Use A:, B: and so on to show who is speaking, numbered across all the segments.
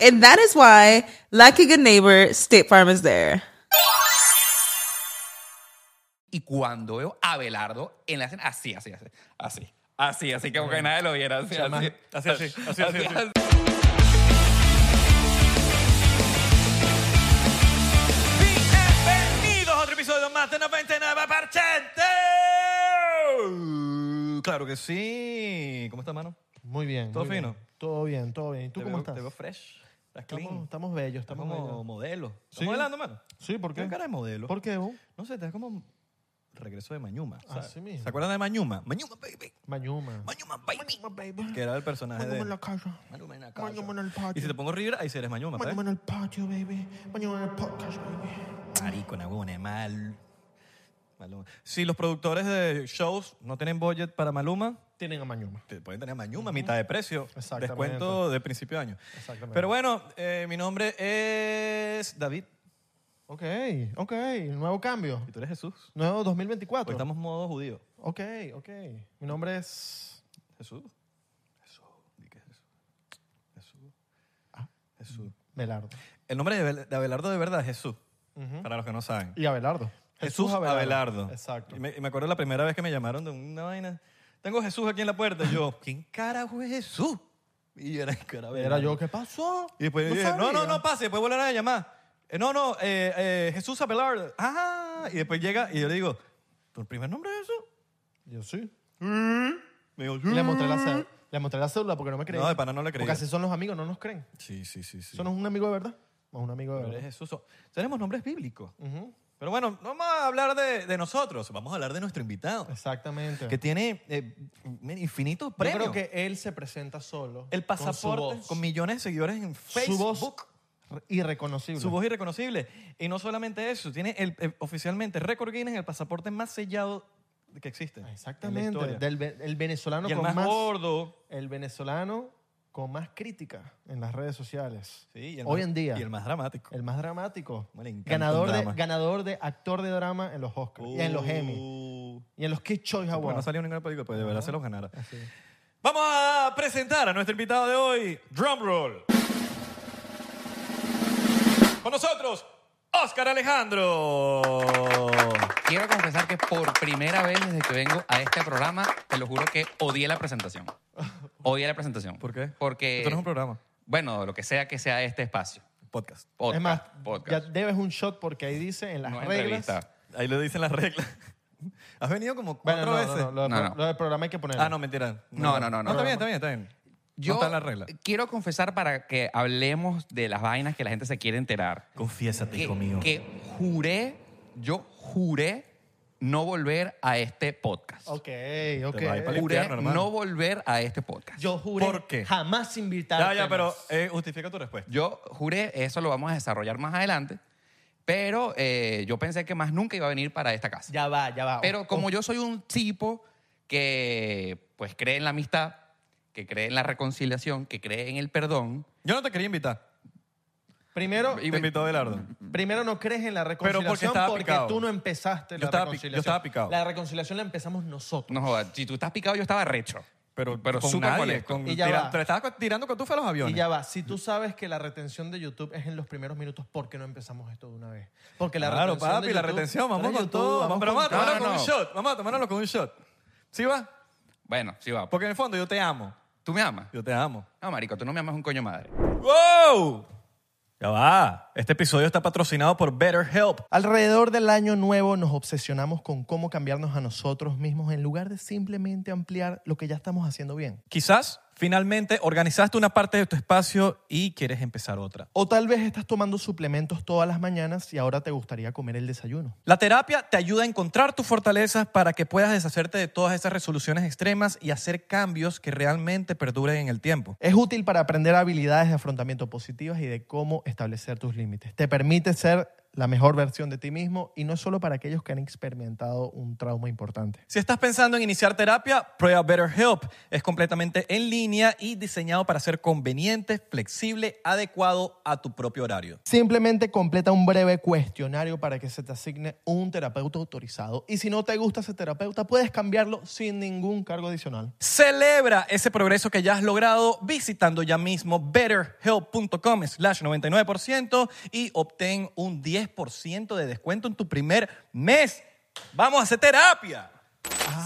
A: and that is why, like a good neighbor, State Farm is there.
B: Y cuando veo a Abelardo en la escena, así, así, así, así, así, así, como que nadie lo viera, así, así,
C: Así, así, así, así, así.
B: Bienvenidos a otro episodio más de 99%.
C: Claro que sí. ¿Cómo está, mano?
D: Muy bien.
C: ¿Todo
D: muy bien.
C: fino?
D: Todo bien, todo bien. ¿Y tú
C: Te
D: cómo
C: veo-
D: estás?
C: Te veo fresh. Estás clean.
D: estamos, estamos bellos,
C: Estás
D: estamos
C: como
D: bellos.
C: modelo. ¿Estás
D: Sí.
C: modelando, mano?
D: Sí, ¿por qué?
C: Tienes cara de modelo.
D: ¿Por qué, vos?
C: No sé, te das como regreso de Mañuma. ¿sabes?
D: Así mismo.
C: ¿Se acuerdan de Mañuma? Mañuma, baby.
D: Mañuma.
C: Mañuma, baby.
D: Mañuma, baby.
C: Que era el personaje
D: Mañuma
C: de...
D: en la casa.
C: Mañuma eh. en la casa.
D: Mañuma en el
C: Y si te
D: patio.
C: pongo Rivera, ahí sí eres Mañuma, ¿sabes?
D: Mañuma en el patio, baby. Mañuma en el podcast, baby.
C: Marico, una huevona, mal. Maluma. Si los productores de shows no tienen budget para Maluma,
D: Tienen a Mañuma.
C: te pueden tener a Mañuma, a mitad de precio.
D: Exactamente.
C: Descuento de principio de año.
D: Exactamente.
C: Pero bueno, eh, mi nombre es David.
D: Ok, ok. Nuevo cambio.
C: Y tú eres Jesús.
D: Nuevo
C: Hoy
D: 2024.
C: Pues estamos modo judío.
D: Ok, ok. Mi nombre es...
C: Jesús. Jesús. ¿Y qué es Jesús? Jesús. Ah, Jesús.
D: Melardo.
C: El nombre de Abel- de Abelardo de verdad es Jesús. Para los que no saben.
D: Y Abelardo.
C: Jesús Abelardo.
D: Exacto.
C: Y me, y me acuerdo la primera vez que me llamaron de una vaina. Tengo a Jesús aquí en la puerta. Y yo, ¿quién carajo es Jesús? Y yo era, que
D: Era
C: Abelardo.
D: yo, ¿qué pasó?
C: Y después dije, no, no,
D: sabía.
C: no, pase, puede volver a llamar. Eh, no, no, eh, eh, Jesús Abelardo. Ah, y después llega y yo le digo, ¿tu primer nombre es Jesús?
D: Yo sí.
C: Me digo,
D: Le mostré la cédula. Le mostré la cédula porque no me creían.
C: No, de pana no le
D: Porque
C: creía.
D: así son los amigos, no nos creen.
C: Sí, sí, sí. sí.
D: Eso no es un amigo de verdad. No es un amigo de
C: Pero es
D: verdad.
C: Jesús. So- Tenemos nombres bíblicos.
D: Ujú.
C: Pero bueno, no vamos a hablar de, de nosotros, vamos a hablar de nuestro invitado,
D: Exactamente.
C: que tiene eh, infinitos
D: Yo
C: premios.
D: creo que él se presenta solo.
C: El pasaporte
D: Con, su
C: con,
D: voz.
C: millones de seguidores en
D: Su
C: Facebook.
D: voz re- irreconocible.
C: Su voz irreconocible. Y no solamente eso, tiene el, el- oficialmente récord Guinness, el pasaporte más sellado que existe. en la
D: Exactamente.
C: historia.
D: Del, ve- el venezolano
C: y el
D: con
C: más,
D: más,
C: gordo.
D: El venezolano con más crítica en las redes sociales.
C: Sí, y el
D: Hoy
C: más-
D: en día.
C: Y el más dramático.
D: El más dramático.
C: Como le encanta
D: Ganador
C: un
D: de,
C: drama.
D: ganador de actor de drama en los Oscars. Y en los Emmy.
C: Uh,
D: Y en los Kids Choice
C: porque no
D: Awards.
C: salió ninguna película, pues de verdad se los ganara.
D: Así es.
C: Vamos a presentar a nuestro invitado de hoy, Drumroll. Con nosotros, Oscar Alejandro.
B: Quiero confesar que por primera vez desde que vengo a este programa, te lo juro que odié la presentación. Odié la presentación.
C: ¿Por qué?
B: Porque,
C: Esto no es un programa,
B: bueno, lo que sea que sea este espacio.
C: podcast.
B: Podcast,
D: es más,
B: podcast.
D: ya debes un shot porque ahí dice en las
B: no es
D: reglas.
B: entrevista.
C: Ahí lo dicen las reglas. Has venido como
D: Bueno,
C: cuatro
D: no, no,
C: veces.
D: no, lo, del
B: No,
D: pro-
B: no.
D: lo del programa hay que ponerlo.
C: Ah, no, mentira.
B: No, no, no, no.
C: está bien, está bien, está bien.
B: Yo eh,
C: no está en la regla.
B: quiero confesar para que hablemos de las vainas que la gente se quiere enterar.
C: Confiésate,
B: Que, que juré, yo juré no volver a este podcast.
D: Ok,
C: Te va a ir pa'l
D: ok.
B: Juré
C: infierno, hermano.
B: no volver a este podcast.
D: Yo juré
C: ¿Por qué?
D: jamás invitarte.
C: Ya, ya, pero
D: más.
C: eh, justifica tu respuesta.
B: Yo juré, eso lo vamos a desarrollar más adelante, pero eh, yo pensé que más nunca iba a venir para esta casa.
D: Ya va, ya va.
B: Pero como yo soy un tipo que pues cree en la amistad, que cree en la reconciliación, que cree en el perdón,
C: Yo no te quería invitar.
D: Primero,
C: Te invitó Abelardo.
D: primero no crees en la
C: porque
D: reconciliación porque,
C: estaba picado.
D: tú no empezaste
C: Yo
D: la
C: estaba pi- yo
D: reconciliación.
C: estaba picado.
D: La reconciliación la empezamos nosotros.
B: no jodas, si tú estás picado yo estaba recho.
C: Pero,
B: Pero
C: con
B: súper
C: nadie.
B: molesto.
C: Con,
D: Y ya
C: tira-
D: va.
C: te estás co- tirando con tufas a los aviones.
D: Y ya va, si tú sabes que la retención de YouTube es en los primeros minutos, ¿por qué no empezamos esto de una vez? Porque la
C: claro,
D: retención
C: papi,
D: de
C: la
D: YouTube-
C: retención. Vamos
D: Pero
C: con
D: YouTube,
C: todo.
D: vamos
C: pero
D: con
C: vamos a tomárnoslo
B: No,
C: con un
B: no.
C: shot. Vamos a tomárnoslo con un shot. ¿Sí va?
B: Bueno, sí va. pues.
C: Porque en el fondo yo te amo.
B: ¿Tú me amas?
C: Yo te amo.
B: No, marico, tú no me amas un coño madre.
C: ¡Wow! Ya va. Este episodio está patrocinado por BetterHelp.
D: Alrededor del año nuevo nos obsesionamos con cómo cambiarnos a nosotros mismos en lugar de simplemente ampliar lo que ya estamos haciendo bien.
C: Quizás finalmente organizaste una parte de tu espacio y quieres empezar otra.
D: O tal vez estás tomando suplementos todas las mañanas y ahora te gustaría comer el desayuno.
C: La terapia te ayuda a encontrar tus fortalezas para que puedas deshacerte de todas esas resoluciones extremas y hacer cambios que realmente perduren en el tiempo.
D: Es útil para aprender habilidades de afrontamiento positivas y de cómo establecer tus límites. Te permite ser la mejor versión de ti mismo y no es solo para aquellos que han experimentado un trauma importante.
C: Si estás pensando en iniciar terapia, prueba BetterHelp. Es completamente en línea y diseñado para ser conveniente, flexible, adecuado a tu propio horario.
D: Simplemente completa un breve cuestionario para que se te asigne un terapeuta autorizado. Y si no te gusta ese terapeuta, puedes cambiarlo sin ningún cargo adicional.
C: Celebra ese progreso que ya has logrado visitando ya mismo betterhelp.com slash 99% y obtén un 10% de descuento en tu primer mes. ¡Vamos a hacer terapia!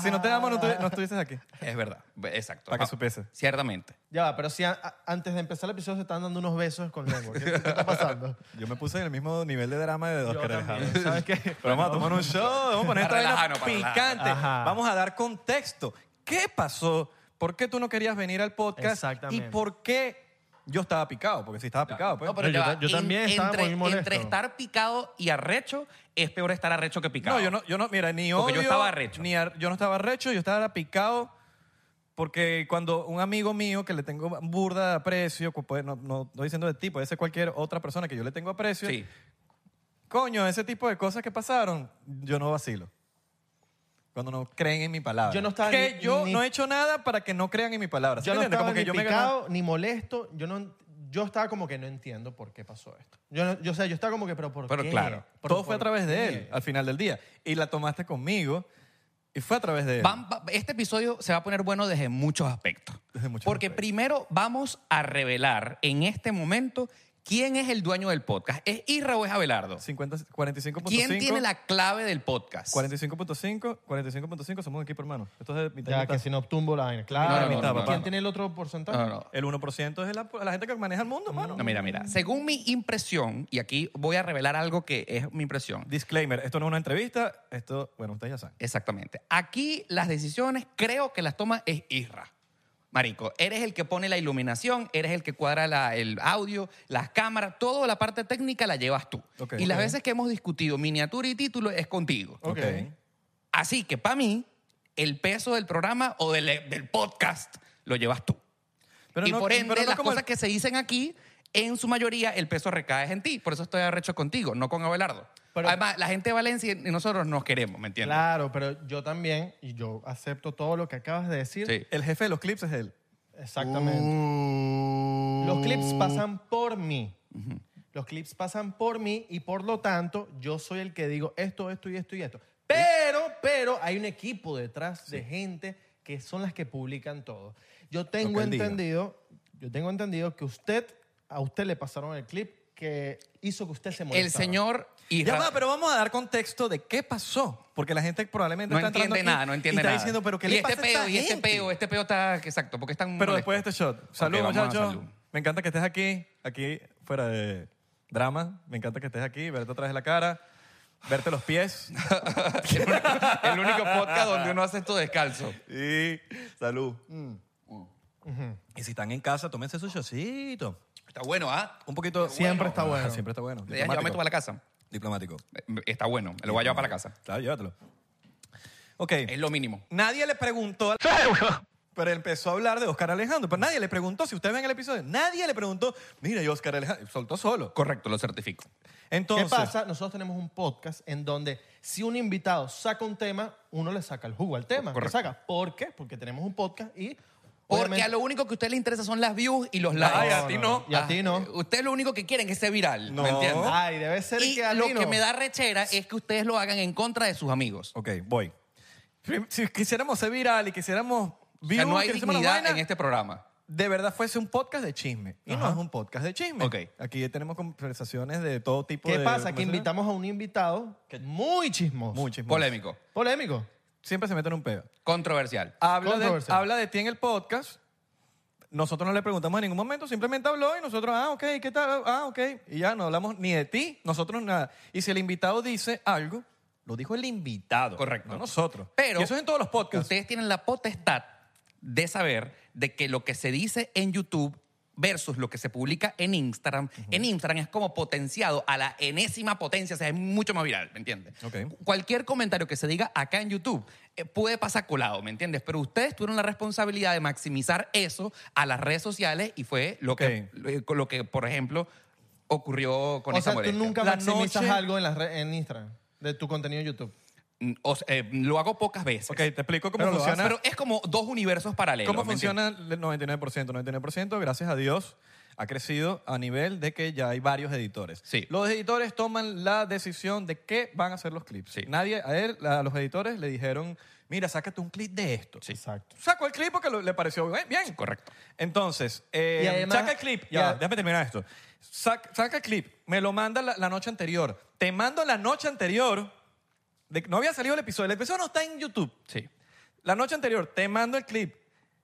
C: Si no te damos, no, estuvi- no estuvieses aquí.
B: Es verdad. Exacto.
C: Para que
B: Ah,
C: supiese.
B: Ciertamente.
D: Ya va, pero si a- a- antes de empezar el episodio se están dando unos besos con lengua. ¿Qué, qué está pasando?
C: Yo me puse en el mismo nivel de drama de Oscar Alejandro.
D: también, ¿sabes qué?
C: Pero vamos a tomar un show, vamos a poner esta
B: Para
C: vaina
B: relajarnos, para
C: picante.
D: relajarnos. Ajá.
C: Vamos a dar contexto. ¿Qué pasó? ¿Por qué tú no querías venir al podcast?
D: Exactamente.
C: ¿Y por qué yo estaba picado? Porque sí estaba picado. pues.
B: No, pero
D: No,
B: ya
D: yo
B: va.
D: ta- yo también estaba
B: entre,
D: muy molesto.
B: Entre estar picado y arrecho, es peor estar arrecho que picado.
C: No, yo no, yo no, mira, ni
B: Porque yo
C: odio,
B: estaba arrecho.
C: Ni ar- yo no estaba recho, yo estaba picado. Porque cuando un amigo mío que le tengo burda de aprecio, cu- puede- no, no estoy diciendo de ti, puede ser cualquier otra persona que yo le tengo aprecio,
B: Sí.
C: coño, ese tipo de cosas que pasaron, yo no vacilo. Cuando no creen en mi palabra.
D: Yo no estaba
C: que
D: ni-
C: yo
D: ni-
C: no he hecho nada para que no crean en mi palabra. ¿Sí
D: Yo
C: me
D: no estaba
C: entiendes? Como que
D: ni
C: yo me ganaba-
D: picado, ni molesto. Yo, no, yo estaba como que no entiendo por qué pasó esto. Yo, no- yo, o sea, yo estaba como que, pero ¿por
B: Pero
D: qué?
B: claro,
D: ¿Por-
C: Todo fue a
D: por
C: través de él
D: qué?
C: al final del día. Y la tomaste conmigo y fue a través de él.
B: Van- va- este episodio se va a poner bueno desde muchos aspectos.
C: Desde muchos
B: Porque
C: aspectos.
B: primero vamos a revelar en este momento quién es el dueño del podcast. ¿Es Isra o es Abelardo?
C: 50, 45.5.
B: ¿Quién tiene la clave del podcast?
C: 45.5, 45.5, somos un equipo hermano. Esto es de mitad y
D: Ya,
C: mitad.
D: que si no tumbo la vaina.
B: No,
D: Claro.
B: no, no,
C: no, no,
D: ¿Quién
C: no.
D: tiene el otro
B: No,
D: porcentaje?
B: no, no.
C: El 1% es la, la gente que maneja el mundo, mano.
B: No,
D: Mm.
B: mira, mira. Según mi impresión, y aquí voy a revelar algo que es mi impresión.
C: Disclaimer, esto no es una entrevista, esto, bueno, ustedes ya saben.
B: Exactamente. Aquí las decisiones creo que las toma es Isra. Marico, eres el que pone la iluminación, eres el que cuadra la- el audio, las cámaras, toda la parte técnica la llevas tú.
C: Ok,
B: y las
C: ok.
B: veces que hemos discutido miniatura y título es contigo.
D: Ok.
B: Así que para mí, el peso del programa o del, del podcast lo llevas tú.
C: Pero
B: y
C: no-
B: por ende,
C: pero no
B: las
C: como
B: cosas
C: el-
B: que se dicen aquí, en su mayoría, el peso recae en ti. Por eso estoy arrecho contigo, no con Abelardo.
D: Pero-
B: Además, la gente de Valencia y nosotros nos queremos, ¿me entiendes?
D: Claro, pero yo también, y yo acepto todo lo que acabas de decir.
B: Sí.
C: El jefe de los clips es él.
D: Exactamente. Los clips
B: Mm.
D: pasan por mí. Los clips pasan por mí y por lo tanto yo soy el que digo esto, esto y esto y esto. Pero, pero hay un equipo detrás de gente que son las que publican todo. Yo tengo
C: él diga.
D: entendido, yo tengo entendido que usted, a usted le pasaron el clip que hizo que usted se molestara.
B: el señor Isra.
C: Ya va, pero vamos a dar contexto de qué pasó. Porque la gente probablemente
B: no
C: está entrando
B: entiende
C: aquí
B: nada, no entiende
C: y está
B: nada.
C: diciendo, pero ¿qué
B: y
C: le
B: este
C: pasa a
B: peo,
C: esta
B: y este
C: gente?
B: peo, este peo está, exacto, porque están
C: Pero después de
B: molestos.
C: este shot.
B: Ok,
C: Salud,
B: vamos a
C: muchachos.
B: salud.
C: Me encanta que estés aquí. Aquí, fuera de drama. Me encanta que estés aquí. Verte atrás de la cara. Verte los pies.
B: El único podcast donde uno hace esto descalzo.
C: Y salud.
B: Mm.
C: Y si están en casa, tómense su shotcito.
B: Está bueno, ¿ah?
C: Un poquito.
D: Siempre está
C: Ah,
D: bueno.
C: Siempre está bueno.
B: Le dije, llévame tú a la casa.
C: Diplomático.
B: Eh, Está bueno, me lo voy a llevar para la casa.
C: Claro, llévatelo. Ok.
B: Es lo mínimo.
C: Nadie le preguntó. a- Pero empezó a hablar de Oscar Alejandro. Pero nadie le preguntó. Si ustedes ven el episodio, nadie le preguntó. Mira, y Oscar Alejandro. Soltó solo.
B: Correcto, lo certifico.
D: ¿Qué
C: Entonces.
D: pasa? Nosotros tenemos un podcast en donde si un invitado saca un tema, uno le saca el jugo al tema. que
B: Correcto.
D: saca? ¿Por qué? Porque tenemos un podcast y...
B: Porque
D: obviamente-
B: a lo único que a usted le interesa son las views y los likes.
C: Ay, a ti no.
D: Y a ti no.
B: Ah, Usted lo único que quiere es que sea viral,
C: No.
B: ¿me entiendes?
D: Ay, debe ser
B: y
D: que a
B: lo
D: mí no.
B: que me da rechera es que ustedes lo hagan en contra de sus amigos.
C: Ok, voy. Prim- Si quisiéramos ser viral y quisiéramos
B: O sea,
C: Vi
B: no
C: uno
B: hay
C: que se llama La
B: dignidad
C: Vaina.
B: en este programa.
C: de verdad fuese un podcast de chisme. Y no es un podcast de chisme.
B: Ok.
C: Aquí ya tenemos conversaciones de todo tipo
D: ¿Qué
C: de
D: pasa? Que
C: conversaciones.
D: invitamos a un invitado muy chismoso.
C: Muy chismoso.
B: Polémico,
D: Polémico.
C: Siempre se meten un pedo.
B: controversial.
C: Habla de,
D: Controversial.
C: habla de ti en el podcast. Nosotros no le preguntamos en ningún momento, simplemente habló y nosotros, ah, ok, ¿qué tal? Ah, ok. Y ya no hablamos ni de ti, nosotros nada. Y si el invitado dice algo, lo dijo el invitado.
B: Correcto.
C: No nosotros.
B: Pero
C: Y eso es en todos los podcasts.
B: Ustedes tienen la potestad de saber de que lo que se dice en YouTube versus lo que se publica en Instagram, en Instagram es como potenciado a la enésima potencia, o sea, es mucho más viral, ¿me entiendes?
C: Ok.
B: Cualquier comentario que se diga acá en YouTube eh, puede pasar colado, ¿me entiendes? Pero ustedes tuvieron la responsabilidad de maximizar eso a las redes sociales y fue lo que,
C: Ok.
B: lo, lo que por ejemplo, ocurrió con
D: o
B: esa
D: sea, tú
B: molestia.
D: nunca
C: La
D: maximizas
C: noche-
D: algo en, las re- en Instagram de tu contenido en YouTube.
B: Mm, o sea, eh, lo hago pocas veces.
C: Ok, te explico cómo
B: Pero lo
C: funciona.
B: hago. Pero es como dos universos paralelos.
C: ¿Cómo
B: ¿me entiendes?
C: funciona el 99%? 99%, gracias a Dios, ha crecido a nivel de que ya hay varios editores.
B: Sí.
C: Los editores toman la decisión de qué van a hacer los clips.
B: Sí.
C: Nadie, a, él, a los editores le dijeron, mira, sácate un clip de esto.
B: Sí.
D: Exacto.
C: Sacó el clip porque lo- le pareció bien. bien.
B: Correcto.
C: Entonces, eh,
D: Y además-
C: saca el clip. Ya,
D: y a-
C: va, déjame terminar esto. Sac- saca el clip, me lo manda la, la noche anterior. Te mando la noche anterior. de- no había salido el episodio. El episodio no está en YouTube.
B: Sí.
C: La noche anterior, te mando el clip.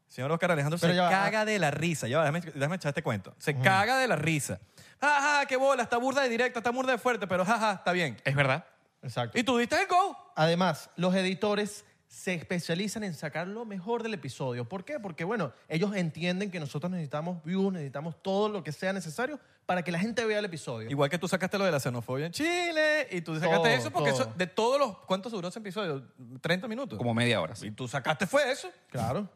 C: Señor Oscar Alejandro
D: Pero
C: se
D: ya va.
C: caga de la risa. Ya, va, déjame, déjame echar este cuento. Se caga de la risa. Ajá, qué bola, está burda de directa, está burda de fuerte, pero jaja, está bien.
B: Es verdad.
D: Exacto.
C: Y tú diste el go.
D: Además, los editores se especializan en sacar lo mejor del episodio. ¿Por qué? Porque, bueno, ellos entienden que nosotros necesitamos views, necesitamos todo lo que sea necesario para que la gente vea el episodio.
C: Igual que tú sacaste lo de la xenofobia en Chile y tú sacaste
D: Todo,
C: eso porque
D: todo.
C: eso, de todos los... ¿Cuántos duró ese episodio? ¿30 minutos?
B: Como media hora. sí.
C: Y tú sacaste fue eso.
D: Claro.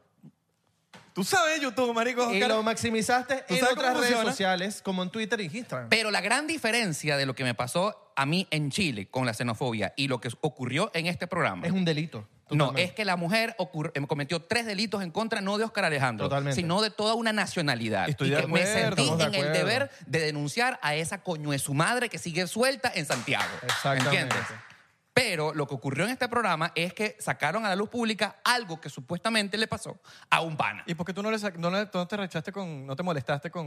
C: Tú sabes YouTube, marico.
D: Y
C: Oscar.
D: lo maximizaste
C: ¿Tú
D: en
C: sabes cómo
D: otras redes
C: funciona?
D: sociales, como en Twitter y Instagram.
B: Pero la gran diferencia de lo que me pasó a mí en Chile con la xenofobia y lo que ocurrió en este programa.
D: es un delito.
B: no,
D: totalmente.
B: es que la mujer ocur- em, cometió tres delitos en contra no de Oscar Alejandro,
D: Totalmente.
B: sino de toda una nacionalidad.
C: Estoy
B: y
C: de
B: que me
C: acuerdo,
B: sentí
D: estamos de
B: en el
D: acuerdo.
B: deber de denunciar a esa coño de su madre que sigue suelta en Santiago.
D: Exactamente.
B: ¿Entiendes? Pero lo que ocurrió en este programa es que sacaron a la luz pública algo que supuestamente le pasó a un pana.
C: ¿Y por qué tú no, le sac- no, le- no te rechaste con... No te molestaste con...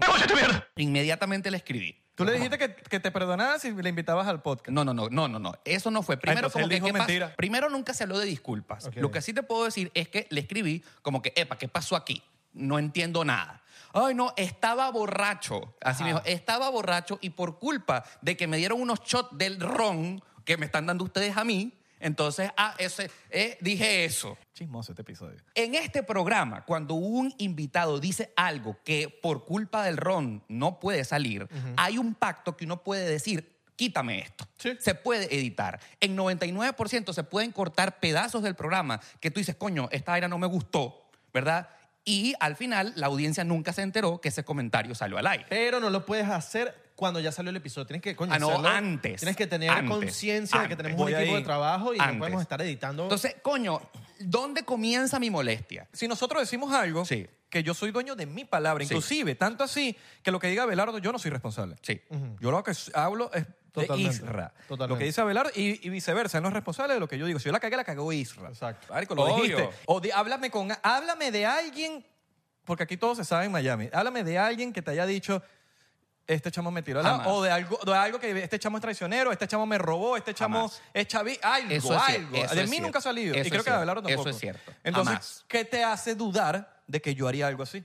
B: Inmediatamente le escribí.
C: Tú le dijiste que, que te perdonabas y le invitabas al podcast. Ah,
B: No, no, no, no, no, no. Eso no fue. Primero,
C: entonces
B: como
C: él
B: que,
C: dijo
B: ¿qué pasó?
C: mentira.
B: Primero nunca se habló de disculpas.
D: Ok.
B: Lo que sí te puedo decir es que le escribí como que, epa, ¿qué pasó aquí? No entiendo nada. Ay, no, estaba borracho. Así me dijo, estaba borracho y por culpa de que me dieron unos shots del ron que me están dando ustedes a mí, entonces, ah, ese, eh, dije eso.
C: Chismoso este episodio.
B: En este programa, cuando un invitado dice algo que por culpa del ron no puede salir, hay un pacto que uno puede decir, quítame esto.
D: Sí.
B: Se puede editar. En 99% se pueden cortar pedazos del programa que tú dices, coño, esta era no me gustó, ¿verdad? Y al final la audiencia nunca se enteró que ese comentario salió al aire.
D: Pero no lo puedes hacer cuando ya salió el episodio. Tienes que, coño,
B: Ah, no,
D: hacerlo-
B: antes.
D: Tienes que tener
B: Antes.
D: conciencia de que
B: Antes.
D: tenemos un
C: Voy
D: equipo
C: ahí.
D: de trabajo y
B: Antes.
D: no podemos estar editando.
B: Entonces, coño, ¿dónde comienza mi molestia?
C: Si nosotros decimos algo,
B: Sí.
C: que yo soy dueño de mi palabra,
B: Sí.
C: inclusive, tanto así que lo que diga Abelardo, yo no soy responsable.
B: Sí.
C: Yo lo que s- hablo es de
D: Totalmente.
C: Isra.
D: Totalmente.
C: Lo que dice Abelardo y, y viceversa. Él no es responsable de lo que yo digo. Si yo la cagué, la cagó Isra.
D: Exacto.
C: Marico, lo
B: Obvio.
C: dijiste. O di- háblame, con, háblame de alguien, porque aquí todo se sabe en Miami. Háblame de alguien que te haya dicho... Este chamo me tiró al
B: Jamás.
C: lado. O de algo, de algo que este chamo es traicionero, este chamo me robó, este chamo
B: Jamás.
C: es chavi. Algo,
B: Eso es cier- eso
C: algo. de
B: es
C: mí
B: cierto.
C: nunca ha salido.
B: Eso
C: y creo
B: es
C: que de Abelardo
B: cierto. Eso
C: tampoco.
B: es cierto.
C: Entonces,
B: Jamás.
C: ¿qué te hace dudar de que yo haría algo así?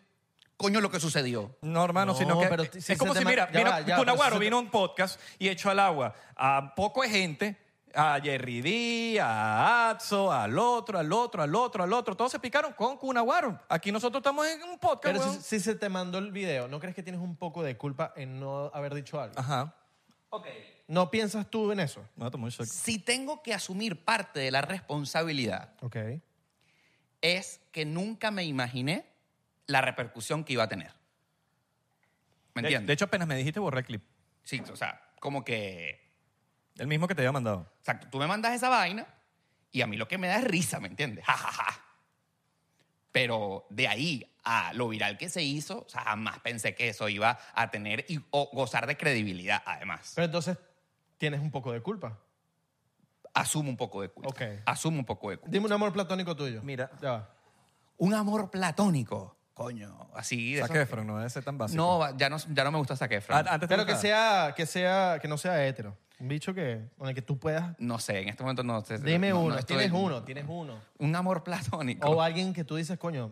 B: Coño, lo que sucedió.
C: No, hermano,
D: No,
C: sino que eh,
D: pero si
C: es
D: se
C: como
D: te
C: si,
D: ma-
C: mira,
D: ya
C: vino,
D: va, ya,
C: Kun
D: pero si
C: Aguaro
D: se te-
C: vino a un podcast y echó al agua a poco de gente, a Jerry D, a Atzo, al otro, al otro, al otro, al otro. Todos se picaron con Cunaguaro. Aquí nosotros estamos en un podcast,
D: Pero
C: weón.
D: si, si se te mandó el video, ¿no crees que tienes un poco de culpa en no haber dicho algo?
C: Ajá.
D: ¿No piensas tú en eso?
C: Me voy a tomar un shot.
B: Si tengo que asumir parte de la responsabilidad,
D: Ok.
B: es que nunca me imaginé la repercusión que iba a tener. ¿Me
C: De,
B: entiendes?
C: de hecho, apenas me dijiste borré el clip.
B: sí, o sea, como que,
C: El mismo que te había mandado.
B: exacto, tú me mandas esa vaina y a mí lo que me da es risa, ¿me entiendes? Ja, ja, ja. Pero de ahí a lo viral que se hizo, o sea, jamás pensé que eso iba a tener y o gozar de credibilidad, además.
D: Pero entonces tienes un poco de culpa.
B: Asumo un poco de culpa.
D: Ok.
B: Asumo un poco de culpa.
D: Dime un amor platónico tuyo.
C: Mira.
D: Ya va.
B: un amor platónico. Coño, así de
C: Zac
B: esos-
C: Efron, no debe ser tan básico.
B: No, va- ya no, ya no me gusta Zac
C: A-
B: Efron.
C: antes te
D: Pero que
C: gustaba.
D: sea, que sea, que no sea hétero. Un bicho que, con el que tú puedas.
B: No sé, en este momento no sé.
D: Dime
B: no- no
D: uno,
B: estoy-
D: tienes uno, Oh, tienes uno.
B: Un amor platónico.
D: O alguien que tú dices, coño,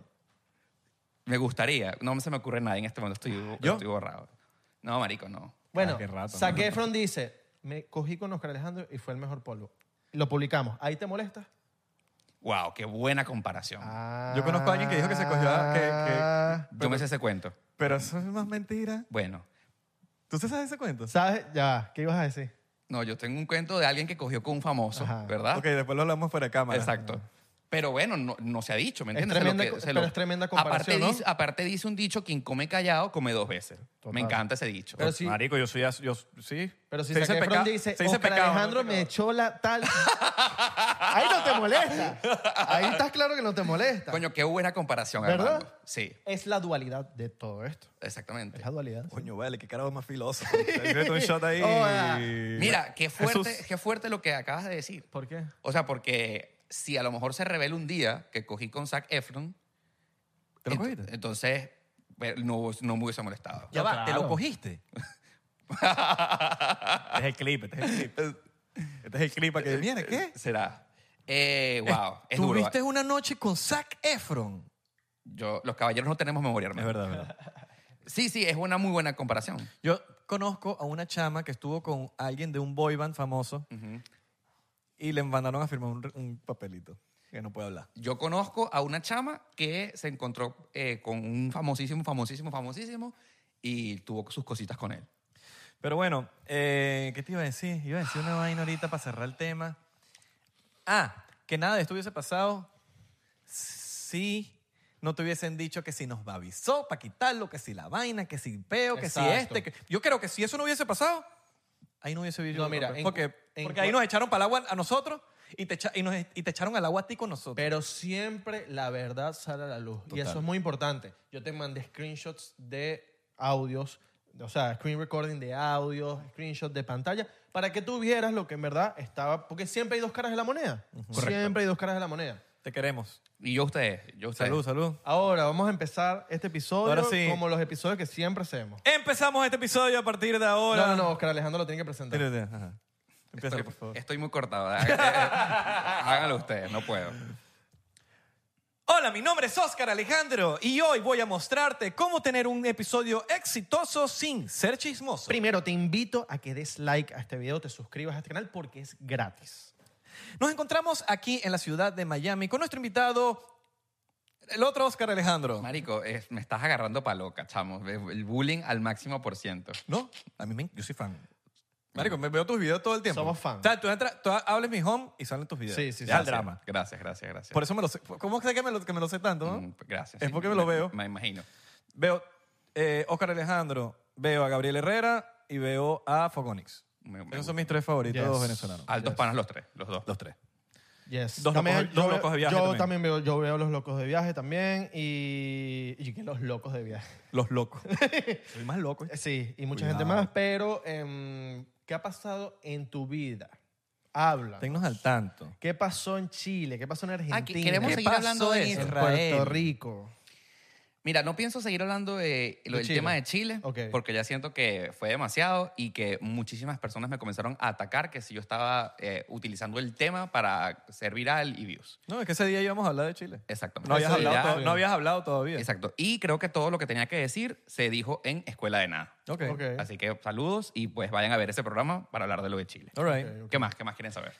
B: Me gustaría. No se me ocurre nada en este momento. Estoy,
C: ¿Yo?
B: estoy borrado. No, marico, no.
D: Bueno,
C: qué rato,
D: Zac
C: ¿no?
D: Efron dice, me cogí con Oscar Alejandro y fue el mejor polvo. Lo publicamos. ¿Ahí te molestas?
B: Wow, qué buena comparación.
D: Ah,
C: Yo conozco a alguien que dijo que se cogió a- que-
B: Yo me sé ese cuento.
C: Pero eso es más mentira.
B: Bueno,
C: ¿Tú te sabes ese cuento?
D: ¿Sabes? Ya, ¿qué ibas a decir?
B: no, yo tengo un cuento de alguien que cogió con un famoso,
D: Ajá.
B: ¿verdad?
C: Ok, después lo hablamos fuera de cámara.
B: Exacto. Pero bueno, no, no se ha dicho, ¿me
D: Es
B: entiendes? Se
D: tremenda co- pero es tremenda comparación,
B: Aparte,
D: ¿no?
B: dice, aparte dice un dicho, quien come callado, come dos veces.
D: Total.
B: Me encanta ese dicho.
D: Pero si-
C: Marico, yo soy... as- Yo, sí.
D: Pero si
C: Se
D: Zac
C: dice
D: Efron
C: peca-
D: dice,
C: se dice
D: Oscar
C: pecado, no
D: Alejandro me
C: pecado".
D: echó la tal... Ahí no te molesta. Ahí estás claro que no te molesta.
B: Coño, qué buena comparación,
D: ¿Verdad?
B: Armando. Sí,
D: Es la dualidad de todo esto.
B: exactamente.
D: Es la dualidad.
C: Coño, vale, qué carajo más filoso. Mete un shot ahí.
D: Hola.
B: Mira, qué fuerte,
C: Jesús.
B: qué fuerte lo que acabas de decir.
D: ¿Por qué?
B: O sea, porque si a lo mejor se revela un día que cogí con Zac Efron,
C: ¿Te lo
B: ent-
C: cogiste?
B: entonces eh, no, no me hubiese molestado.
C: Ya va, ¿te
D: claro.
C: lo cogiste? este es el clip, este es el clip. Este es el clip para que viene, ¿qué?
B: Eh, Será. Eh, wow, es duro.
C: Tuviste una noche con Zac Efron.
B: Yo, los caballeros no tenemos memoria, hermano.
C: Es verdad, es verdad.
B: Sí, sí, es una muy buena comparación.
C: Yo conozco a una chama que estuvo con alguien de un boy band famoso y le mandaron a firmar un, re- un papelito que no puede hablar.
B: Yo conozco a una chama que se encontró eh, con un famosísimo, famosísimo, famosísimo y tuvo sus cositas con él.
C: Pero bueno, eh, ¿qué te iba a decir? Iba a decir una vaina ahorita para cerrar el tema. Ah, que nada de esto hubiese pasado si no te hubiesen dicho que si nos babizo para quitarlo, que si la vaina, que si peo, que si
D: Exacto.
C: este. que- Yo creo que si eso no hubiese pasado, ahí no hubiese vivido.
D: No, mira, en
C: porque,
D: cu- en
C: porque
D: cu-
C: ahí nos echaron para el agua a nosotros y te, echa- y nos- y te echaron al agua a ti con nosotros.
D: Pero siempre la verdad sale a la luz. Y
C: Total.
D: eso es muy importante. Yo te mandé screenshots de audios, o sea, screen recording de audios, screenshots de pantalla, para que tú vieras lo que en verdad estaba. Porque siempre hay dos caras de la moneda. Siempre hay dos caras de la moneda.
C: te queremos.
B: Y yo a ustedes, yo a ustedes.
C: Salud, salud.
D: Ahora vamos a empezar este episodio
C: Ahora sí.
D: como los episodios que siempre hacemos.
C: Empezamos este episodio a partir de ahora.
D: No, no, no, Oscar Alejandro lo tiene que presentar.
C: Tírate, ajá. Empieza,
B: Estoy,
C: por favor.
B: estoy muy cortado. Háganlo ustedes, no puedo.
C: Hola, mi nombre es Oscar Alejandro y hoy voy a mostrarte cómo tener un episodio exitoso sin ser chismoso.
D: Primero, te invito a que des like a este video, te suscribas a este canal porque es gratis.
C: Nos encontramos aquí en la ciudad de Miami con nuestro invitado, el otro Oscar Alejandro.
B: Marico, es- me estás agarrando pa' loca, chamo. El bullying al máximo por ciento.
C: No, a mí me, yo soy fan. Marico, me veo tus videos todo el tiempo.
D: Somos fan.
C: O sea, tú, entras, tú hables mi home y salen tus videos.
D: Sí, sí,
C: Ya
D: sí.
C: el drama.
B: Gracias, gracias, gracias.
C: Por eso me lo sé. ¿Cómo sé que me lo, que me lo sé tanto? no?
B: Mm, Gracias.
C: Es
B: sí,
C: porque me lo veo.
B: Me imagino.
C: Veo eh, Oscar Alejandro, veo a Gabriel Herrera y veo a Fogonix.
B: Me- me
C: Esos son mis tres favoritos
D: Yes.
C: venezolanos.
B: Altos panas los tres, los dos.
C: Los tres.
D: Yes.
C: Dos
D: También
C: locos- dos
D: yo veo-
C: locos de viaje
D: Yo
C: también.
D: también, veo, yo veo los locos de viaje también y, y que los locos de viaje.
C: Los locos. Soy más loco. ¿eh?
D: Sí, y mucha
C: Cuidado.
D: gente más, pero em, ¿qué ha pasado en tu vida? Habla.
C: Tennos al tanto.
D: ¿Qué pasó en Chile? ¿Qué pasó en Argentina?
B: Aquí queremos
C: ¿Qué
B: seguir
C: pasó
B: hablando de
C: en
B: eso.
D: en
C: Israel?
D: Puerto Rico.
B: Mira, no pienso seguir hablando de lo
D: De
B: del
D: Chile.
B: tema de Chile,
D: Ok.
B: porque ya siento que fue demasiado y que muchísimas personas me comenzaron a atacar que si yo estaba eh, utilizando el tema para ser viral y views.
C: No, es que ese día íbamos a hablar de Chile.
B: Exactamente.
C: No habías,
B: Eso
C: hablado,
B: Eh, ya-
C: to- no habías hablado todavía.
B: Exacto. Y creo que todo lo que tenía que decir se dijo en Escuela de Nada.
C: Ok.
D: Ok.
B: Así que saludos y pues vayan a ver ese programa para hablar de lo de Chile.
C: All right.
D: Ok.
B: ¿Qué más? ¿Qué más quieren saber?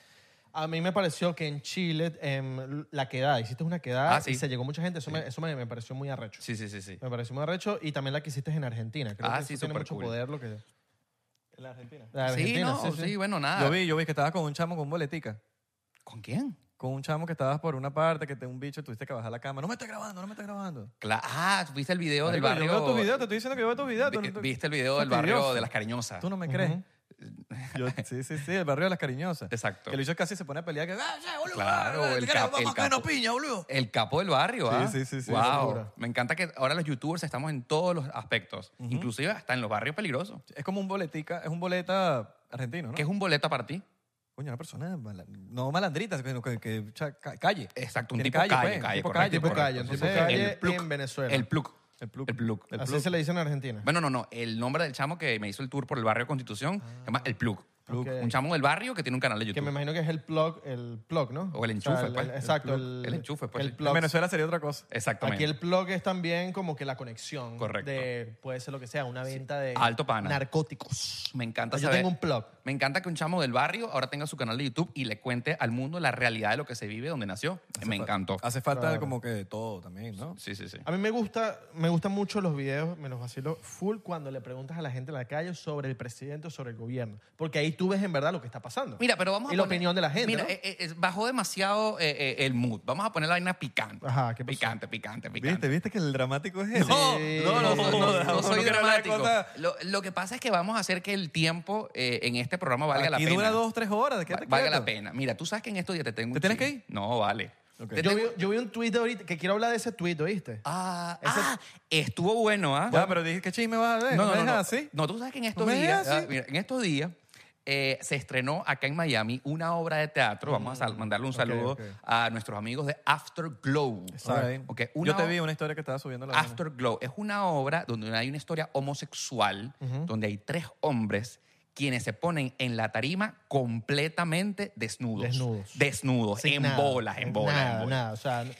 D: A mí me pareció que en Chile em, la quedada, hiciste una quedada
B: Ah, sí.
D: y se llegó mucha gente. Eso, me, eso me, me pareció muy arrecho.
B: Sí, sí, sí, sí.
D: Me pareció muy arrecho y también la que hiciste en Argentina. Creo
B: Ah,
D: que eso
B: sí,
D: tiene
B: súper
D: mucho
B: cool.
D: poder lo que...
C: ¿En Argentina?
D: La
B: Ah, Sí,
D: Argentina,
B: no, sí, bueno, nada.
C: Yo vi, yo vi que estabas con un chamo con boletica.
B: ¿Con quién?
C: Con un chamo que estabas por una parte, que te un bicho, tuviste que bajar la cama. No me estás grabando, no me estás grabando.
B: Cla- ah, viste el video del
C: Marico,
B: barrio.
C: Yo veo tus videos, te estoy diciendo que yo veo tus videos. tú
B: Vi-
C: no-
B: Viste el video
C: tú
B: del barrio
C: fastidioso.
B: de las cariñosas.
C: Tú no me crees. Yo- sí, sí, sí, el barrio de las cariñosas.
B: Exacto.
C: Que el bicho casi se pone a pelear. Que, ¡Ah, ya, boludo!
B: Claro,
C: ah,
B: el
C: te queremos,
B: capo- el
C: vamos a comernos
B: capo.
C: piña, boludo!
B: El capo del barrio, ¿ah?
C: Sí, sí, sí, sí,
B: Wow.
D: seguro.
B: Me encanta que ahora los youtubers estamos en todos los aspectos, inclusive hasta en los barrios peligrosos.
C: Es como un boletica, es un boleta argentino, ¿no?
B: ¿Qué es un boleto para ti?
C: Coño, una persona mala- no malandrita, sino que, que- cha- ca- calle.
B: Exacto, un
C: Tiene
B: tipo calle,
C: pues,
B: calle,
C: un
B: calle,
C: tipo
B: correcto,
C: calle.
D: tipo
B: correcto.
D: calle, un tipo
B: Entonces,
D: calle
B: el plug,
D: en Venezuela.
B: El plug.
C: El plug.
B: El plug.
C: El
D: Así
C: plug.
D: se le dice en Argentina.
B: Bueno, no, no. El nombre del chamo que me hizo el tour por el barrio Constitución se llama El Plug.
D: Plug.
B: Un chamo del barrio que tiene un canal de
D: Ah, Que me
B: YouTube.
D: imagino que es el plug, el plug, ¿no?
B: O el enchufe, pues.
D: exacto.
B: El plug. El enchufe, pues.
D: El
B: En
D: plug.
C: En Venezuela sería otra cosa.
B: Exactamente.
D: Aquí el plug es también como que la conexión.
B: Correcto.
D: De, puede ser lo que sea, una venta de
B: Alto pana.
D: narcóticos. Pues
B: Me encanta
D: Yo
B: saber-
D: tengo un plug.
B: Me encanta que un chamo del barrio ahora tenga su canal de YouTube y le cuente al mundo la realidad de lo que se vive donde nació. me encantó.
C: Hace falta como que todo también, ¿no?
B: Sí, sí, sí.
D: A mí me gusta, me gustan mucho los videos, me los vacilo full cuando le preguntas a la gente en la calle sobre el presidente o sobre el gobierno, porque ahí tú ves en verdad lo que está pasando.
B: Mira, pero vamos a
D: y la
B: poner-
D: opinión de la gente.
B: Mira,
D: ¿no?
B: eh, eh, eh, bajó demasiado eh, eh, el mood. Vamos a poner la vaina picante.
D: Ajá, ¿qué pasó?
B: Picante, picante,
C: ¿Viste?
B: picante.
C: ¿Viste que el dramático es eso?
D: No, no, no,
B: No, no soy
C: quiero hablar de
B: dramático.
C: cosas-
B: Lo, lo que pasa es que vamos a hacer que el tiempo eh, en este programa valga la
C: Aquí
B: pena.
C: dura dos, tres horas.
B: Va-
C: quédate
B: valga
C: quieto.
B: la pena. Mira, tú sabes que en esto ya te tengo un
C: ¿Te tienes
B: chisme.
C: que
B: No, vale.
C: Ok.
B: Te
D: yo,
B: tengo-
D: vi, yo vi un tweet ahorita que quiero hablar de ese tweet, ¿oíste?
B: Ah, ah, estuvo bueno, ¿ah?
C: Ya, pero dije, ¿qué chisme vas a ver?
B: No, no, no,
C: es
B: no.
C: así?
B: No, tú sabes que en estos
C: No me
B: días,
C: dejas
B: ah,
C: así.
B: mira, en estos días eh, se estrenó acá en Miami una obra de teatro. Vamos
C: Mm,
B: a sal- mandarle un saludo
D: ok.
B: a nuestros amigos de Afterglow.
C: Alright.
B: Ok, una
C: Yo te
B: o-
C: vi una historia que estaba subiendo la vaina.
B: Afterglow es una obra donde hay una historia homosexual, donde hay tres hombres quienes se ponen en la tarima completamente desnudos.
D: Desnudos.
B: Desnudos,
D: Sin
B: en
D: nada.
B: bolas, en bolas.
D: Nada,
B: en bolas.
D: nada, o sea, ni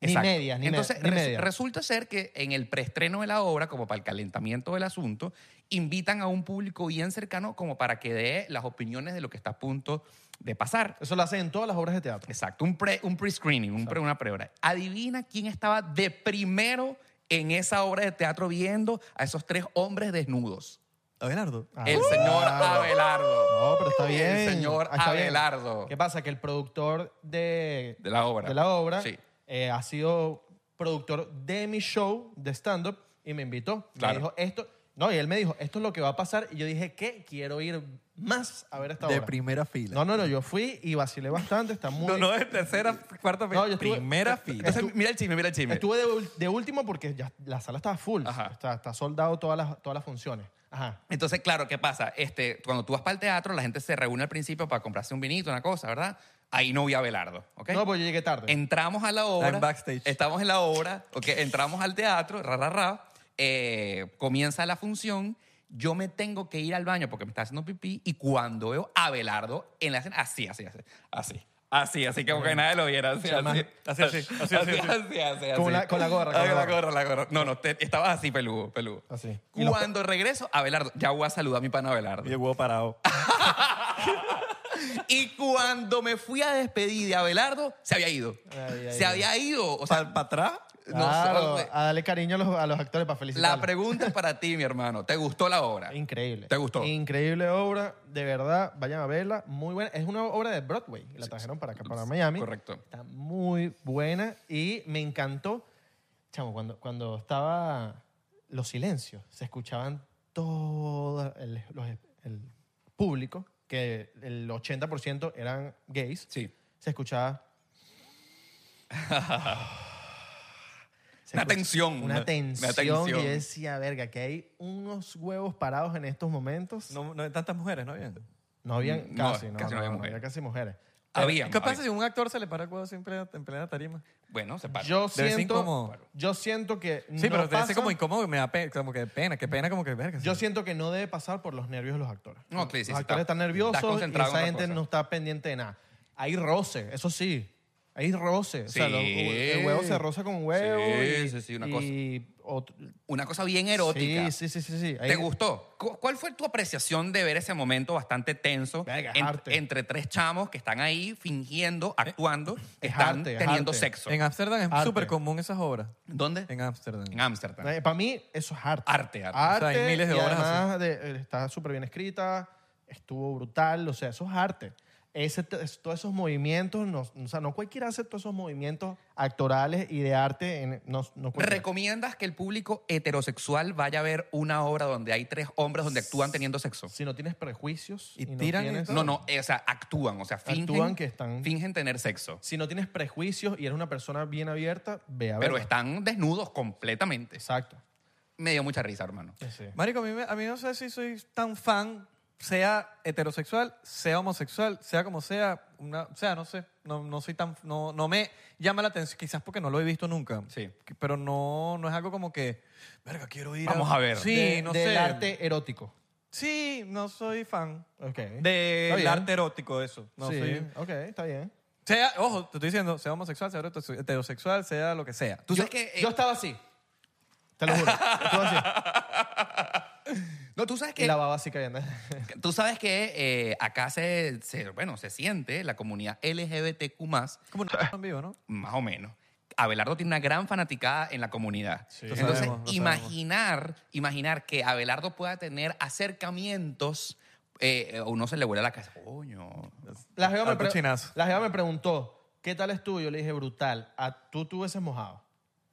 B: Exacto.
D: medias, ni,
B: Entonces,
D: me- ni
B: resu-
D: medias.
B: resulta ser que en el preestreno de la obra, como para el calentamiento del asunto, invitan a un público bien cercano como para que dé las opiniones de lo que está a punto de pasar.
D: Eso lo hacen en todas las obras de teatro.
B: Exacto, un pre un pre-screening, un pre, una pre Adivina quién estaba de primero en esa obra de teatro viendo a esos tres hombres desnudos.
C: Abelardo.
D: Ah.
B: El señor Abelardo.
D: No, pero está bien. Ah,
B: El señor
D: está bien.
B: Abelardo.
D: ¿Qué pasa? Que el productor de,
B: De la obra.
D: de la obra,
B: Sí.
D: eh, ha sido productor de mi show de stand-up y me invitó.
B: Claro.
D: Me dijo esto. No, y él me dijo, esto es lo que va a pasar. Y yo dije, ¿qué? Quiero ir más a ver esta
C: De
D: obra.
C: primera fila.
D: No, no, no, yo fui y vacilé bastante. Está muy...
C: No, no, es tercera, cuarta fila.
D: No, yo estuve-
C: primera fila.
B: Entonces, mira el chisme, mira el chisme.
D: Estuve de, ul- de último porque ya la sala estaba full.
B: Ajá.
D: Está, está soldado todas las, todas las funciones. Ajá.
B: Entonces, claro, ¿qué pasa? Este, cuando tú vas para el teatro, la gente se reúne al principio para comprarse un vinito, una cosa, ¿verdad? Ahí no vi a Belardo, ¿ok?
D: No, pues yo llegué tarde.
B: Entramos a la obra.
C: en backstage.
B: Estamos en la obra, ¿ok? Entramos al teatro, ra, ra, ra. eh, comienza la función. Yo me tengo que ir al baño porque me está haciendo pipí y cuando veo a Belardo en la escena, así, así, así, así. Así, así que como que nadie lo viera. Así,
D: Chama.
B: así,
C: Así, así, así, así,
B: así,
C: así.
B: así,
D: Con
B: así.
D: la- con la gorra, con
B: Ah,
D: la
B: la
D: gorra.
B: gorra, la gorra. No, no, te- estabas así, peludo, peludo.
D: Así. Y los-
B: Cuando regreso, Abelardo, ya voy a saludar a mi pana Abelardo.
C: Y el huevo parado.
B: Y cuando me fui a despedir de Abelardo, se había ido.
D: Ay, ay,
B: se
D: ay.
B: había ido. O sea,
C: ¿Para atrás?
B: no
D: Claro, ah,
B: sé,
D: a darle cariño a los, a los actores para felicitar.
B: la pregunta es para ti, mi hermano. ¿Te gustó la obra?
D: Increíble.
B: ¿Te gustó?
D: Increíble obra, de verdad, vayan a verla, muy buena. Es una obra de Broadway, la trajeron para acá, para Miami.
B: correcto.
D: Está muy buena y me encantó, chamo, cuando, cuando estaba los silencios, se escuchaban todo el, los- el público, que el 80% eran gays,
B: Sí.
D: se escuchaba... Se
B: Una
D: escucha-
B: tensión,
D: Una
B: una
D: tensión.
B: tensión.
D: que yo decía, verga, que hay unos huevos parados en estos momentos. No,
C: No, no hay tantas mujeres, ¿no? Bien.
D: habían
B: No,
D: casi, no,
B: casi no
D: no,
B: había
D: no,
B: mujeres.
D: había casi mujeres.
B: Había.
C: ¿Qué pasa
B: había.
C: si un actor se le para el huevo así en plena, en plena tarima?
B: Bueno, se para.
D: Yo
C: Debe ser
D: siento,
C: incómodo.
D: yo siento que
C: Sí,
D: no
C: pero te
D: pasa-
C: hace como incómodo que me da pena, como que pena, que pena, como que verga.
D: yo
C: sí.
D: siento que no debe pasar por los nervios de los actores.
B: No, sí, sí, sí,
D: los actores
B: está-
D: están nerviosos
B: estás
D: y
B: concentrado en
D: esa
B: otra
D: gente
B: cosa.
D: no está pendiente de nada. Hay roce, eso sí. Hay roce. O sea,
B: Sí.
D: los- el huevo se roza con huevo.
B: Sí,
D: y-
B: sí, sí, una
D: y otro-
B: Una cosa bien erótica.
D: Sí, sí, sí, sí. sí.
B: ¿Te
D: Hay-
B: gustó? Cu- ¿Cuál fue tu apreciación de ver ese momento bastante tenso
D: Verga, es
B: en-
D: arte. Eh,
B: entre tres chamos que están ahí fingiendo, actuando, que
D: es
B: están
D: arte, es
B: teniendo
D: arte.
B: sexo?
C: En Ámsterdam es
D: Arte.
C: súper común esas obras.
B: ¿Dónde?
C: En Ámsterdam.
B: En Ámsterdam.
D: Para mí, eso es arte.
B: Arte, arte.
D: Arte.
C: O sea, hay miles de
D: y
C: obras
D: además de- eh, está súper bien escrita, estuvo brutal, o sea, eso es arte. Ese, t- es- todos esos movimientos, no, o sea, no cualquiera hace todos esos movimientos actorales y de arte. en- no, no cualquiera.
B: ¿Recomiendas que el público heterosexual vaya a ver una obra donde hay tres hombres donde actúan teniendo sexo?
D: si no tienes prejuicios
C: Y
D: no
C: tiran y
D: tienes-
C: todo.
B: No, no, eh, o sea, actúan, o sea, fingen,
D: Actúan que están-
B: fingen tener sexo,
D: Si no tienes prejuicios y eres una persona bien abierta, ve a ver.
B: pero están desnudos completamente.
D: Exacto.
B: Me dio mucha risa, hermano.
D: Sí, sí.
C: Marico, a mí, me- a mí no sé si soy tan fan sea heterosexual, sea homosexual, sea como sea, una, o sea, no sé, no, no soy tan, no, no me llama la atención, quizás porque no lo he visto nunca.
B: Sí.
C: Pero no, no es algo como que, verga, quiero ir
B: Vamos a ver.
C: Sí,
D: De-
C: no
D: del
C: sé.
D: arte erótico.
C: Sí, no soy fan
D: Ok. Está
C: del
D: bien.
C: Eh, arte erótico, eso. No
D: sí,
C: soy-
D: ok, está bien.
C: Sea, ojo, te estoy diciendo, sea homosexual, sea heterosexual, sea lo que sea. Tú
B: Yo-
C: sabes que-
B: Eh,
D: Yo estaba así. Te lo juro. Estaba así.
B: No, tú sabes
D: Y
B: que,
D: la baba así cayendo.
B: tú sabes que eh, acá se, se- bueno, se siente la comunidad LGBTQ+, más
C: como no en vivo, ¿no?
B: o menos. Abelardo tiene una gran fanaticada en la comunidad.
D: Sí.
B: Entonces,
C: Lo sabemos, lo
B: imaginar, imaginar que Abelardo pueda tener acercamientos, eh, eh, uno se le vuela la cabeza. Coño.
D: La jeva, me
C: Alto
D: pre-
C: chinazo.
D: la jeva me preguntó, ¿qué tal es tú? Yo le dije, brutal. A tú tú hubieses mojado.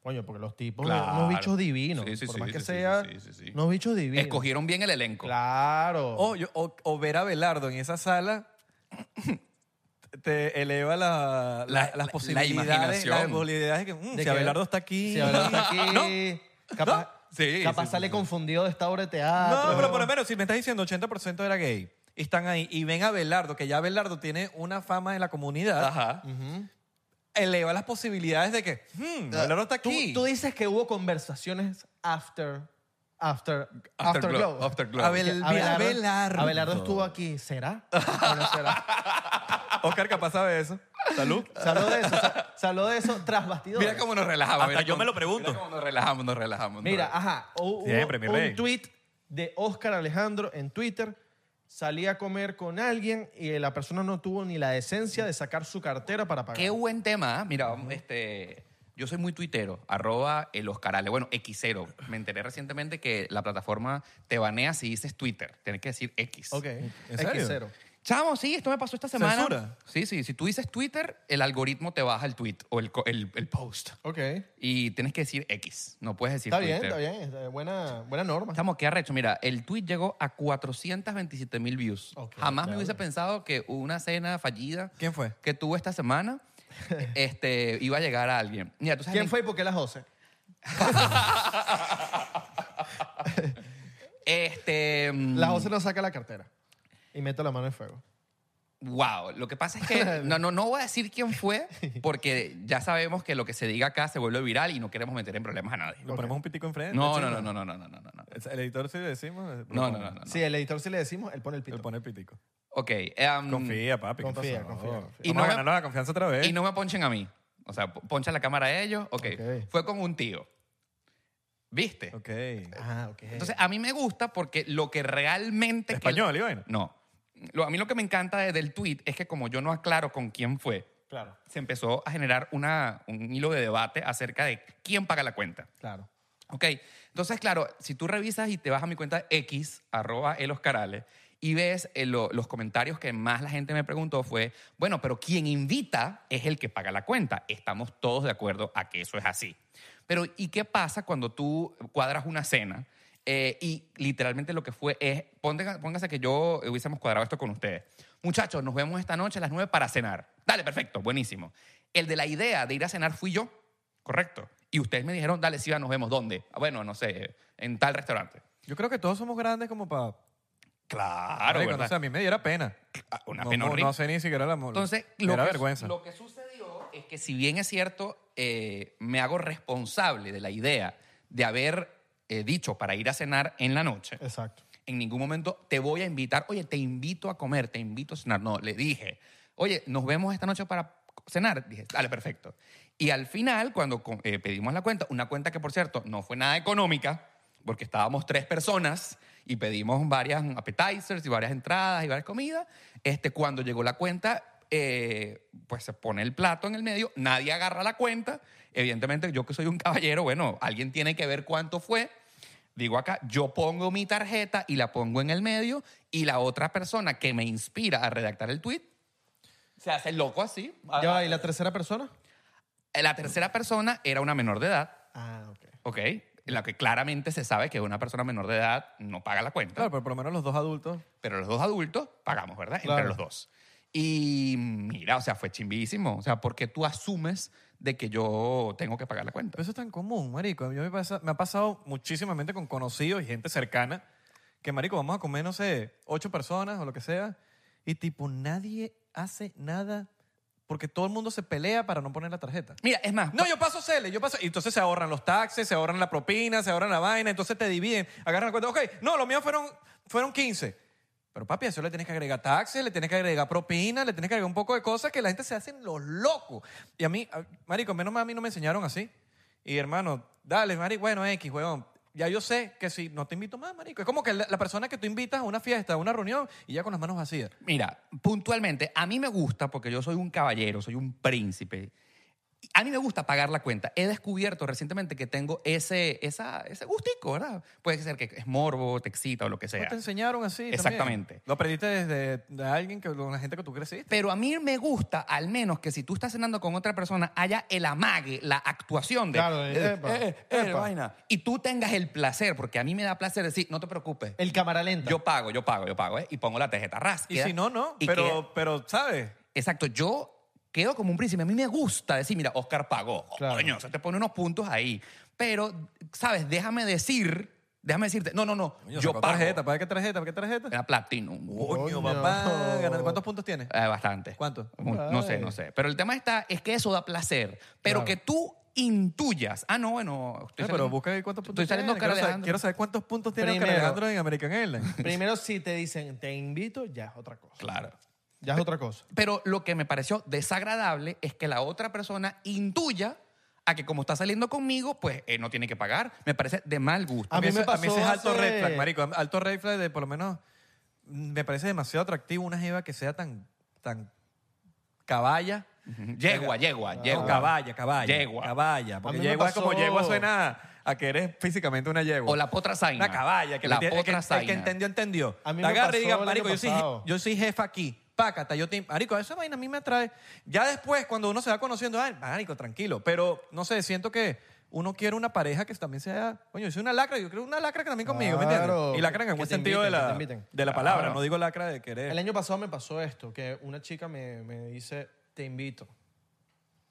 D: Coño, porque los tipos,
B: Claro.
D: unos bichos divinos.
B: Sí, sí,
D: por
B: sí,
D: más que
B: sí, sí,
D: sea,
B: sí, sí, sí.
D: unos bichos divinos.
B: Escogieron bien el Oh, elenco.
D: Claro.
C: O, yo- o- o ver a Belardo en esa sala te eleva la-
B: La-
C: la- las
B: la- la
C: posibilidades.
B: imaginación.
C: las posibilidades que, mm,
D: De
C: si
D: que-
C: Abelardo está aquí.
D: Si Abelardo está aquí. Capaz,
B: Sí,
D: capaz
B: sí, sí,
D: sale
B: sí.
D: confundido de esta obra de teatro.
C: No, pero por lo menos si me estás diciendo 80% era gay y están ahí y ven a Belardo, que ya Belardo tiene una fama en la comunidad,
B: Ajá.
C: eleva las posibilidades de que, hmm, Belardo está
D: Tú,
C: aquí.
D: tú dices que hubo conversaciones after. After.
B: Afterglow,
D: Afterglow.
B: afterglow.
C: Abel-
D: Que
C: Abelardo.
D: Abelardo estuvo aquí. ¿Será? ¿O no será?
C: Ah, Oscar capaz sabe eso. Salud.
D: Se habló de eso. se- Se habló de eso tras bastidores.
B: Mira cómo nos relajamos.
C: Hasta
B: mira
C: yo
B: cómo-
C: me lo pregunto.
B: Mira cómo nos relajamos, nos relajamos. nos
D: Mira,
B: relajamos.
D: ajá. hu- hubo
C: Siempre, mi rey.
D: Un tweet de Oscar Alejandro en Twitter. Salí a comer con alguien y eh, la persona no tuvo ni la decencia de sacar su cartera para pagar.
B: Qué buen tema. ¿eh? Mira, vamos, este, yo soy muy tuitero, arroba el Oscarale. Bueno, Xero. Me enteré recientemente que la plataforma te banea si dices Twitter. Tienes que decir X.
D: Ok.
C: ¿En serio?
D: X0.
B: Chamo, sí, esto me pasó esta semana.
C: ¿Censura?
B: Sí, sí. Si tú dices Twitter, el algoritmo te baja el tweet o el, co- el- el post.
D: Ok.
B: Y tienes que decir X. No puedes decir
D: Está
B: Twitter.
D: bien, está bien. está- Buena, buena norma.
B: Chamo, qué arrecho. Mira, el tweet llegó a 427 mil views.
D: Ok,
B: Jamás me
D: claro.
B: hubiese pensado que una cena fallida
C: ¿Quién fue?
B: que tuvo esta semana este, iba a llegar a alguien. Mira, ¿tú sabes
D: ¿Quién
B: en-
D: fue y por qué las 12?
B: Este. mm,
D: Las 12 no saca la cartera y mete la mano en fuego.
B: Wow, lo que pasa es que no, no, no voy a decir quién fue, porque ya sabemos que lo que se diga acá se vuelve viral y no queremos meter en problemas a nadie.
C: ¿Lo ponemos un pitico enfrente?
B: No,
C: chino?
B: no, no, no, no, no, no, no, no, no,
C: El editor sí le decimos. eh, lo
B: no, no,
C: pone.
B: no.
D: Si el editor sí le decimos, él pone el pito.
C: Le pone el pitico.
B: Ok. em,
C: Confía, papi. ¿qué
D: confía,
C: pasó?
D: confía, confía.
C: Y
B: Y no
C: no
B: me-
C: ganarnos la confianza otra vez.
B: Y no me ponchen a mí. O sea, po- poncha la cámara a ellos. ok.
D: Ok.
B: Fue con un tío. ¿Viste?
C: Ok.
D: Ah, ok.
B: Entonces, a mí me gusta porque lo que realmente... que-
C: Español, y vaina.
B: No. Lo- a mí lo que me encanta de- del tweet es que como yo no aclaro con quién fue,
D: claro,
B: se empezó a generar una, un hilo de debate acerca de quién paga la cuenta.
D: claro.
B: Ok, entonces, claro, si tú revisas y te vas a mi cuenta X, arroba el Oscarales, y ves eh, lo- los comentarios que más la gente me preguntó fue, bueno, pero quien invita es el que paga la cuenta. Estamos todos de acuerdo a que eso es así. Pero, ¿y qué pasa cuando tú cuadras una cena eh, y literalmente lo que fue es, ponte- póngase que yo hubiésemos cuadrado esto con ustedes. Muchachos, nos vemos esta noche a las 9 para cenar. Dale, perfecto, buenísimo. El de la idea de ir a cenar fui yo. Correcto. Y ustedes me dijeron, dale, sí, va, nos vemos. ¿Dónde? Ah, Bueno, no sé, en tal restaurante.
C: Yo creo que todos somos grandes como para...
B: Claro,
C: O sea, a mí me diera pena.
B: Ah, Una
C: no,
B: pena
C: no-
B: horrible.
C: no sé ni siquiera la...
B: Entonces,
C: me
B: lo
C: da
B: que,
C: vergüenza.
B: lo que sucedió es que si bien es cierto, eh, me hago responsable de la idea de haber eh, dicho para ir a cenar en la noche,
D: Exacto.
B: en ningún momento te voy a invitar, oye, te invito a comer, te invito a cenar. No, le dije, oye, nos vemos esta noche para cenar. Dije, dale, perfecto. Y al final, cuando co- eh, pedimos la cuenta, una cuenta que, por cierto, no fue nada económica, porque estábamos tres personas y pedimos varias appetizers y varias entradas y varias comidas, este, cuando llegó la cuenta, eh, pues se pone el plato en el medio, nadie agarra la cuenta. Evidentemente, yo que soy un caballero, bueno, alguien tiene que ver cuánto fue. Digo acá, yo pongo mi tarjeta y la pongo en el medio y la otra persona que me inspira a redactar el tweet se hace loco así.
C: Ah,
B: Eh,
D: Ya va, ¿y la tercera persona?
B: La tercera persona era una menor de edad,
D: Ah, ok.
B: ¿ok? La que claramente se sabe que una persona menor de edad no paga la cuenta,
C: Claro, pero por lo menos los dos adultos.
B: pero los dos adultos pagamos, ¿verdad? Entre
D: Claro.
B: los dos. Y mira, o sea, fue chimbísimo. O sea, porque tú asumes de que yo tengo que pagar la cuenta.
C: Pero eso es tan común, marico. A mí me, pasa- me ha pasado muchísimamente con conocidos y gente cercana que, marico, vamos a comer, no sé, ocho personas o lo que sea, y tipo, nadie hace nada porque todo el mundo se pelea para no poner la tarjeta.
B: Mira, es más,
C: No, yo paso CL, yo paso. Y entonces se ahorran los taxes, se ahorran la propina, se ahorran la vaina, entonces te dividen, agarran la cuenta. Ok, no, los míos fueron, fueron 15. Pero papi, a eso le tienes que agregar taxes, le tienes que agregar propina, le tienes que agregar un poco de cosas que la gente se hacen los locos. Y a mí, a- marico, menos mal a mí no me enseñaron así. Y hermano, dale, marico, bueno, X, huevón. Ya yo sé que si no te invito más, marico. Es como que la, la persona que tú invitas a una fiesta, a una reunión, y ya con las manos vacías.
B: Mira, puntualmente, a mí me gusta, porque yo soy un caballero, soy un príncipe. A mí me gusta pagar la cuenta. He descubierto recientemente que tengo ese, esa, ese gustico, ¿verdad? Puede ser que es morbo, te excita o lo que sea.
C: No Pues te enseñaron así. también.
B: Exactamente.
C: Lo aprendiste desde de alguien, que, con la gente que tú creciste.
B: Pero a mí me gusta, al menos, que si tú estás cenando con otra persona, haya el amague, la actuación de. "Eh,
D: Claro, epa, epa.
B: vaina. Y tú tengas el placer, porque a mí me da placer decir, no te preocupes.
D: El cámara lenta.
B: Yo pago, yo pago, yo pago, ¿eh? Y pongo la tarjeta ras.
C: Y
B: queda-
C: si no, no.
B: y
C: pero,
B: queda-
C: pero, ¿sabes?
B: Exacto, yo quedo como un príncipe. A mí me gusta decir, mira, Oscar pagó.
D: Claro.
B: Coño, se te pone unos puntos ahí. Pero, ¿sabes? Déjame decir, déjame decirte, no, no, no,
C: Coño,
B: yo
C: sacó
B: pago.
C: tarjeta, ¿para qué tarjeta? ¿Para qué tarjeta?
B: Era Platinum.
D: Coño.
C: Coño, papá. ganar- ¿Cuántos puntos tienes?
B: Eh, bastante.
C: ¿Cuánto?
B: Mu- No sé,
D: Ay.
B: no sé. Pero el tema está, es que eso da placer. Pero
D: Claro.
B: que tú intuyas. Ah, no, bueno. Estoy
C: Eh, pero
B: saliendo-
C: busca ahí cuántos puntos
B: Estoy saliendo
C: tiene. Quiero
B: Oscar
C: saber,
B: Alejandro.
C: quiero saber cuántos puntos tiene Oscar
D: Primero.
C: Alejandro en American Airlines.
D: Primero, si te dicen te invito, ya es otra cosa.
B: Claro.
D: Ya es otra cosa.
B: Pero lo que me pareció desagradable es que la otra persona intuya a que como está saliendo conmigo, pues eh, no tiene que pagar. Me parece de mal gusto.
D: A mí
C: ese-
D: me
C: A mí ese es
D: pasó
C: alto
D: hace-
C: red flag, marico. Alto red flag de por lo menos... mm, Me parece demasiado atractivo una jeva que sea tan... tan caballa.
B: Yegua, yegua,
C: No,
B: yegua.
C: caballa, caballa.
B: Yegua.
C: Caballa. Porque
D: A mí me
C: yegua es como
D: pasó-
C: yegua suena a que eres físicamente una yegua.
B: O la potra zaina.
C: Una caballa. Que
B: La
C: me tiene- el que-
B: potra
C: el que,
B: zaina.
C: entendió, entendió.
D: A mí
C: La
D: me
C: agarra
D: pasó
C: y diga,
D: el año
C: marico, yo soy, je-
D: pasado".
C: yo soy jefa aquí. Pácata, yo te... Marico, esa vaina a mí me atrae. Ya después, cuando uno se va conociendo, ay, marico, tranquilo. Pero, no sé, siento que uno quiere una pareja que también sea... Coño, yo soy una lacra. Yo quiero una lacra que también conmigo, ¿me
D: Claro.
C: entiendes? Y lacra en
D: Que
C: el buen
D: te
C: sentido
D: inviten, que te
C: de la,
D: inviten.
C: de la palabra.
B: Claro.
C: No digo lacra de querer.
D: El año pasado me pasó esto, que una chica me, me dice, te invito.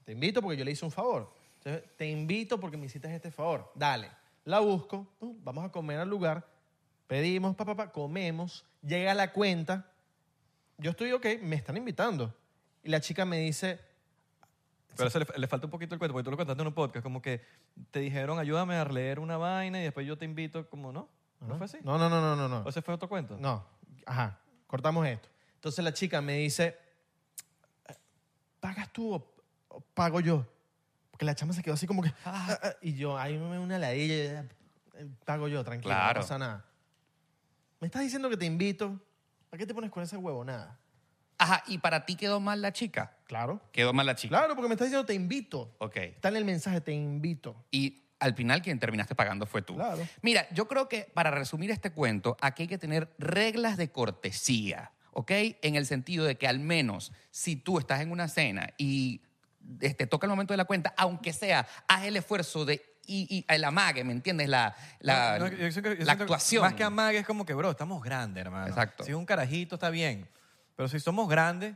D: Te invito porque yo le hice un favor. Entonces, te invito porque me hiciste este favor. Dale. La busco, pum, vamos a comer al lugar, pedimos, papá, pa, pa, comemos, llega la cuenta. Yo estoy ok, me están invitando. Y la chica me dice,
C: Pero eso le, le falta un poquito el cuento, porque tú lo contaste en un podcast, como que te dijeron, ayúdame a leer una vaina y después yo te invito, como no, no fue así.
D: no, no, no, no, no. no.
C: ¿O ese fue otro cuento?
D: No, ajá, cortamos esto. Entonces la chica me dice, ¿pagas tú o, o pago yo? Porque la chama se quedó así como que, "Ah, ah", y yo, ahí me una ladilla, eh, pago yo, tranquilo,
B: Claro.
D: no pasa nada. Me estás diciendo que te invito, ¿para qué te pones con esa huevonada?
B: Ajá, y para ti quedó mal la chica.
D: Claro.
B: Quedó mal la chica.
D: Claro, porque me estás diciendo te invito.
B: Ok.
D: Está en el mensaje, te invito.
B: Y al final quien terminaste pagando fue tú.
D: Claro.
B: Mira, yo creo que para resumir este cuento, aquí hay que tener reglas de cortesía, ¿ok? En el sentido de que al menos si tú estás en una cena y este, toca el momento de la cuenta, aunque sea, haz el esfuerzo de... Y, y el amague, ¿me entiendes? La, la,
C: No, yo siento que- yo
B: la
C: siento que
B: actuación.
C: Más que amague es como que, bro, estamos grandes, hermano.
B: Exacto.
C: Si es un carajito está bien, pero si somos grandes...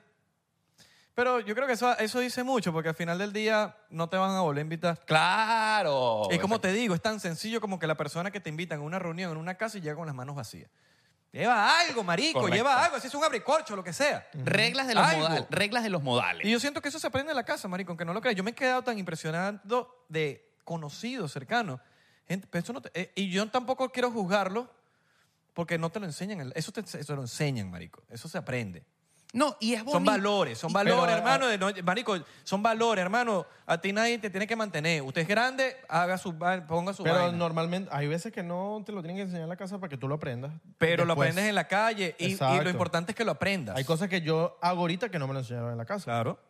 C: Pero yo creo que eso, eso dice mucho, porque al final del día no te van a volver a invitar.
B: Claro.
C: Y como te digo, es tan sencillo como que la persona que te invitan a una reunión, en una casa y llega con las manos vacías. Lleva algo, marico,
B: Correcto. Mm.
C: lleva algo, si es un abricorcho, lo que sea.
B: Reglas de los,
C: Algo.
B: modal- reglas de los modales.
C: Y yo siento que eso se aprende en la casa, marico, aunque no lo creas. Yo me he quedado tan impresionado de conocidos, cercanos. Gente, pero eso no te- eh, y yo tampoco quiero juzgarlo porque no te lo enseñan. en la- Eso te eso lo enseñan, marico. Eso se aprende.
B: no, y es
C: Son
B: bonito.
C: valores, son
B: Y-
D: pero,
C: valores,
D: ah,
C: hermano. de no- marico, son valores, hermano. A ti nadie te tiene que mantener. Usted es grande, haga su, va- ponga su
D: Pero
C: vaina.
D: normalmente hay veces que no te lo tienen que enseñar en la casa para que tú lo aprendas.
C: pero lo
D: después.
C: aprendes en la calle y, y lo
D: Exacto.
C: importante es que lo aprendas.
D: Hay cosas que yo hago ahorita que no me lo enseñaron en la casa.
C: Claro.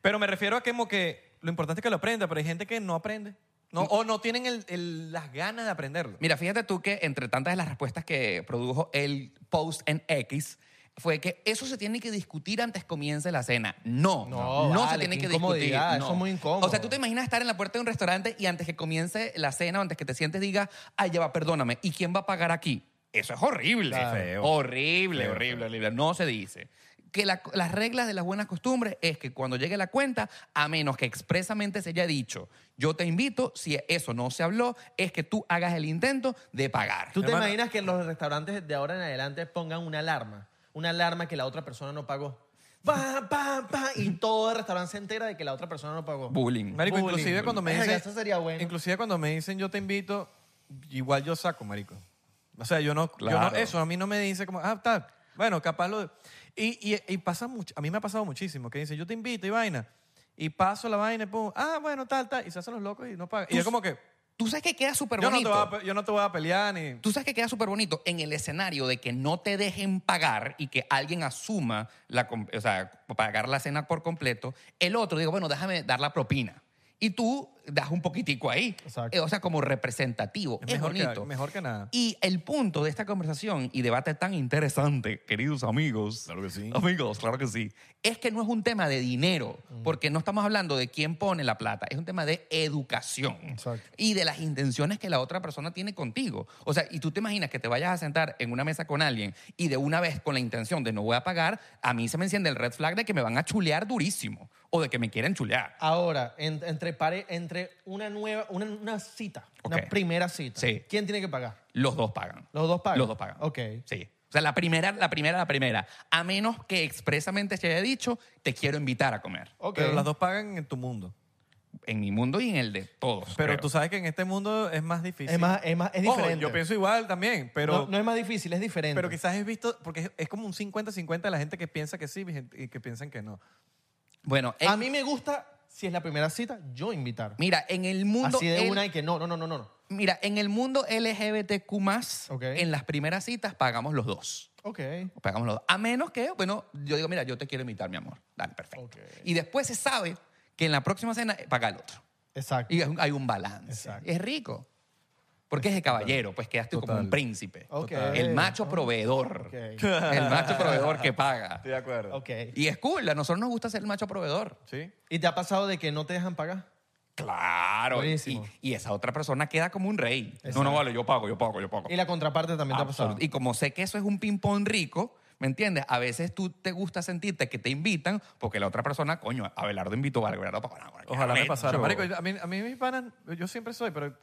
C: Pero me refiero a que, como que lo importante es que lo aprenda, pero hay gente que no aprende. No,
B: Mm.
C: o no tienen el- el- las ganas de aprenderlo.
B: Mira, fíjate tú que entre tantas de las respuestas que produjo el post en X fue que eso se tiene que discutir antes comience la cena. No, no,
D: No,
B: se
D: vale,
B: tiene
D: qué
B: que discutir.
D: incomodidad,
B: no.
D: eso es muy incómodo.
B: O sea, tú te imaginas estar en la puerta de un restaurante y antes que comience la cena, o antes que te sientes, digas, ay, ya va, perdóname, ¿y quién va a pagar aquí? Eso es horrible.
D: Claro.
B: Horrible, horrible, horrible. No se dice. que la- las reglas de las buenas costumbres es que cuando llegue la cuenta, a menos que expresamente se haya dicho, yo te invito, si eso no se habló, es que tú hagas el intento de pagar.
D: ¿Tú te
C: Hermano.
D: imaginas que los restaurantes de ahora en adelante pongan una alarma? Una alarma que la otra persona no pagó. Pa, pa, pa, y todo el restaurante se entera de que la otra persona no pagó.
B: Bullying.
C: Marico,
D: Bullying.
C: inclusive cuando me
D: Verga,
C: dicen...
D: eso sería bueno.
C: Inclusive cuando me dicen yo te invito, igual yo saco, marico. O sea, yo no... yo
B: Claro.
C: no- eso a mí no me dice como, ah, está, bueno, capaz lo... Y, y, y pasa mucho, a mí me ha pasado muchísimo, que dicen yo te invito y vaina, y paso la vaina y pum, ah, bueno, tal, tal, y se hacen los locos y no pagan. Y
B: Tú
C: es como que,
B: Tú sabes que queda súper
C: yo no, te
B: bonito.
C: voy a, pe- yo no te voy a pelear ni...
B: Tú sabes que queda súper bonito en el escenario de que no te dejen pagar y que alguien asuma la, com- o sea, pagar la cena por completo. El otro digo, bueno, déjame dar la propina. Y tú das un poquitico ahí.
D: Exacto.
B: Eh, O sea, como representativo.
C: Es
B: Es,
C: mejor que-
B: bonito.
C: mejor que nada.
B: Y el punto de esta conversación y debate tan interesante, queridos amigos.
C: Claro que sí.
B: Amigos, claro que sí. Es que no es un tema de dinero,
C: Mm.
B: porque no estamos hablando de quién pone la plata, es un tema de educación
D: Exacto.
B: y de las intenciones que la otra persona tiene contigo. O sea, y tú te imaginas que te vayas a sentar en una mesa con alguien y de una vez con la intención de no voy a pagar, a mí se me enciende el red flag de que me van a chulear durísimo o de que me quieren chulear.
D: Ahora, en- entre, pare- entre una nueva, una, una cita,
B: Ok.
D: una primera cita,
B: Sí.
D: ¿quién tiene que pagar?
B: Los dos pagan.
D: ¿Los dos pagan?
B: Los dos pagan.
D: Ok.
B: Sí. O sea, la primera, la primera, la primera. A menos que expresamente se haya dicho, te quiero invitar a comer.
D: Ok.
C: Pero las dos pagan en tu mundo.
B: En mi mundo y en el de todos.
C: Pero
B: creo.
C: tú sabes que en este mundo es más difícil.
D: es, más, es, más, es
C: Ojo,
D: diferente.
C: yo pienso igual también, pero...
D: no, no es más difícil, es diferente.
C: Pero quizás es visto, porque es, es como un 50-50 de la gente que piensa que sí y gente- y que piensan que no.
B: Bueno, en-
D: A mí me gusta, si es la primera cita, yo invitar.
B: mira, en el mundo...
D: Así de
B: L-
D: una y que no, no, no, no, no.
B: Mira, en el mundo LGBTQ+,
D: Ok.
B: en las primeras citas pagamos los dos.
D: Ok.
B: Pagamos los dos. A menos que, bueno, yo digo, mira, yo te quiero invitar, mi amor. Dale, perfecto.
D: Ok.
B: Y después se sabe que en la próxima cena eh, paga el otro.
D: Exacto.
B: Y hay un- hay un balance.
D: Exacto.
B: Es rico. Porque es de caballero, pues quedaste como
C: Total.
B: un príncipe.
D: Ok.
B: El macho proveedor.
D: Ok.
B: El macho proveedor que paga.
C: de acuerdo.
D: Ok.
B: Y es cool, a nosotros nos gusta ser el macho proveedor.
C: ¿Sí?
D: ¿Y te ha pasado de que no te dejan pagar?
B: Claro. Y,
D: Buenísimo.
B: y esa otra persona queda como un rey.
D: Exacto.
B: No, no, vale, yo pago, yo pago, yo pago.
D: Y la contraparte también te ha pasado.
B: Absolut- Y como sé que eso es un ping-pong rico, ¿me entiendes? A veces tú te gusta sentirte que te invitan porque la otra persona, coño, Abelardo invitó a Abelardo para para- para-
C: Ojalá me
B: arrecho.
C: pasara. Marico, yo- a mí, a mí mis panas, yo siempre soy, pero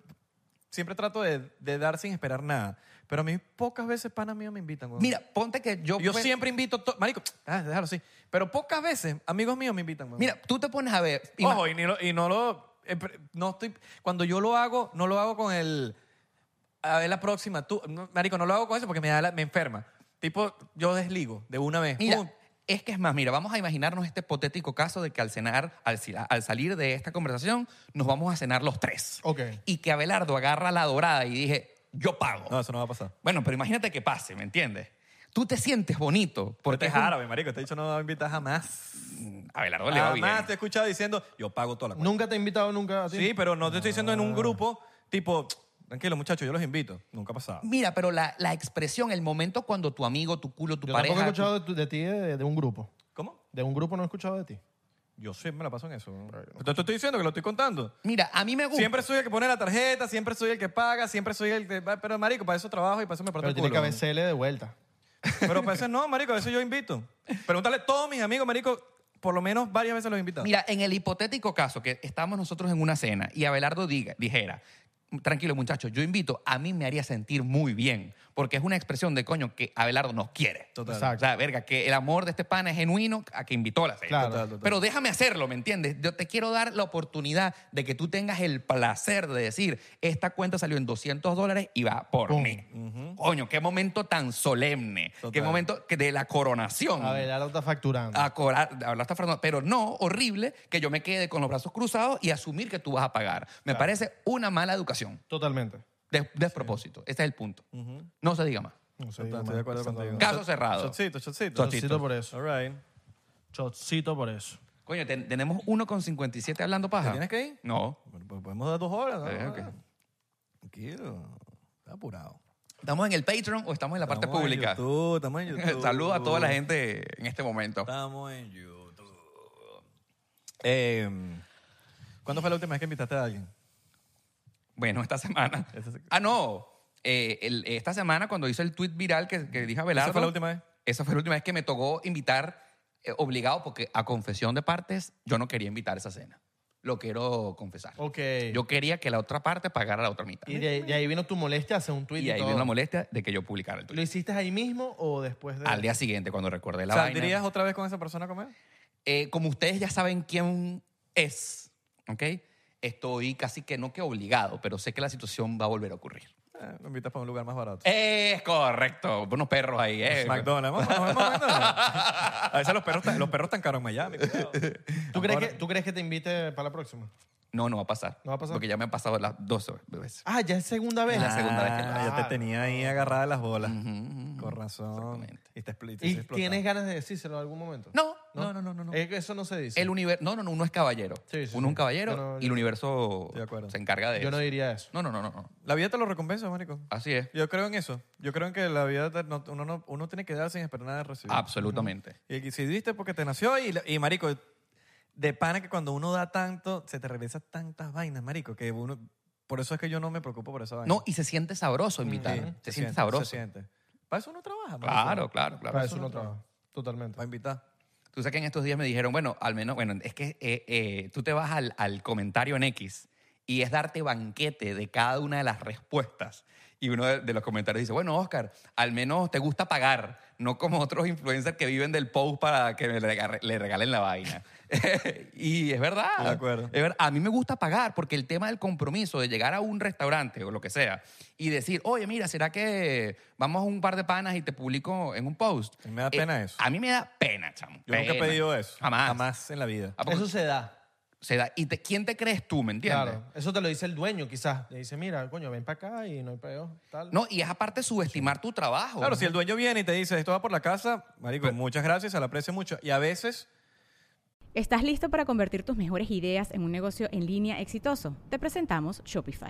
C: siempre trato de, de dar sin esperar nada. Pero a mí pocas veces panas míos me invitan. weón.
B: Mira, ponte que yo.
C: yo
B: pues-
C: siempre invito, to- marico, ah, déjalo así. Pero pocas veces amigos míos me invitan. weón.
B: Mira, tú te pones a ver. ima-
C: ojo, y, ni lo- y no lo, eh, pre- no estoy, cuando yo lo hago, no lo hago con el, a ver la próxima, tú, no, marico, no lo hago con eso porque me, da la- me enferma. Tipo, yo desligo de una vez.
B: Mira,
C: Pum.
B: es que es más, mira, vamos a imaginarnos este hipotético caso de que al cenar, al, si- al salir de esta conversación, nos vamos a cenar los tres.
D: Ok.
B: Y que Abelardo agarra la dorada y dije, yo pago.
C: No, eso no va a pasar.
B: Bueno, pero imagínate que pase, ¿me entiendes? Tú te sientes bonito porque
C: Porque es
B: un-
C: árabe, marico. Te he dicho no va a invitar jamás.
B: Abelardo le va
C: Jamás
B: bien.
C: te he escuchado diciendo, yo pago toda la cuenta.
D: ¿Nunca te he invitado nunca a ti?
C: Sí, pero no te estoy diciendo en un grupo, tipo, tranquilo, muchachos, yo los invito. Nunca ha pasado.
B: Mira, pero la, la expresión, el momento cuando tu amigo, tu culo, tu
D: Yo
B: pareja.
D: tampoco he
B: tu-
D: escuchado de, tu- de ti de, de un grupo.
C: ¿Cómo?
D: De un grupo no he escuchado de ti.
C: Yo siempre me la paso en eso. Te te estoy diciendo que lo estoy contando.
B: Mira, a mí me gusta.
C: Siempre soy el que pone la tarjeta, siempre soy el que paga, siempre soy el que... Pero, marico, para eso trabajo y para eso me parto
D: Pero
C: el
D: tiene
C: culo.
D: que haber CL de vuelta.
C: Pero para eso no, marico, a veces yo invito. Pregúntale a todos mis amigos, marico, por lo menos varias veces los he invitado.
B: Mira, en el hipotético caso que estamos nosotros en una cena y Abelardo diga, dijera, tranquilo muchachos, yo invito, a mí me haría sentir muy bien, porque es una expresión de coño que Abelardo nos quiere.
C: Total.
B: O sea, verga, que el amor de este pana es genuino a que invitó a la cena.
D: Claro.
C: Total, total.
B: Pero déjame hacerlo, ¿me entiendes? Yo te quiero dar la oportunidad de que tú tengas el placer de decir, esta cuenta salió en 200 dólares y va por
D: Pum.
B: mí. Coño, qué momento tan solemne. Qué
C: Total.
B: momento que de la coronación
D: A ver, ahora está facturando.
B: a cobrar, hablaste Fernando, pero no horrible que yo me quede con los brazos cruzados y asumir que tú vas a pagar. Me parece una mala educación,
D: Totalmente.
B: des- despropósito. Ese es el punto. No se diga más.
D: No sé,
C: Total,
D: digo,
C: estoy de acuerdo
D: exactamente.
C: contigo.
B: Caso cerrado.
C: Chocito, chocito.
D: Chocito por eso.
C: All right.
D: Chocito por eso.
B: Coño, ten- tenemos 1,57 hablando paja.
C: ¿Te tienes que ir?
B: No.
C: Bueno, pues podemos dar dos horas. ¿no?
B: Eh, ok.
C: Tranquilo. Está apurado.
B: ¿Estamos en el Patreon o estamos en la parte
C: Estamos en
B: pública?
C: YouTube, estamos en YouTube.
B: Saludos a toda la gente en este momento.
C: Estamos en YouTube. Eh, ¿Cuándo fue la última vez que invitaste a alguien?
B: Bueno, esta semana.
C: Esta se-
B: Ah, no. Eh, el- esta semana, cuando hizo el tweet viral que, que dije a Belardo.
C: fue la última vez?
B: Esa fue la última vez que me tocó invitar eh, obligado porque a confesión de partes yo no quería invitar esa cena. Lo quiero confesar.
D: Ok.
B: Yo quería que la otra parte pagara la otra mitad.
D: Y
B: Y,
D: de, de ahí vino tu molestia hace un tweet y,
B: ahí
D: todo.
B: vino la molestia de que yo publicara el
D: ¿Lo
B: tuyo.
D: hiciste ahí mismo o después de...?
B: Al día siguiente, cuando recordé la vaina.
C: ¿Saldrías otra vez con esa persona a comer?
B: Eh, como ustedes ya saben quién es, ¿ok? Estoy casi que no que obligado, pero sé que la situación va a volver a ocurrir.
C: Eh, lo invitas para un lugar más
B: Eh,
C: barato. Pues,
B: Es correcto. Unos perros ahí, ¿eh?
C: McDonald's. Vamos, vamos, McDonald's. A veces los perros, están- los perros están caros en Miami. pues. cuidado.
D: ¿Tú, crees que, ¿Tú crees que te invite para la próxima?
B: No, no va a pasar.
D: ¿No va a pasar?
B: Porque ya me han pasado las dos veces.
D: Ah, ya es segunda vez.
B: Es la segunda vez que Mm,
C: Ah, ya te tenía ahí agarrada las bolas. Con razón.
B: Exactamente.
C: Y te expli- te
D: ¿Y
C: explotaba.
D: tienes ganas de decírselo en algún momento?
B: No, no, no, no, no. no.
D: Es que eso no se dice.
B: El universo. No, no, no, uno es caballero. uno
D: Sí, sí,
B: es
D: sí.
B: un caballero
D: Yo no-
B: y el universo
C: de acuerdo.
B: se encarga de
D: Yo no
B: eso.
D: diría eso.
B: No, no, no, no, no.
C: La vida te lo recompensa, marico.
B: Así es.
C: Yo creo en eso. Yo creo en que la vida te- no- uno, no- uno tiene que dar sin esperar nada de recibir.
B: Absolutamente.
C: Y si diste porque te nació y, y, marico, de pana que cuando uno da tanto, se te regresan tantas vainas, marico, que uno... Por eso es que yo no me preocupo por esa vaina.
B: No, y se siente sabroso invitar.
C: Sí,
B: se, siente, sabroso.
C: Se siente. Para eso uno trabaja, marico.
B: Claro, claro, claro.
D: Para eso no trabajo. Totalmente.
C: Para invitar.
B: Tú sabes que en estos días me dijeron, bueno, al menos, bueno, es que eh, eh, tú te vas al, al comentario en X y es darte banquete de cada una de las respuestas. Y uno de, de los comentarios dice, bueno, Oscar, al menos te gusta pagar, no como otros influencers que viven del post para que me rega- le regalen la vaina. y es verdad.
C: De acuerdo.
B: Es ver- a mí me gusta pagar porque el tema del compromiso de llegar a un restaurante o lo que sea y decir, oye, mira, ¿será que vamos a un par de panas y te publico en un post? Eh,
C: A mí me da pena eso.
B: A mí me da pena, chamo.
C: Yo nunca he
B: Pena.
C: pedido eso.
B: Jamás. Ah,
C: Jamás en la vida.
B: ¿A poco
D: Eso se da.
B: se da? ¿Y te- quién te crees tú, me entiendes?
D: Claro. Eso te lo dice el dueño, quizás. Le dice, mira, coño, ven para acá y no hay peo. Tal.
B: No, y es aparte subestimar tu trabajo.
C: Claro, si el dueño viene y te dice, esto va por la casa, marico, muchas gracias, se la aprecio mucho. Y a veces,
E: ¿Estás listo para convertir tus mejores ideas en un negocio en línea exitoso? Te presentamos Shopify.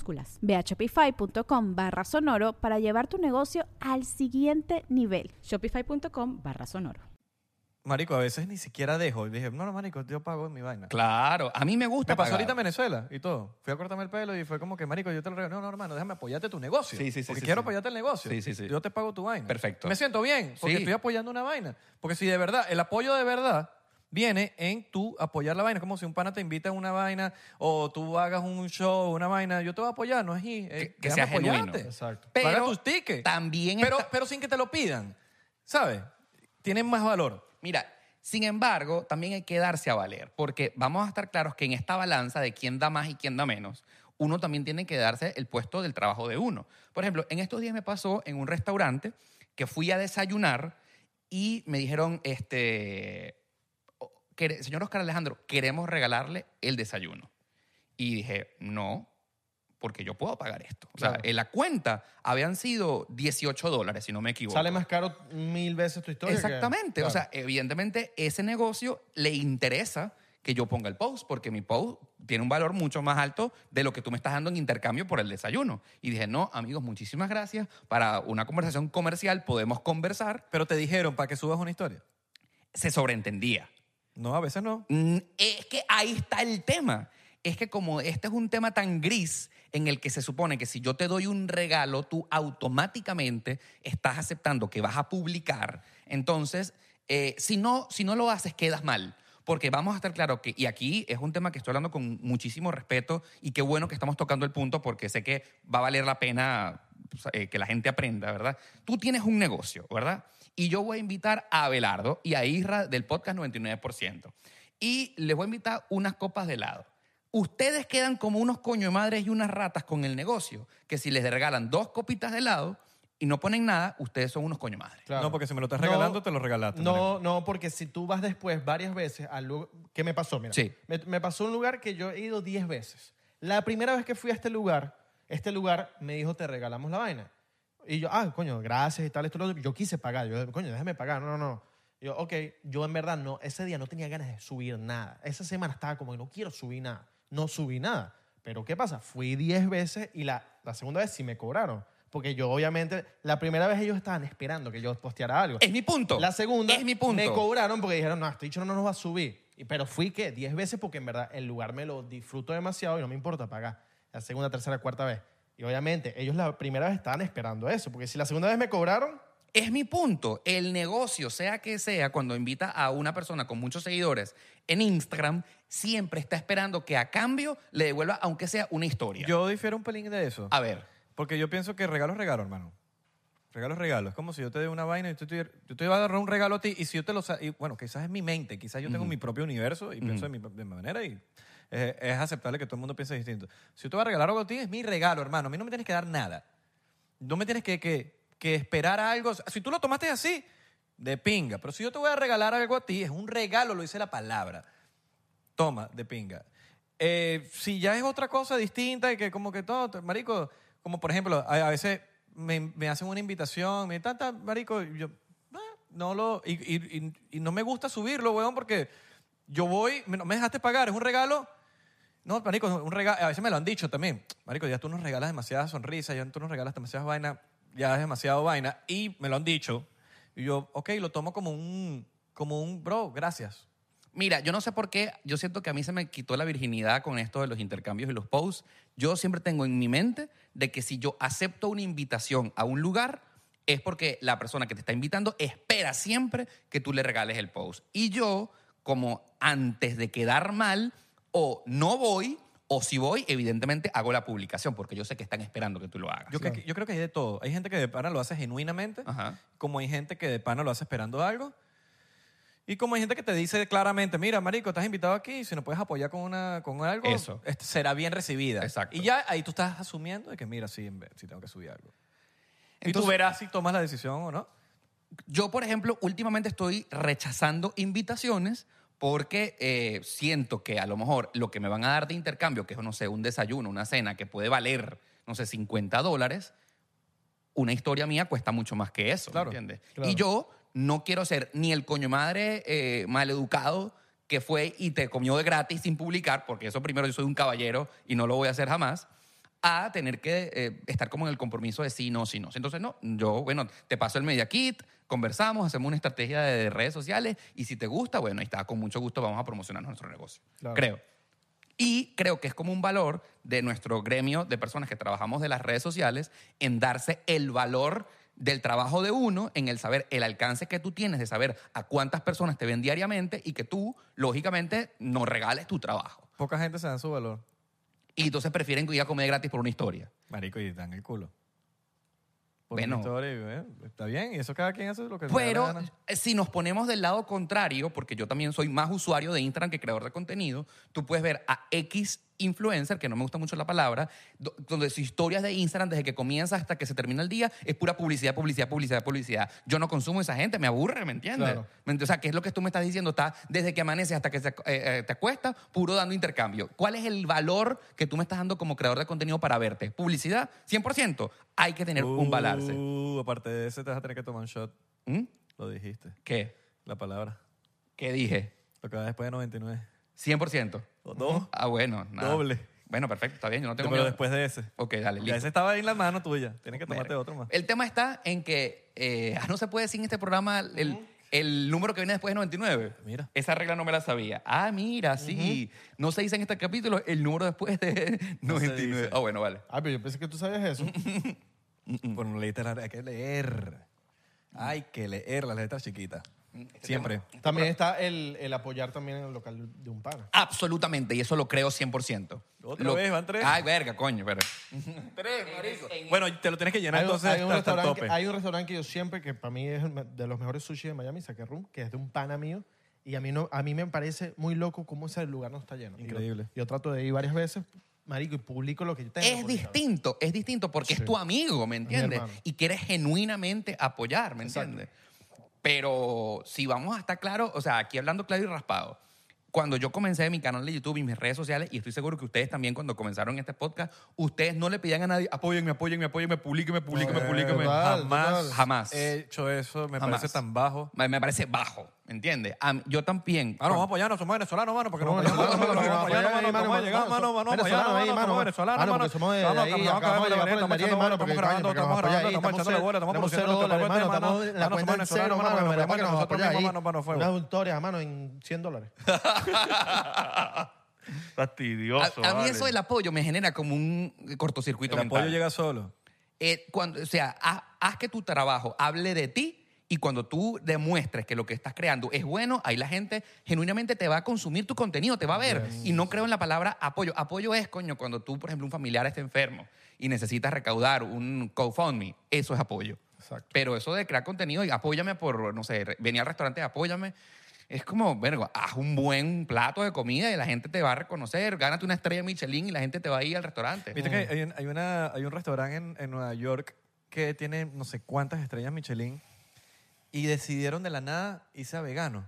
F: Ve a shopify.com barra sonoro para llevar tu negocio al siguiente nivel.
E: Shopify.com barra sonoro.
C: marico, a veces ni siquiera dejo. Y dije, no, no, marico, yo pago mi vaina.
B: Claro, a mí me gusta
C: Me pasó
B: pagar.
C: ahorita en Venezuela y todo. Fui a cortarme el pelo y fue como que, marico, yo te lo regalo. No, no, hermano, déjame apoyarte tu negocio.
B: Sí, sí, sí,
C: Porque
B: sí,
C: quiero
B: sí.
C: apoyarte el negocio.
B: Sí, sí, sí.
C: Yo te pago tu vaina.
B: Perfecto.
C: Me siento bien porque
B: Sí.
C: estoy apoyando una vaina. Porque si de verdad, el apoyo de verdad viene en tú apoyar la vaina. Es como si un pana te invita a una vaina o tú hagas un show, una vaina. Yo te voy a apoyar, no es eh, ahí.
B: Que- que sea genuino.
D: Exacto.
C: Pero,
B: Pero
C: tus tickets.
B: también
C: pero,
B: está-
C: pero sin que te lo pidan. ¿Sabes? Tienen más valor.
B: Mira, sin embargo, también hay que darse a valer, porque vamos a estar claros que en esta balanza de quién da más y quién da menos, uno también tiene que darse el puesto del trabajo de uno. Por ejemplo, en estos días me pasó en un restaurante que fui a desayunar y me dijeron, este, o- quere- señor Oscar Alejandro, queremos regalarle el desayuno. Y dije, no, porque yo puedo pagar esto. O sea,
D: Claro.
B: en la cuenta habían sido 18 dólares, si no me equivoco.
D: Sale más caro mil veces tu historia. que-
B: Exactamente. O
D: Claro.
B: sea, evidentemente ese negocio le interesa que yo ponga el post, porque mi post tiene un valor mucho más alto de lo que tú me estás dando en intercambio por el desayuno. Y dije, no, amigos, muchísimas gracias. Para una conversación comercial podemos conversar.
C: Pero te dijeron para que subas una historia.
B: Se sobreentendía.
C: No, a veces no.
B: Mm, Es que ahí está el tema. Es que como este es un tema tan gris en el que se supone que si yo te doy un regalo, tú automáticamente estás aceptando que vas a publicar. Entonces, eh, si, no, si no lo haces, quedas mal. Porque vamos a estar claro que, y aquí es un tema que estoy hablando con muchísimo respeto y qué bueno que estamos tocando el punto porque sé que va a valer la pena eh, que la gente aprenda, ¿verdad? Tú tienes un negocio, ¿verdad? Y yo voy a invitar a Abelardo y a Isra del podcast 99%. Y les voy a invitar unas copas de helado. Ustedes quedan como unos coño de madres y unas ratas con el negocio, que si les regalan dos copitas de helado, y no ponen nada, ustedes son unos coño madre.
D: Claro.
C: No, porque si me lo estás regalando, te lo regalaste,
D: No, no, porque si tú vas después varias veces al lugar... ¿Qué me pasó? Mira,
B: Sí.
D: me, me pasó un lugar que yo he ido 10 veces. La primera vez que fui a este lugar, este lugar me dijo, te regalamos la vaina. Y yo, ah, coño, gracias y tal, esto, lo otro. Yo quise pagar. Yo, coño, déjame pagar. No, no, no. Y yo, ok. Yo en verdad no, ese día no tenía ganas de subir nada. Esa semana estaba como que no quiero subir nada. No subí nada. Pero ¿qué pasa? Fui 10 veces y la, la segunda vez sí me cobraron. Porque yo, obviamente, la primera vez ellos estaban esperando que yo posteara algo.
B: Es mi punto.
D: La segunda
B: Es mi punto.
D: me cobraron porque dijeron, no, este dicho no nos va a subir. Y- Pero fui, ¿qué? Diez veces porque en verdad el lugar me lo disfruto demasiado y no me importa pagar. La segunda, tercera, cuarta vez. Y obviamente ellos la primera vez estaban esperando eso, porque si la segunda vez me cobraron,
B: Es mi punto. El negocio, sea que sea, cuando invita a una persona con muchos seguidores en Instagram, siempre está esperando que a cambio le devuelva, aunque sea una historia.
C: Yo difiero un pelín de eso.
B: a ver,
C: Porque yo pienso que regalo es regalo, hermano. Regalo es regalo. Es como si yo te dé una vaina y tú te, yo te iba a dar un regalo a ti y si yo te lo... sa- y bueno, quizás es mi mente, quizás yo tengo mi propio universo y pienso de mi, de mi manera y eh, es aceptable que todo el mundo piense distinto. Si yo te voy a regalar algo a ti, es mi regalo, hermano. A mí no me tienes que dar nada. No me tienes que, que, que esperar algo. Si tú lo tomaste así, de pinga. Pero si yo te voy a regalar algo a ti, es un regalo, lo dice la palabra toma de pinga. Eh, si ya es otra cosa distinta y que como que todo, te- marico, como por ejemplo, a, a veces me, me hacen una invitación, me tanta, marico, y yo ah, no lo, y, y- y- y no me gusta subirlo, weón, porque yo voy, me, no me dejaste pagar, es un regalo. No, marico, es un regalo, a veces me lo han dicho también, marico, ya tú nos regalas demasiadas sonrisas, ya tú nos regalas demasiadas vainas, ya es demasiado vaina, y me lo han dicho, y yo, ok, lo tomo como un, como un, bro, gracias.
B: Mira, yo no sé por qué, yo siento que a mí se me quitó la virginidad con esto de los intercambios y los posts. Yo siempre tengo en mi mente de que si yo acepto una invitación a un lugar es porque la persona que te está invitando espera siempre que tú le regales el post. Y yo, como antes de quedar mal, o no voy, o si voy, evidentemente hago la publicación porque yo sé que están esperando que tú lo hagas.
C: Yo, que, yo creo que hay de todo. Hay gente que de pana lo hace genuinamente,
B: Ajá.
C: como hay gente que de pana lo hace esperando algo. Y como hay gente que te dice claramente, mira, marico, estás invitado aquí, si nos puedes apoyar con, una, con algo,
B: Eso.
C: este, será bien recibida.
B: Exacto.
C: Y ya ahí tú estás asumiendo de que, mira, sí, en vez- sí tengo que subir algo. y
B: Entonces-
C: tú verás si tomas la decisión o no.
B: Yo, por ejemplo, últimamente estoy rechazando invitaciones porque eh, siento que a lo mejor lo que me van a dar de intercambio, que es, no sé, un desayuno, una cena que puede valer, no sé, 50 dólares, una historia mía cuesta mucho más que eso, ¿me
C: Claro,
B: ¿entiendes?
D: claro.
B: Y yo no quiero ser ni el coño madre eh, maleducado que fue y te comió de gratis sin publicar, porque eso primero yo soy un caballero y no lo voy a hacer jamás, a tener que eh, estar como en el compromiso de sí, no, sí, no. Entonces, no, yo, bueno, te paso el media kit, conversamos, hacemos una estrategia de redes sociales y si te gusta, bueno, ahí está, con mucho gusto vamos a promocionar nuestro negocio.
D: Claro.
B: Creo. Y creo que es como un valor de nuestro gremio de personas que trabajamos de las redes sociales en darse el valor del trabajo de uno, en el saber el alcance que tú tienes, de saber a cuántas personas te ven diariamente y que tú, lógicamente, no regales tu trabajo.
C: Poca gente se da su valor.
B: Y entonces prefieren ir a comer gratis por una historia.
C: Marico, y dan el culo. Por
B: Bueno.
C: una historia, y, eh, está bien, y eso cada quien hace lo que le da la
B: Pero
C: gana.
B: eh, si nos ponemos del lado contrario, porque yo también soy más usuario de Instagram que creador de contenido, tú puedes ver a X influencer, que no me gusta mucho la palabra, do- donde sus historias de Instagram desde que comienza hasta que se termina el día es pura publicidad, publicidad, publicidad, publicidad. Yo no consumo esa gente, me aburre, ¿me entiendes?
D: Claro.
B: ¿Me ent- O sea, ¿qué es lo que tú me estás diciendo? Está desde que amaneces hasta que se ac- eh, eh, te acuestas, puro dando intercambio. ¿Cuál es el valor que tú me estás dando como creador de contenido para verte? ¿Publicidad? 100%. Hay que tener un balance.
C: Uh, aparte de ese, te vas a tener que tomar un shot.
B: ¿Mm?
C: Lo dijiste,
B: ¿Qué?
C: la palabra.
B: ¿Qué dije?
C: Lo que va después de 99.
B: 100%.
C: O dos.
B: Ah, bueno. nada.
C: Doble.
B: Bueno, perfecto, está bien, yo no tengo
C: Pero
B: miedo.
C: después de ese.
B: Ok, dale,
C: Ya
B: listo.
C: ese estaba ahí en la mano tuya. Tienes que tomarte
B: Verga.
C: otro más.
B: El tema está en que eh, ah, no se puede decir en este programa el, el número que viene después de 99.
C: Mira.
B: Esa regla no me la sabía. Ah, mira, sí. No se dice en este capítulo el número después de
C: No se
B: 99.
C: dice.
B: Ah, bueno, vale.
D: ah, pero yo pensé que tú sabías eso.
C: Por un literal, hay que leer. Hay que leer las letras chiquitas. Siempre.
D: también está el, el apoyar también en el local de un pana.
B: Absolutamente, y eso lo creo 100%.
C: Otra
B: Lo-
C: vez, van tres.
B: Ay, verga, coño, pero.
C: Bueno, te lo tienes que llenar
D: Hay un,
C: entonces
D: hay un
C: hasta el
D: restaurante
C: tope.
D: que, hay un restaurante que yo siempre, que para mí es el me- de los mejores sushi de Miami, Sake Room, que es de un pana mío. Y a mí, no, a mí me parece muy loco cómo ese lugar no está lleno. Y yo-
C: Increíble.
D: yo trato de ir varias veces marico, y publico lo que yo tengo.
B: Es
D: por Instagram.
B: distinto, es distinto porque es tu amigo, ¿me entiendes?
D: hermano.
B: Y quieres genuinamente apoyar, ¿me entiendes? Pero si vamos a estar claros, o sea, aquí hablando claro y raspado, cuando yo comencé mi canal de YouTube y mis redes sociales, y estoy seguro que ustedes también cuando comenzaron este podcast, ustedes no le pedían a nadie, apóyenme, apóyenme, apóyenme, publiquenme, publiquenme, publiquenme.
D: total,
B: Jamás,
D: total.
B: jamás.
C: He hecho eso, me
B: Jamás.
C: parece tan bajo.
B: Me me parece bajo, ¿me entiendes? A mí- Yo también.
C: Mano, Ah, vamos a apoyarnos, somos venezolanos, mano, porque nos
D: Somos
C: apoyamos, mano,
D: venezolanos,
C: somos
D: mano,
C: venezolanos, mano,
D: apoyar,
C: vamos a
D: ahí,
C: llegar,
D: mano,
C: mano, vamos a apoyar,
D: venezolanos, ahí,
C: mano,
D: mano,
C: somos venezolanos,
D: mano,
C: mano.
D: porque somos de
C: Vamos a
D: ahí,
C: acabar
D: acabamos de llegar
C: la bayoneta,
D: por María,
C: machando,
D: mano, porque
C: estamos grabando,
D: coño, porque
C: estamos
D: nos apoya
C: grabando,
D: ahí,
C: estamos
D: estamos
C: echando bola, estamos
D: cero,
C: produciendo
D: dólares,
C: nuestra
D: mano,
C: cuenta,
D: estamos en la
C: mano,
D: cuenta
C: somos
D: en cero,
C: venezolanos,
D: mano,
C: mano,
D: me
C: nos
D: parece que
C: apoyan
D: nos
C: nosotros
D: apoya
C: mismos,
D: ahí.
C: mano, mano, fuego.
D: Unas victorias, mano, en 100 dólares.
B: A,
G: Fastidioso.
B: a mí
G: vale.
B: eso del apoyo me genera como un cortocircuito
C: El
B: mental.
C: apoyo llega solo.
B: Eh, cuando, o sea, haz, haz que tu trabajo hable de ti y cuando tú demuestres que lo que estás creando es bueno, ahí la gente genuinamente te va a consumir tu contenido, te va a ver. Y no creo en la palabra apoyo. Apoyo es, coño, cuando tú, por ejemplo, un familiar está enfermo y necesitas recaudar un GoFundMe, eso es apoyo. Pero eso de crear contenido y apóyame por, no sé, re- venir al restaurante, apóyame. Es como, vergo, haz un buen plato de comida y la gente te va a reconocer. Gánate una estrella Michelin y la gente te va a ir al restaurante.
C: Viste que hay, un- hay una, hay un restaurante en, en Nueva York que tiene no sé cuántas estrellas Michelin y decidieron de la nada irse a vegano.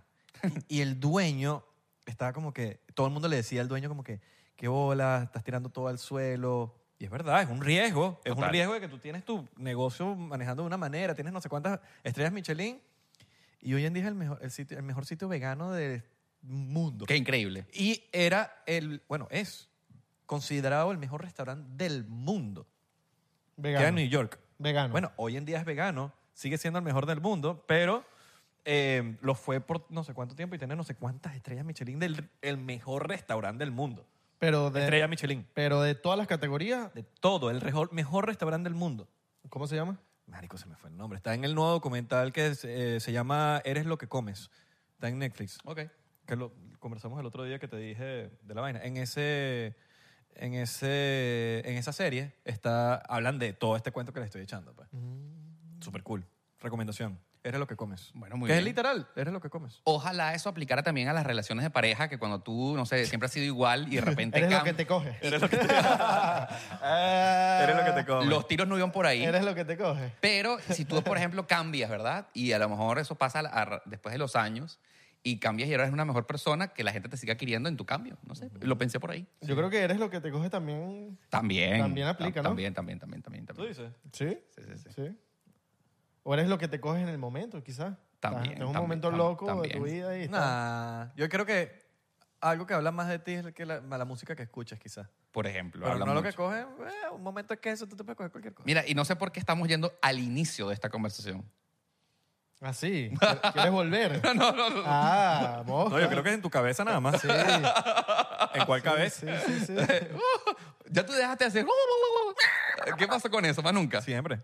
C: Y, y el dueño estaba como que, todo el mundo le decía al dueño como que, qué bola, estás tirando todo al suelo. Y es verdad, es un riesgo. Es un
B: Total.
C: riesgo de que tú tienes tu negocio manejando de una manera, tienes no sé cuántas estrellas Michelin y hoy en día es el mejor, el sitio, el mejor sitio vegano del mundo.
B: Qué increíble.
C: Y era el, bueno, es considerado el mejor restaurante del mundo. Queda en
D: Vegano.
C: New York.
D: Vegano.
C: Bueno, hoy en día es vegano, sigue siendo el mejor del mundo, pero eh, lo fue por no sé cuánto tiempo y tiene no sé cuántas estrellas Michelin del el mejor restaurante del mundo.
D: Pero
C: Estrella
D: de,
C: Michelin.
D: pero de todas las categorías,
C: De todo, el rejo- mejor restaurante del mundo.
D: ¿cómo se llama?
C: Marico, se me fue el nombre. Está en el nuevo documental que es, eh, se llama Eres lo que comes. Está en Netflix.
B: Ok.
C: que lo conversamos el otro día que te dije de la vaina. En ese, en ese, en esa serie está, hablan de todo este cuento que les estoy echando, pues. Super cool. Recomendación. Eres lo que comes.
B: Mm. Bueno, muy
C: Que es
B: bien.
C: literal. Eres lo que comes.
B: Ojalá eso aplicara también a las relaciones de pareja, que cuando tú, no sé, siempre has sido igual y de repente
D: Eres lo
B: cam-
D: que te coge. Eh,
C: Eres lo que te comes.
B: los tiros no iban por ahí.
D: Eres lo que te coge.
B: Pero si tú, por ejemplo, cambias, ¿verdad? Y a lo mejor eso pasa a- a- después de los años y cambias y eres una mejor persona, que la gente te siga queriendo en tu cambio. No sé, lo pensé por ahí.
D: Yo creo que eres lo que te coge también.
B: También.
D: También aplica,
B: Tam-
D: ¿no?
B: También, también, también, también.
C: ¿Tú
B: también.
C: dices?
D: ¿Sí?
B: Sí, sí, sí.
D: Sí. O eres lo que te coges en el momento, quizás.
B: También,
D: Es un
B: también,
D: momento
B: tam-
D: loco de
B: también.
D: tu vida y está.
C: Nah. Yo creo que algo que habla más de ti es que la, la música que escuchas, quizás.
B: Por ejemplo.
C: Pero no
B: hablan
C: lo que
B: mucho.
C: coges. eh, un momento es que eso tú te puedes coger cualquier cosa.
B: Mira, y no sé por qué estamos yendo al inicio de esta conversación.
D: Así. ¿Quieres volver?
B: No, no, no.
D: Ah,
C: No, yo creo que es en tu cabeza nada más. ¿En cuál cabeza?
D: Sí, sí, sí.
B: Ya tú dejaste de hacer. ¿Qué pasó con eso? Más nunca.
C: Siempre.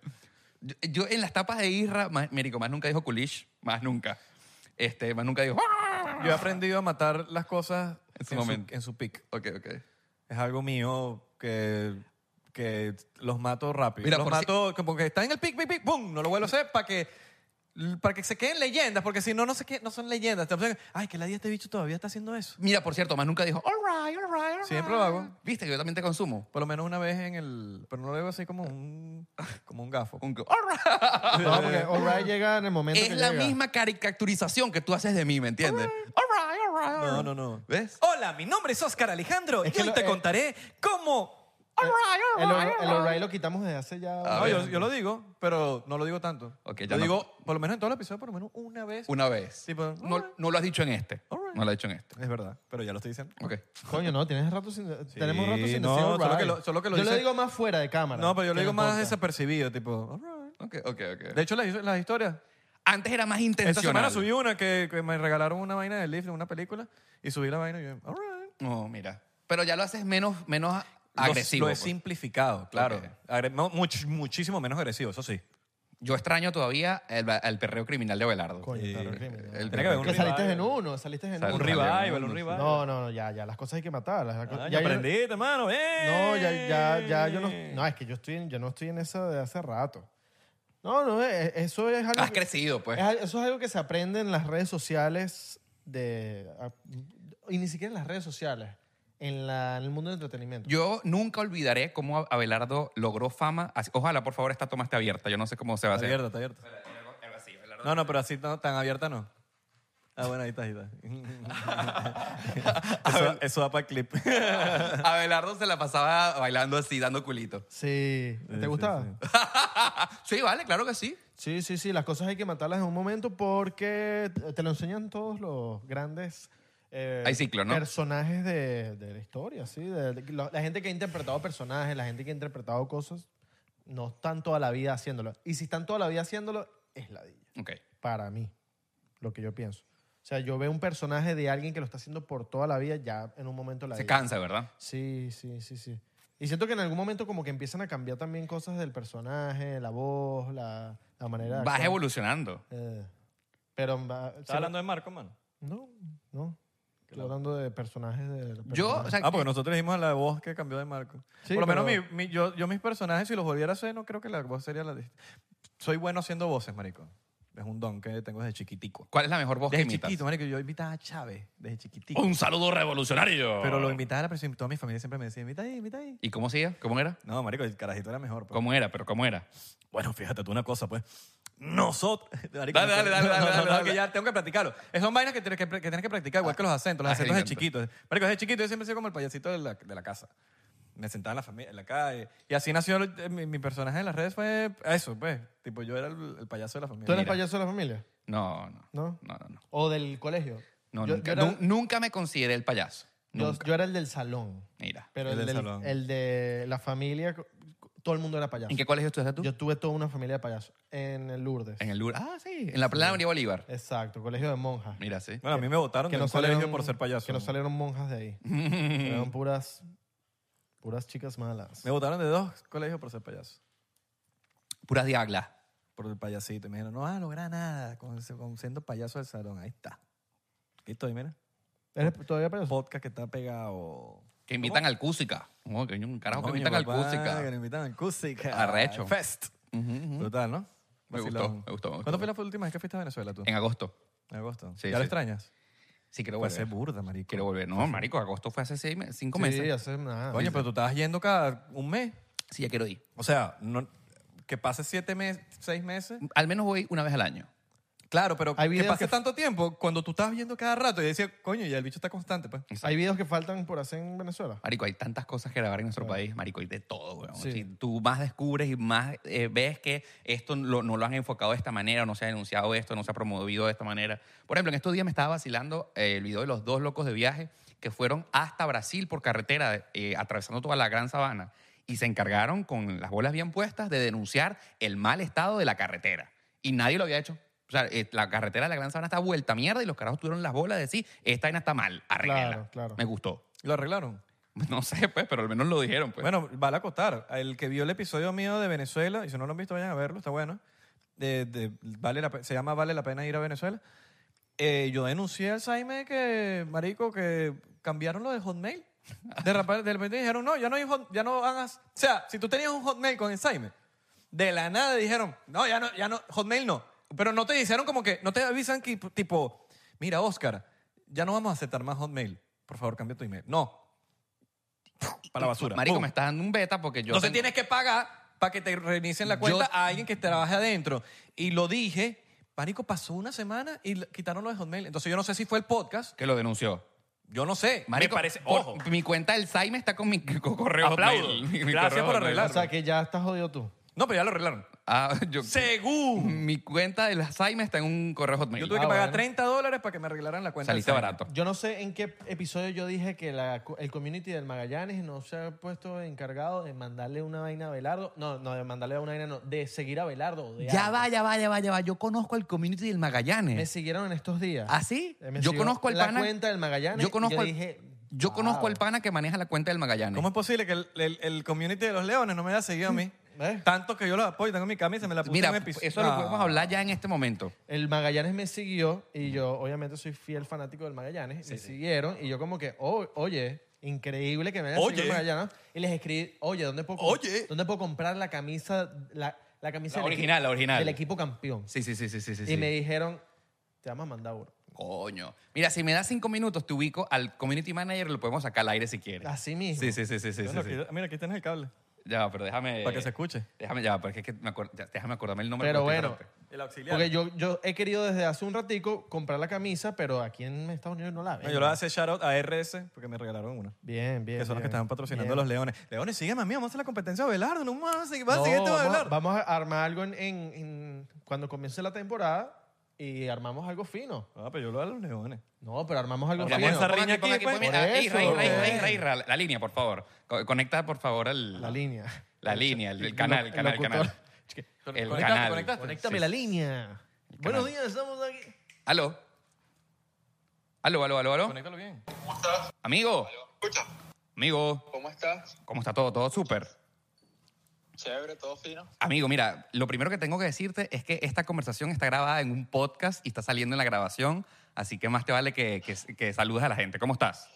B: Yo, yo en las tapas de Isra, más, Mérico, más nunca dijo Kulish, más nunca. Este, más nunca dijo. "Ah".
C: Yo he aprendido a matar las cosas
B: En su momento.
C: en su pick.
B: Ok, ok.
C: Es algo mío que, que los mato rápido.
B: Mira,
C: los
B: por si-
C: mato como que están en el pick, pick, pick, ¡pum! No lo vuelvo a hacer para que, para que se queden leyendas, porque si no, no, se queden- no son leyendas. Entonces, Ay, que la día este bicho todavía está haciendo eso.
B: Mira, por cierto, más nunca dijo. All right, all right, all right".
C: Siempre lo hago.
B: Viste que yo también te consumo.
C: Por lo menos una vez en el... Pero no lo veo así como un, como un gafo.
B: Un co- "All right".
D: No, porque All Right llega en el momento
B: Es
D: que
B: la
D: llega.
B: misma caricaturización que tú haces de mí, ¿me entiendes? All right, all right, all
C: No,
B: right.
C: no, no.
B: ¿Ves?
C: Hola, mi nombre es Oscar Alejandro
D: Es
C: y
D: que
C: hoy
D: lo-
C: te
D: eh,
C: contaré cómo...
B: All right, all right,
D: El, All-
B: all
D: el All
B: right.
D: Right lo quitamos desde hace ya...
B: A
C: No,
B: ver.
C: yo, yo lo digo, pero no lo digo tanto.
B: Ok, ya
C: lo
B: no.
C: digo, por lo menos en todo el episodio, por lo menos una vez.
B: Una vez.
C: Tipo, all
B: no,
C: right.
B: no lo has dicho en este.
C: pues. All right.
B: No lo has dicho en este.
C: Es verdad, pero ya lo estoy diciendo.
B: Ok.
D: Coño, no, tienes rato sin... tenemos rato sin
C: no,
D: decir All
C: solo
D: Right.
C: que lo- solo que lo
D: yo lo
C: dice-
D: digo más fuera de cámara.
C: No, pero yo lo
D: que
C: digo
D: en el
C: más
D: podcast.
C: desapercibido, tipo, all
B: Ok,
C: right.
B: ok, ok.
C: De hecho, las, las historias.
B: Antes era más intencional.
C: Esta semana subí una que, que me regalaron una vaina de Leaf de una película y subí la vaina y yo, all right.
B: No, mira. Pero ya lo haces menos, menos
C: Lo-
B: agresivo.
C: Lo he
B: pues.
C: simplificado, claro.
B: Ok.
C: Agre- no, much- muchísimo menos agresivo, eso sí.
B: Yo extraño todavía el, ba- el perreo criminal de Abelardo. Eh,
D: Coño,
C: Sí.
D: claro, crimen,
B: El
D: ¿no?
C: Tiene que haber un
D: Que saliste
C: revival.
D: en uno, saliste en
B: Sal-
D: uno.
C: Un
B: salió
C: revival,
B: un-
C: un revival.
D: No, no, no, ya, ya, las cosas hay que matarlas. las co-
C: Ah,
D: ya
C: ya
D: yo-
C: aprendí, hermano.
D: No, ya, ya, ya, yo no. No, es que yo estoy, en- yo no estoy en eso de hace rato. No, no, eh, eso es algo.
B: Has
D: que-
B: crecido, pues.
D: es al- eso es algo que se aprende en las redes sociales de. a- y ni siquiera en las redes sociales. en, la- en el mundo del entretenimiento.
B: Yo nunca olvidaré cómo Abelardo logró fama. Así- Ojalá, por favor, esta toma esté abierta. Yo no sé cómo se va a
C: Está
B: hacer.
C: abierta, está abierta. No, no, pero así no, tan abierta no. Ah, bueno, ahí está, ahí está. eso, eso va para el clip.
B: Abelardo se la pasaba bailando así, dando culito.
D: Sí. ¿Te gustaba?
B: Sí, vale, claro que sí.
D: Sí, sí, sí, las cosas hay que matarlas en un momento porque te lo enseñan todos los grandes eh,
B: Hay ciclo, ¿no?
D: personajes de, de la historia, sí. de- de- la, la gente que ha interpretado personajes, la gente que ha interpretado cosas, no están toda la vida haciéndolo. Y si están toda la vida haciéndolo, es ladilla.
B: Ok.
D: Para mí, lo que yo pienso. O sea, yo veo un personaje de alguien que lo está haciendo por toda la vida, ya en un momento la
B: Se cansa, ¿verdad?
D: Sí, sí, sí, sí. Y siento que en algún momento como que empiezan a cambiar también cosas del personaje, la voz, la, la manera de
B: Vas
D: actuar.
B: evolucionando.
D: Eh, pero va-
C: ¿Estás hablando de Marco, mano?
D: No, no. Estoy hablando de personajes de... de
B: Yo, o
D: personajes.
B: sea,
C: Ah, porque nosotros dijimos la voz que cambió de Marco.
D: Sí,
C: Por lo menos
D: pero-
C: mi- mi- yo, yo mis personajes, si los volviera a hacer, no creo que la voz sería la... de- este. Soy bueno haciendo voces, marico. Es un don que tengo desde chiquitico.
B: ¿cuál es la mejor voz que
C: Desde
B: imitas?
C: chiquito, marico. Yo invitaba a Chávez desde chiquitico.
B: Un saludo revolucionario.
C: Pero lo invitaba a la presión. Toda mi familia siempre me decía, invita ahí, invita ahí.
B: ¿Y cómo seguía? ¿Cómo era?
C: No, marico, el carajito era mejor. pues.
B: ¿Cómo era? Pero ¿cómo era?
C: Bueno, fíjate tú una cosa, pues. Nosotros. Dale,
B: Dale, dale, dale, dale, dale, dale.
C: Que ya tengo que practicarlo. Esas son vainas que tienes que, que tienes que practicar, igual que los acentos. Los
B: Ah,
C: acentos de
B: gigante.
C: chiquitos. Marico, desde chiquito yo siempre he sido como el payasito de la, de la casa. Me sentaba en la, familia, en la calle. Y así nació el- eh, mi, mi personaje en las redes, fue eso, pues. Tipo, yo era el, el payaso de la familia.
D: ¿Tú eres
C: Mira.
D: payaso de la familia?
B: No, no.
D: ¿No?
B: No, no, no.
D: ¿O del colegio?
B: No,
D: yo,
B: nunca,
D: yo era,
B: nun- nunca me consideré el payaso.
D: yo-
B: Nunca.
D: yo era el del salón.
B: Mira.
D: Pero
C: El
D: el,
C: del
D: del-
C: salón.
D: el de la familia, todo el mundo era payaso.
B: ¿En qué colegio estás tú?
D: Yo tuve toda una familia de payasos. En el Lourdes.
B: En el Lourdes. Ah, sí. En la plena Avenida Bolívar.
D: Exacto, colegio de monjas.
B: Mira, sí.
C: Bueno, a mí me votaron
D: que
C: de
D: no
C: un colegio
D: salieron
C: por ser payaso.
D: Que no salieron monjas de ahí. Eran puras, puras chicas malas.
C: Me votaron de dos colegios por ser payaso.
B: Puras diablas.
C: Por el payasito. Y me dijeron, no vas a lograr nada con, con siendo payaso del salón. Ahí está. Aquí estoy, mira.
D: ¿Eres todavía payaso?
C: Podcast que está pegado.
B: Que invitan al Cúsica. Oh, que un carajo que
C: Coño,
B: invitan al
C: papá,
B: Cúsica.
C: Que lo invitan al Cusica.
B: Arrecho. Mm.
C: Fest. Brutal, ¿no?
B: Me gustó,
C: Vacilón.
B: me gustó, me gustó.
C: ¿Cuándo fue la última vez que fuiste a Venezuela tú?
B: En agosto.
C: En agosto.
B: Sí,
C: ¿Ya lo
B: sí.
C: extrañas?
B: Sí, quiero
C: Fue a ser
B: volver.
C: burda, marico.
B: Quiero volver. No, marico, agosto fue hace seis me- cinco
D: Sí,
B: meses.
D: hace nada.
C: Coño,
D: Sí,
C: pero tú estabas yendo cada un mes.
B: Sí, ya quiero ir.
C: O sea, no- que pase siete meses, seis meses.
B: Al menos voy una vez al año.
C: Claro, pero
D: Hay
C: que
D: videos
C: pase
D: que-
C: tanto tiempo cuando tú estabas viendo cada rato y decía, coño, ya el bicho está constante, pues.
D: Hay videos que faltan por hacer en Venezuela.
B: Marico, hay tantas cosas que grabar en nuestro país, marico, hay de todo, weón.
D: Sí.
B: Si tú más descubres y más eh, ves que esto lo- no lo han enfocado de esta manera, o no se ha denunciado esto, no se ha promovido de esta manera. Por ejemplo, en estos días me estaba vacilando eh, el video de los dos locos de viaje que fueron hasta Brasil por carretera, eh, atravesando toda la gran sabana, y se encargaron con las bolas bien puestas de denunciar el mal estado de la carretera. Y nadie lo había hecho. O sea, eh, la carretera de la Gran Sabana está vuelta a mierda y los carajos tuvieron las bolas de decir, esta vaina está mal, arregla.
D: Claro, claro.
B: Me gustó.
C: Lo arreglaron.
B: No sé, pues, pero al menos lo dijeron, pues.
C: Bueno, vale a costar. El que vio el episodio mío de Venezuela, y si no lo han visto, vayan a verlo, está bueno. De- de- vale la pe- se llama Vale la pena ir a Venezuela. Eh, yo denuncié al Saime que, marico, que cambiaron lo de Hotmail. De, rapa- de repente dijeron, no, ya no, hay hot- ya no van a... O sea, si tú tenías un Hotmail con el Saime, de la nada dijeron, no, ya no, ya no, Hotmail no. Pero no te dijeron como que, no te avisan que, tipo, mira, Oscar, ya no vamos a aceptar más Hotmail. Por favor, cambia tu email. No. Para la basura.
B: Marico,
C: Pum.
B: me estás dando un beta porque yo.
C: Entonces
B: tengo-
C: tienes que pagar para que te reinicien la cuenta
B: Yo-
C: a alguien que trabaje adentro. Y lo dije, Marico, pasó una semana y l- quitaron lo de Hotmail. Entonces yo no sé si fue el podcast.
B: Que lo denunció.
C: Yo no sé.
B: Marico,
C: me parece.
B: por-
C: Ojo.
B: mi cuenta del Saime está con mi co- correo.
C: Aplaudo.
B: Hotmail. Mi- mi
C: Gracias
B: correo
C: por
B: Hotmail.
D: O
C: arreglarlo.
D: sea, que ya estás jodido tú.
C: No, pero ya lo arreglaron.
B: Ah, yo.
C: Según.
B: Mi cuenta del Saime está en un correo Hotmail.
C: Yo tuve
D: Ah,
C: que pagar
D: bueno.
C: 30 dólares para que me arreglaran la cuenta.
B: Saliste
C: del Saime.
B: barato.
D: Yo no sé en qué episodio yo dije que la, el community del Magallanes no se ha puesto encargado de mandarle una vaina a Belardo. No, no, de mandarle una vaina, no, de seguir a Belardo. de
B: Ya
D: algo.
B: va, ya va, ya va, ya va. Yo conozco al community del
D: Me
B: Magallanes.
D: siguieron en estos días.
B: ¿Ah, sí?
D: Eh, me
B: Yo
D: siguió
B: conozco al
D: la
B: pana.
D: cuenta del Magallanes.
B: Yo conozco,
D: y yo
B: al,
D: dije,
B: yo
D: wow.
B: conozco al pana que maneja la cuenta del Magallanes.
C: ¿Cómo es posible que el, el- el community de los leones no me haya seguido a mí?
D: ¿Eh?
C: Tanto que yo lo apoyo, tengo mi camisa, me la puse
B: Mira,
C: en un episodio. Ah,
B: eso lo podemos hablar ya en este momento.
D: El Magallanes me siguió y yo, obviamente, soy fiel fanático del Magallanes. me siguieron y yo, como que, oh, oye, increíble que me hayan seguido
C: Oye.
D: el Magallanes. Y les escribí, oye, ¿dónde puedo, com-
C: Oye.
D: ¿dónde puedo comprar la camisa? La, la camisa
B: La
D: del
B: original,
D: equi-
B: la original.
D: Del equipo campeón.
B: Sí, sí, sí, sí, sí. sí,
D: y
B: sí.
D: me dijeron, te vamos a mandar uno.
B: coño. Mira, si me das cinco minutos, te ubico al community manager y lo podemos sacar al aire si quieres.
D: Así mismo.
B: Sí, sí, sí, sí, sí.
C: Bueno,
B: sí, Eh, sí.
C: aquí- Mira, aquí tienes el cable.
B: Ya, pero déjame.
C: Para que se escuche.
B: Déjame, ya, porque es que me acuer- ya, déjame acordarme el nombre.
D: Pero
B: porque te
D: bueno,
B: interrumpí.
C: El auxiliar.
D: porque yo, yo he querido desde hace un ratico comprar la camisa, pero aquí en Estados Unidos no la
C: No,
D: veo.
C: yo le voy a hacer shout out a RS porque me regalaron una.
D: Bien, bien.
C: que son los que
D: bien.
C: están patrocinando
D: Bien.
C: a los leones. Leones, sígueme a mí, vamos a hacer la competencia de Belardo, no más, vas
D: No,
C: a seguir tú
D: vamos,
C: a
D: a-
C: este Belardo.
D: vamos a armar algo en, en- en- cuando comience la temporada y armamos algo fino.
C: Ah, pero yo lo hago a los leones.
D: No, pero armamos algo
C: Ya,
D: fino.
C: esa
B: Pon
C: riña
B: pon
C: aquí,
B: pon
C: pues.
B: mira,
D: Por
B: ahí,
D: eso,
B: ahí, ahí,
D: ok.
B: ahí, ahí, la, la línea, por favor. Co- Conecta, por favor, el,
D: La línea.
B: la línea, el, el canal, el canal, el canal.
D: locutor.
B: El
C: Conectaste,
B: canal.
C: conectaste.
D: Conéctame
B: Sí,
D: la
B: sí.
D: línea. Buenos días, estamos aquí.
B: Aló. Aló, aló, aló, aló.
C: Conéctalo bien.
B: Amigo. Amigo,
G: ¿Cómo estás?
B: ¿cómo está todo? Todo súper.
G: Chévere, todo fino.
B: Amigo, mira, lo primero que tengo que decirte es que esta conversación está grabada en un podcast y está saliendo en la grabación, así que más te vale que, que- que saludes a la gente. ¿Cómo estás?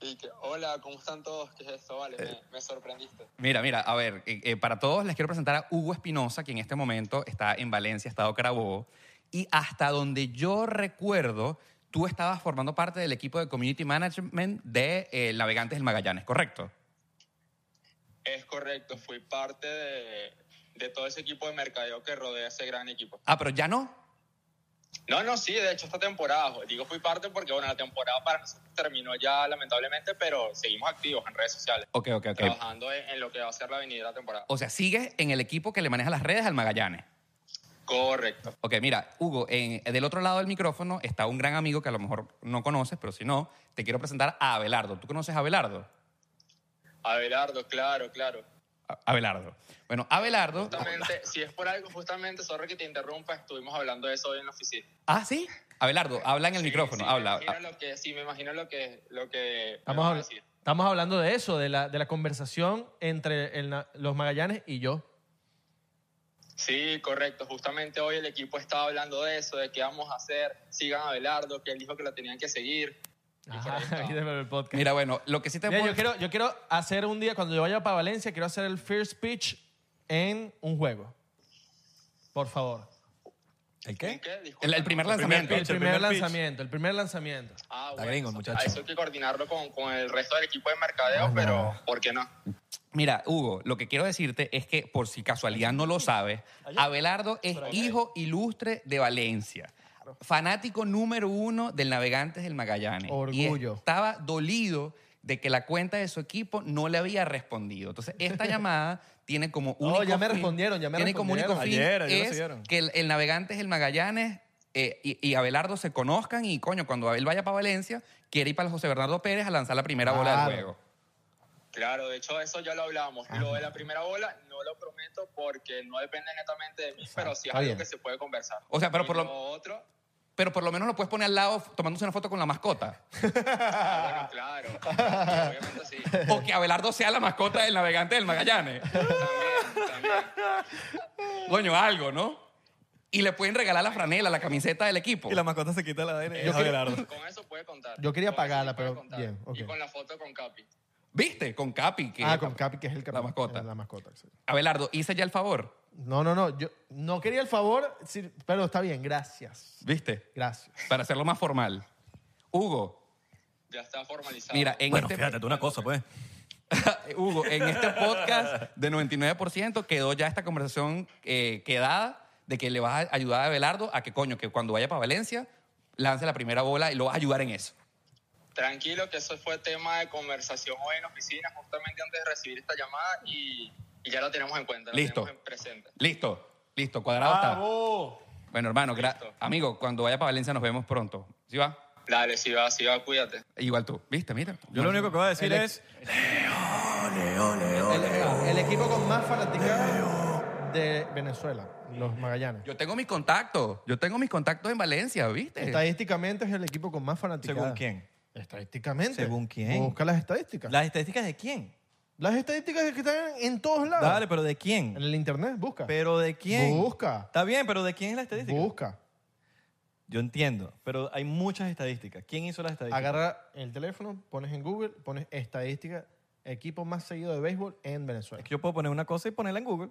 G: Y que, hola, ¿cómo están todos? ¿Qué es esto? Vale, me, me sorprendiste.
B: Mira, mira, a ver, eh, eh, para todos les quiero presentar a Hugo Espinosa, que en este momento está en Valencia, Estado Carabobo. Y hasta donde yo recuerdo, tú estabas formando parte del equipo de Community Management de eh, Navegantes del Magallanes, ¿correcto?
G: Es correcto, fui parte de, de todo ese equipo de mercadeo que rodea ese gran equipo.
B: Ah, pero ya no.
G: No, no, sí, de hecho esta temporada, jo- digo fui parte porque, bueno, la temporada para nosotros terminó ya lamentablemente, pero seguimos activos en redes sociales,
B: Ok, ok, ok.
G: trabajando en, en lo que va a ser la venida de la temporada.
B: O sea, sigues en el equipo que le maneja las redes al Magallanes.
G: Correcto.
B: Ok, mira, Hugo, en- del otro lado del micrófono está un gran amigo que a lo mejor no conoces, pero si no, te quiero presentar a Abelardo. ¿Tú conoces a Abelardo?
G: Abelardo, claro, claro.
B: A- Abelardo. Bueno, Abelardo.
G: Justamente, si es por algo, justamente, sorry que te interrumpa, estuvimos hablando de eso hoy en la oficina.
B: Ah, sí. Abelardo, habla en el micrófono,
G: sí,
B: habla. ah.
G: Me imagino lo que, sí, me imagino lo que, lo que me
D: Estamos,
G: vas a
D: habla-
G: decir.
D: estamos hablando de eso, de la, de la conversación entre el na- los Magallanes y yo.
G: Sí, correcto. Justamente hoy el equipo estaba hablando de eso, de qué vamos a hacer, sigan a Belardo, que él dijo que la tenían que seguir.
D: Ajá, y de- el podcast.
B: Mira, este bueno, lo que sí te
D: Mira,
B: puedo-
D: yo, quiero, yo quiero hacer un día, cuando yo vaya para Valencia, quiero hacer el first pitch en un juego. Por favor.
C: ¿El
G: ¿En
C: qué?
G: qué? Disculpa,
B: el, el primer
G: no.
B: lanzamiento.
D: El
C: pitch, el
D: primer,
C: primer pitch.
D: lanzamiento, el primer lanzamiento.
G: Ah,
C: Está gringo el
G: eso-
C: muchacho.
G: Eso hay que coordinarlo con, con el resto del equipo de mercadeo, pero ¿por qué no?
B: Mira, Hugo, lo que quiero decirte es que, por si casualidad no lo sabes, Abelardo es hijo ilustre de Valencia. Fanático número uno del Navegantes del Magallanes.
D: Orgullo.
B: Y estaba dolido de que la cuenta de su equipo no le había respondido. Entonces, esta llamada tiene como
D: No,
B: único
D: ya me
B: fin-
D: respondieron, ya me
B: tiene como único
D: respondieron.
B: fin
C: Ayer, ayer lo
B: es
C: siguieron.
B: que el, el Navegantes del Magallanes eh, y, y Abelardo se conozcan y, coño, cuando Abel vaya para Valencia, quiere ir para el José Bernardo Pérez a lanzar la primera bola del
D: Claro.
B: juego.
G: Claro, de hecho eso ya lo hablábamos. Lo de la primera bola no lo prometo porque no depende netamente de mí, pero sí es
D: Está
G: algo
D: bien.
G: que se puede conversar.
B: O sea, pero
G: Y
B: por lo-
G: otro,
B: Pero por lo menos lo puedes poner al lado f- tomándose una foto con la mascota.
G: ah, bueno, claro, obviamente sí.
B: O que Abelardo sea la mascota del navegante del Magallanes.
G: También, también.
B: Coño, algo, ¿no? Y le pueden regalar la franela, la camiseta del equipo.
C: Y la mascota se quita la E, vaina y
D: Yo
C: es
D: quiero-
C: Abelardo.
G: Con eso puede contar.
D: Yo quería
G: Con eso
D: pagarla,
G: sí puede
D: pero
G: contar.
D: bien, ok.
G: Y con la foto con Capi.
B: ¿Viste? Con Capi. Que
D: Ah, con Capi, que es el capi-
B: La mascota.
D: La mascota, sí.
B: Abelardo, hice ya el favor.
D: No, no, no. Yo no quería el favor, sí, pero está bien. Gracias.
B: ¿Viste?
D: Gracias.
B: Para hacerlo más formal. Hugo,
G: Ya está formalizado.
B: mira, en
C: Bueno,
B: este...
C: fíjate, tú una cosa, pues.
B: Hugo, en este podcast de 99% quedó ya esta conversación eh, quedada de que le vas a ayudar a Abelardo a que, coño, que cuando vaya para Valencia lance la primera bola y lo vas a ayudar en eso.
G: Tranquilo, que eso fue tema de conversación hoy en oficina, justamente antes de recibir esta llamada y, y ya lo tenemos en cuenta. Lo
B: Listo.
G: tenemos en presente.
B: Listo, listo, cuadrado está.
C: ¡Bravo!
B: Bueno, hermano, gra-
G: Listo.
B: amigo, cuando vaya para Valencia nos vemos pronto. ¿Sí va?
G: Dale, si va, si va, cuídate.
B: Igual tú. ¿Viste? Mira.
C: Yo lo único que voy a decir es...
D: El, el equipo con más fanaticada de Venezuela, los Magallanes.
B: Yo tengo mis contactos. Yo tengo mis contactos en Valencia, ¿viste?
D: Estadísticamente es el equipo con más fanaticada.
C: ¿Según quién?
D: Estadísticamente.
C: ¿Según quién?
D: Busca las estadísticas.
C: ¿Las estadísticas de quién?
D: Las estadísticas que están en todos lados.
C: Dale, pero ¿de
D: En
C: quién?
D: el internet, busca.
C: ¿Pero de quién?
D: Busca.
C: Está bien, pero ¿de quién es la estadística?
D: Busca.
C: Yo entiendo, pero hay muchas estadísticas. ¿Quién hizo las estadísticas?
D: Agarra el teléfono, pones en Google, pones estadística, equipo más seguido de béisbol en Venezuela.
C: Es que yo puedo poner una cosa y ponerla en Google.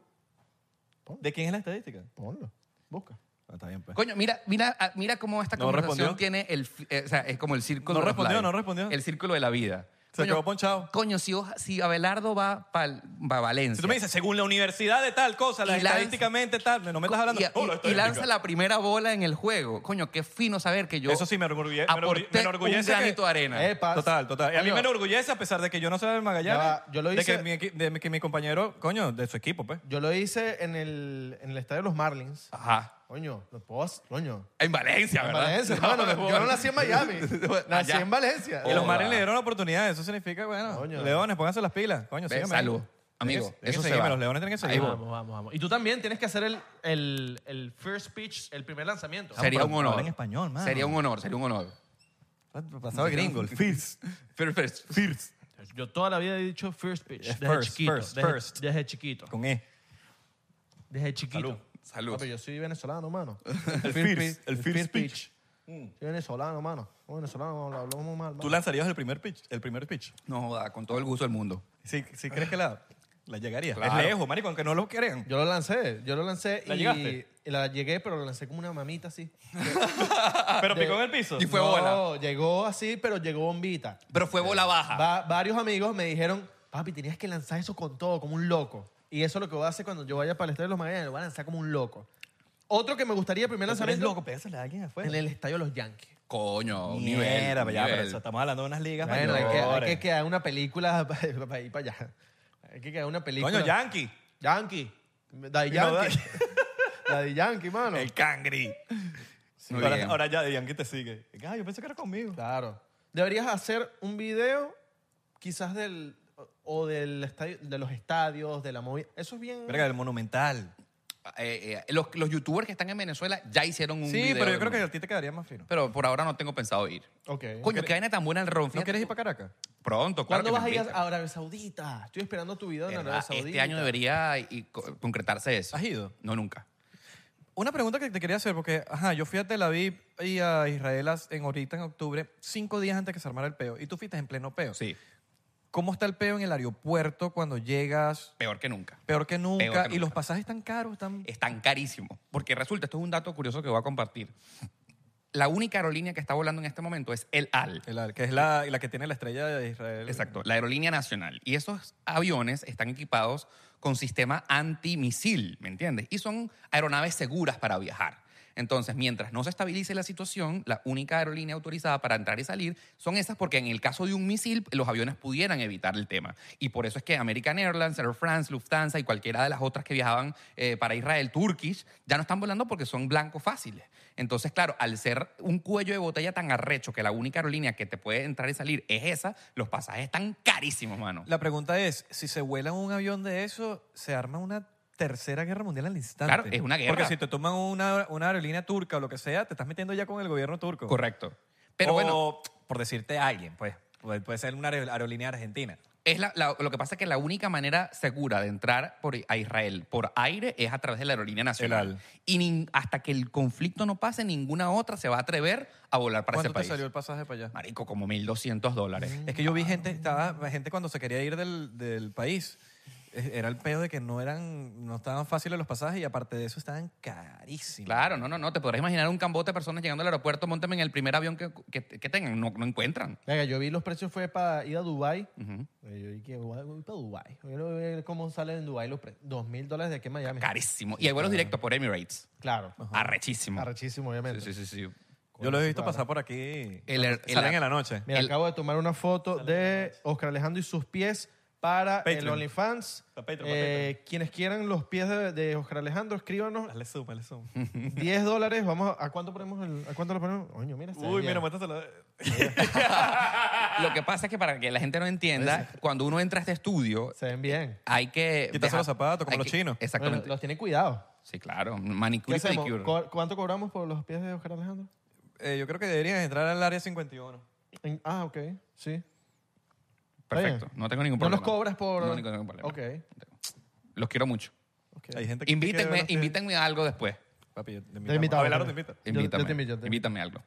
C: ¿De quién es la estadística?
D: Ponlo. Busca.
C: Ah, Está bien, pues.
B: Coño, mira, mira, ah, mira cómo esta
C: No
B: conversación
C: respondió.
B: tiene el, fi- eh, o sea, es como el círculo.
C: No
B: de los
C: respondió,
B: lives.
C: no respondió.
B: El círculo de la vida.
C: Se quedó ponchado.
B: Coño, si, Oja- si Abelardo va para Valencia.
C: Si tú me dices, según la universidad de tal cosa, la
B: Y lanza-
C: estadísticamente tal, no me estás hablando.
B: y,
C: Oh, la
B: y- y
C: estadística.
B: lanza la primera bola en el juego. Coño, qué fino saber que yo.
C: Eso sí, me enorgulle- me enorgulle-
B: aporté
C: me enorgullece
B: Un
C: que-
B: granito de arena.
D: Epa.
C: Total, total. Y a mí
D: Coño.
C: me enorgullece, a pesar de que yo no soy del Magallanes,
D: Ya va, yo lo
C: de, que
D: hice-
C: mi, equi- de mi- que mi compañero, coño, de su equipo, pues.
D: Yo lo hice en el, en el estadio de los Marlins.
B: Ajá.
D: Coño, lo puedo hacer, coño.
B: En Valencia,
D: En
B: ¿verdad?
D: Valencia,
B: No,
D: hermano.
B: no,
D: yo no
B: no.
D: nací en Miami. nací
B: Allá.
D: en Valencia.
C: Y los
B: Joda.
C: Marlins le dieron la oportunidad. Eso significa, bueno,
D: Coño.
C: leones, pónganse las pilas. Coño,
B: Ve,
C: síganme.
B: salud, amigo,
C: Tienen que- tienen
B: eso
C: que
B: se
C: seguirme,
B: va.
C: Los leones tienen que
B: Ahí
C: seguir.
B: voy.
D: Vamos, vamos, vamos. Y tú también tienes que hacer el, el, el first pitch, el primer lanzamiento.
B: Sería
C: pero
B: un honor.
C: habla en español, mano.
B: Sería un honor, sería un honor.
C: Pasado de gringo. el First.
B: Pero, pero,
C: First.
D: Yo toda la vida he dicho first pitch.
C: Es
D: Desde
C: first,
D: chiquito.
C: first,
D: desde,
C: first.
D: desde chiquito.
C: Con E.
D: Desde chiquito.
B: Salud.
D: Papi, yo soy venezolano, mano. pitch,
C: El first.
D: el
C: El
D: first
C: first pitch.
D: Soy venezolano, mano. Soy venezolano, lo hablamos mal. mano.
C: ¿Tú lanzarías el primer pitch? El primer pitch.
B: No joda, con todo el gusto del mundo.
C: Si, si crees que la, la llegaría.
B: Claro.
C: Es lejos, marico, aunque no lo crean.
D: Yo lo lancé, yo lo lancé
C: ¿La
D: y,
C: llegaste?
D: y la llegué, pero la lancé como una mamita así.
C: Pero
D: De-
C: picó en el piso.
B: Ah, Y fue
D: No,
B: bola.
D: llegó así, pero llegó bombita.
B: Pero fue bola
C: Ah.
B: baja.
D: Va- varios amigos me dijeron, papi, tenías que lanzar eso con todo, como un loco. Y eso es lo que voy a hacer cuando yo vaya para el Estadio de los Magallanes, lo voy a lanzar como un loco. Otro que me gustaría, primer
C: es
D: lanzamiento,
C: loco, pues. pégásela a alguien afuera.
D: en el Estadio de los Yankees.
B: Coño, un nivel.
C: Mierda,
B: un
C: ya, pero
B: nivel.
C: eso, estamos hablando de unas ligas
D: Bueno, hay que, hay
C: mayores.
D: que quedar una película para ir para allá. Hay que quedar una película.
C: Coño, Yankee.
D: Yankee. Daddy
C: No,
D: Yankee. Daddy Yankee, mano.
C: El Cangri.
B: Muy
C: ahora,
B: bien.
C: ahora ya de Yankee te sigue. Ah, yo pensé que era conmigo.
D: Claro. Deberías hacer un video quizás del o del estadio, de los estadios, de la movida. Eso es bien.
C: Verga, el Monumental.
B: Eh, eh, los, los youtubers que están en Venezuela ya hicieron un
C: Sí,
B: video
C: pero yo
B: de-
C: creo que a ti te quedaría más fino.
B: Pero por ahora no tengo pensado ir.
D: Ok.
B: Coño, qué vaina tan buena el ron.
C: ¿No
B: fíjate
C: quieres ir
B: tú.
C: para Caracas?
B: Pronto, claro.
D: ¿Cuándo
B: que
D: vas
B: me
D: a ir
B: invitan.
D: a Arabia Saudita? Estoy esperando tu video en Arabia
B: ¿Verdad?
D: Saudita.
B: Este año debería y- co- concretarse eso.
C: ¿Has ido?
B: No, nunca.
C: Una pregunta que te quería hacer, porque ajá, yo fui a Tel Aviv y a Israel as- en ahorita en octubre, cinco días antes que se armara el peo. Y tú fuiste en pleno peo.
B: Sí,
C: ¿Cómo está el peo en el aeropuerto cuando llegas?
B: peor que nunca.
C: Peor que nunca.
B: Peor que
C: Y
B: nunca.
C: los
B: Eh,
C: pasajes tan caros, tan...
B: Están carísimos. Porque resulta, esto es un dato curioso que voy a compartir. La única aerolínea que está volando en este momento es El Al.
C: El al- que es la, la que tiene la estrella de Israel.
B: Exacto, la aerolínea nacional. Y esos aviones están equipados con sistema antimisil, ¿me entiendes? Y son aeronaves seguras para viajar. Entonces, mientras no se estabilice la situación, la única aerolínea autorizada para entrar y salir son esas porque en el caso de un misil los aviones pudieran evitar el tema. Y por eso es que American Airlines, Air France, Lufthansa y cualquiera de las otras que viajaban eh, para Israel, Turkish, ya no están volando porque son blancos fáciles. Entonces, claro, al ser un cuello de botella tan arrecho que la única aerolínea que te puede entrar y salir es esa, los pasajes están carísimos, mano.
C: La pregunta es, si se vuela un avión de eso, se arma una tercera guerra mundial al instante.
B: Claro, es una guerra.
C: Porque si te toman una, una aerolínea turca o lo que sea, te estás metiendo ya con el gobierno turco.
B: Correcto. Pero
C: o,
B: bueno,
C: por decirte a alguien, pues. Puede puede ser una aer- aerolínea argentina.
B: es la- la- lo que pasa es que la única manera segura de entrar por, a Israel por aire es a través de la aerolínea
C: El
B: nacional.
C: Al.
B: Y nin- hasta que el conflicto no pase, ninguna otra se va a atrever a volar para ese
C: ¿Cuánto te
B: país.
C: salió el pasaje para allá?
B: Marico, como 1.200 dólares.
C: Es que yo vi gente, estaba gente cuando se quería ir del, del país. e- Era el peo de que no eran, no estaban fáciles los pasajes y aparte de eso estaban carísimos.
B: Claro, no, no, no. Te podrás imaginar un cambote de personas llegando al aeropuerto, montame en el primer avión que, que- que tengan. No, no encuentran.
D: Venga, yo vi los precios, fue para ir a Dubái.
B: Ujú.
D: Yo dije, voy voy para Dubái. Quiero ver cómo salen en Dubái los precios. Dos mil dólares de aquí en Miami.
B: Carísimo. Y hay vuelos directos por Emirates.
D: Claro.
B: Arrechísimo.
D: Arrechísimo, obviamente.
B: Sí, sí, sí. sí.
C: Yo lo he visto
D: Claro.
C: pasar por aquí.
B: El- el-
C: salen en la noche.
D: Mira,
B: El-
D: acabo de tomar una foto de Oscar Alejandro y sus pies para el
C: Patreon.
D: OnlyFans.
C: Pa' Patreon, pa'
D: Eh, quienes quieran los pies de, de Oscar Alejandro, escríbanos
C: Hazle zoom, hazle zoom.
D: 10 dólares. Vamos a, ¿a cuánto ponemos el, ¿A cuánto lo ponemos? Coño, mira. está
C: Uy,
D: bien.
C: mira, muéstraselo.
B: Lo que pasa es que para que la gente no entienda, cuando uno entra a este estudio,
D: Se ven bien.
B: hay que.
C: Quitarse
B: dejar-
C: los zapatos, como
B: hay
C: los
B: que-
C: chinos.
D: Bueno,
B: Exactamente.
D: los tiene cuidado.
B: Sí, claro.
D: ¿Qué
B: Manicure y
D: hacemos?
B: pedicure.
D: Co- ¿Cuánto cobramos por los pies de Oscar Alejandro?
C: Eh, yo creo que deberían entrar al área 51.
D: En- ah, ok. Sí.
B: Perfecto.
D: bien.
B: No tengo ningún
D: ¿No
B: problema.
D: los cobras por...?
B: No tengo ningún problema.
D: Ok.
B: Los quiero mucho.
D: ok.
C: Hay gente que quiere ver
B: Invítenme,
C: los pies.
B: invítenme a algo después.
C: Papi, yo te invitamos.
D: Te invitamos.
C: Abelardo te invita.
D: Yo- yo te
B: Invítame.
D: invito, yo te invito.
B: Invítame a algo.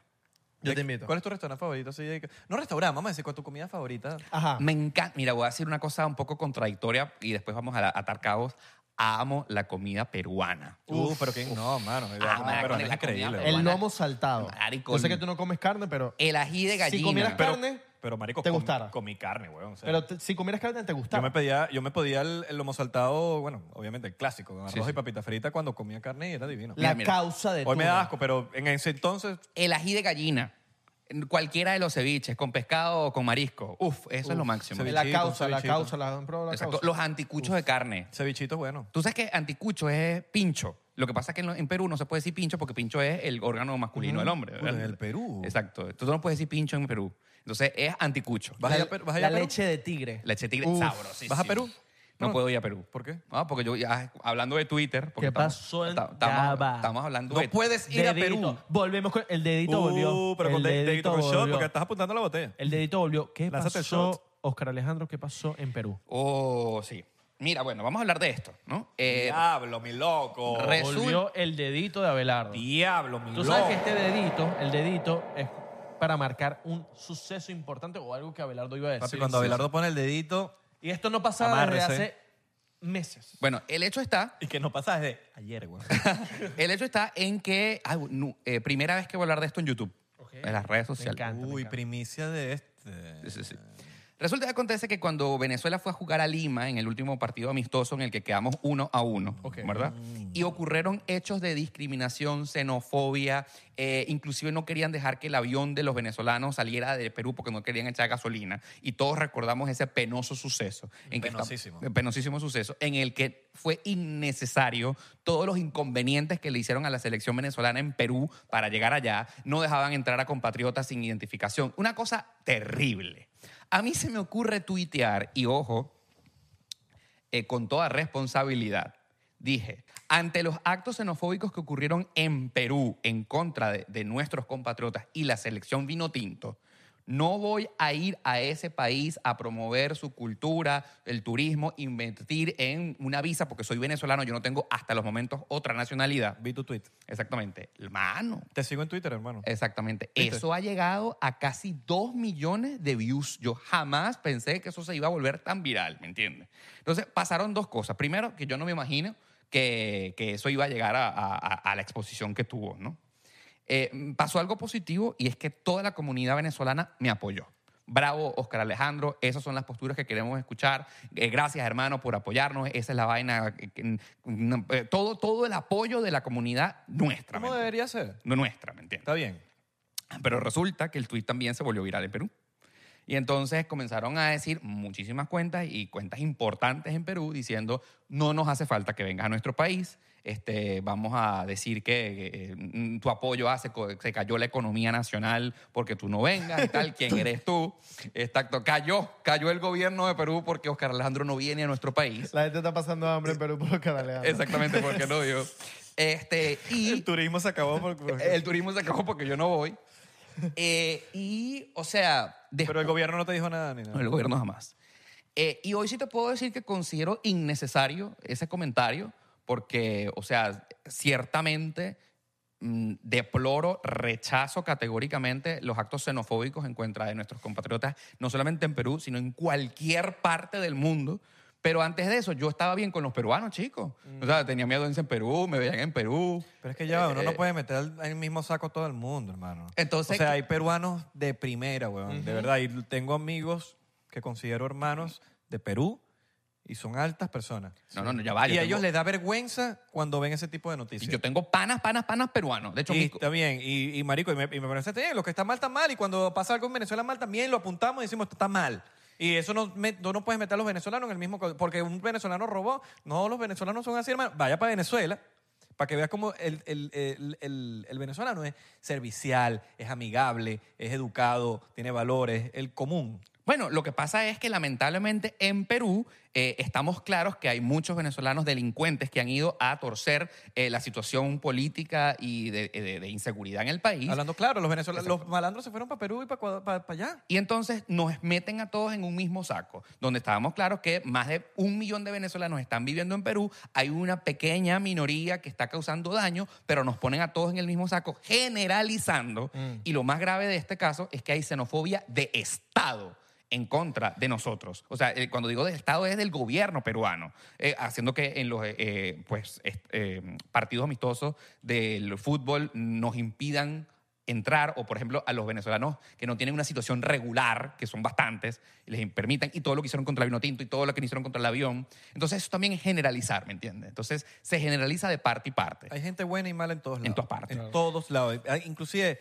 D: Yo te invito.
C: ¿Cuál es tu restaurante favorito? Así de que- no restaurante, vamos a decir, con tu comida favorita.
D: Ajá.
B: Me encanta. Mira, voy a decir una cosa un poco contradictoria y después vamos a atar cabos. amo la comida peruana.
D: Uh, pero que no, mano.
B: Ah, marico,
D: pero
B: la
D: es
B: comida
D: increíble.
B: peruana.
D: El lomo saltado.
B: Marico,
D: Yo sé
B: el-
D: que tú no comes carne, pero
B: El ají de gallina.
D: si comieras
C: Pero,
D: carne,
C: pero marico,
D: te
C: com-
D: gustara.
C: comí carne, weón. o sea,
D: pero te- si comieras carne te
C: yo
D: gustaba.
C: me pedía, yo me podía el, el lomo saltado, bueno, obviamente el clásico, con arroz
B: sí.
C: y papita frita cuando comía carne y era divino.
D: La
B: Mira, mira.
D: causa de
C: Hoy me
D: todo.
C: da asco, pero en ese entonces
B: el ají de gallina. En Cualquiera de los ceviches, con pescado o con marisco. Uf, eso es lo máximo.
C: ceviche.
D: La
C: Cevichito,
D: causa, la
C: cevichito.
D: causa, la han probado la
B: Exacto.
D: causa.
B: Los anticuchos de carne.
C: ese bichito es bueno.
B: Tú sabes que anticucho es pincho. Lo que pasa es que en, lo- en Perú no se puede decir pincho porque pincho es el órgano masculino del hombre.
C: Bueno, en el Ah, Perú.
B: Exacto. Tú no puedes decir pincho en Perú. Entonces es anticucho.
C: ¿Vas a ir a Perú? ¿Vas a ir
D: La
C: a Perú?
D: leche de tigre.
B: Leche tigre
D: Uf,
B: sabrosísimo.
C: ¿vas a Perú?
B: No,
C: No.
B: puedo ir a Perú.
C: ¿Por qué?
B: Ah, porque yo, ya, hablando de Twitter. porque
D: ¿Qué
B: estamos-
D: pasó en
B: ta- estamos,
D: Java?
B: estamos hablando
C: No
B: de-
C: puedes ir a
D: Dedito.
C: Perú.
D: Volvemos con el dedito volvió.
C: Uh, pero con
D: el
C: de- dedito con shot
D: volvió.
C: porque estás apuntando a la botella.
D: El dedito volvió. ¿Qué
C: Lánzate el shot.
D: pasó, Oscar Alejandro? ¿Qué pasó en Perú?
B: Oh, sí. Mira, bueno, vamos a hablar de esto, ¿no? Eh,
C: Diablo, mi loco.
B: Re- Resulta-
D: Volvió el dedito de Abelardo.
C: Diablo, mi
D: Tú sabes que este dedito, el dedito, es para marcar un suceso importante o algo que Abelardo iba a decir.
C: Papi, cuando Abelardo pone el dedito
D: Y esto no pasaba
C: Amárrese.
D: desde hace meses.
B: Bueno, el hecho está,
C: y que no pasa desde ayer, güey.
B: el hecho está en que ay, no, eh, primera vez que voy a hablar de esto en YouTube, en las redes sociales.
D: encanta.
C: Uy, primicia de este.
B: Sí, sí, sí. Resulta que acontece que cuando Venezuela fue a jugar a Lima en el último partido amistoso en el que quedamos uno a uno, ¿verdad? Y ocurrieron hechos de discriminación, xenofobia, eh, inclusive no querían dejar que el avión de los venezolanos saliera de Perú porque no querían echar gasolina. Y todos recordamos ese penoso suceso. En que está-
C: Penosísimo.
B: penosísimo suceso en el que fue innecesario todos los inconvenientes que le hicieron a la selección venezolana en Perú para llegar allá. No dejaban entrar a compatriotas sin identificación. Una cosa terrible. A mí se me ocurre tuitear, y ojo, eh, con toda responsabilidad. Dije, ante los actos xenofóbicos que ocurrieron en Perú en contra de, de nuestros compatriotas y la selección vino tinto, no voy a ir a ese país a promover su cultura, el turismo, invertir en una visa, porque soy venezolano, yo no tengo hasta los momentos otra nacionalidad.
C: Vi tu tweet.
B: Exactamente. Mano,
C: Te sigo en Twitter, hermano.
B: Eh, Exactamente.
C: ¿Viste?
B: Eso ha llegado a casi 2 millones de views. Yo jamás pensé que eso se iba a volver tan viral, ¿me entiendes? Entonces, pasaron dos cosas. Primero, que yo no me imagino que, que eso iba a llegar a, a- a- a la exposición que tuvo, ¿no? Eh, pasó algo positivo y es que toda la comunidad venezolana me apoyó. Bravo, Oscar Alejandro, esas son las posturas que queremos escuchar. Eh, gracias, hermano, por apoyarnos. Esa es la vaina. que- que- no, eh, todo, todo el apoyo de la comunidad nuestra. ¿me
C: ¿Cómo
B: entiendes?
C: debería ser?
B: No nuestra, ¿me entiendes?
C: Está bien.
B: Pero resulta que el tweet también se volvió viral en Perú. Y entonces comenzaron a decir muchísimas cuentas y cuentas importantes en Perú diciendo, no nos hace falta que vengas a nuestro país, este, vamos a decir que eh, mm, tu apoyo hace, co- se cayó la economía nacional porque tú no vengas y tal, ¿quién eres tú? Exacto, cayó, cayó el gobierno de Perú porque Oscar Alejandro no viene a nuestro país.
D: La gente está pasando hambre en Perú por Oscar
B: Eh,
D: Alejandro.
B: Exactamente, porque no yo. Este, y
C: El turismo se acabó por- por-
B: el turismo se acabó porque yo no voy. Eh, y, o sea, después,
C: Pero el gobierno no te dijo nada ni
B: no,
C: nada.
B: el gobierno jamás. Eh, y hoy sí te puedo decir que considero innecesario ese comentario porque, o sea, ciertamente mm, deploro, rechazo categóricamente los actos xenofóbicos en contra de nuestros compatriotas, no solamente en Perú, sino en cualquier parte del mundo. Pero antes de eso, yo estaba bien con los peruanos, chicos. O sea, tenía miedo en Perú, me veían en Perú.
C: Pero es que ya, uno
B: Eh,
C: no puede meter al- en el mismo saco todo el mundo, hermano.
B: Entonces-
C: o sea, hay peruanos de primera, weón, de verdad. Y tengo amigos que considero hermanos de Perú y son altas personas.
B: No, no, no, ya va,
C: Y
B: yo
C: a ellos
B: tengo-
C: les da vergüenza cuando ven ese tipo de
B: Y
C: noticias.
B: yo tengo panas, panas, panas peruanos. De hecho,
C: Y
B: mi-
C: está bien, y, y marico, y me, y me parece bien, lo que está mal está mal, y cuando pasa algo en Venezuela mal también lo apuntamos y decimos, esto está mal. Y eso no, me- no, no puedes meter a los venezolanos en el mismo... co- Porque un venezolano robó, no, los venezolanos son así, hermano. Vaya para Venezuela, para que veas cómo el, el- el- el- el venezolano es servicial, es amigable, es educado, tiene valores, el común.
B: Bueno, lo que pasa es que lamentablemente en Perú eh, estamos claros que hay muchos venezolanos delincuentes que han ido a torcer eh, la situación política y de, eh, de- de inseguridad en el país.
C: Hablando claro, los venezolanos, los malandros se fueron para Perú y para, Ecuador- para- para allá.
B: Y entonces nos meten a todos en un mismo saco, donde estábamos claros que más de un millón de venezolanos están viviendo en Perú, hay una pequeña minoría que está causando daño, pero nos ponen a todos en el mismo saco, generalizando. Y lo más grave de este caso es que hay xenofobia de Estado en contra de nosotros. O sea, eh, cuando digo del Estado es del gobierno peruano, eh, haciendo que en los eh, eh, pues, est- eh, partidos amistosos del fútbol nos impidan entrar o por ejemplo a los venezolanos que no tienen una situación regular, que son bastantes, les permitan y todo lo que hicieron contra el vino tinto y todo lo que hicieron contra el avión. Entonces eso también es generalizar, ¿me entiendes? Entonces se generaliza de parte y parte.
C: Hay gente buena y mala en todos lados.
B: todas partes.
C: En todos lados. Ah, Inclusive,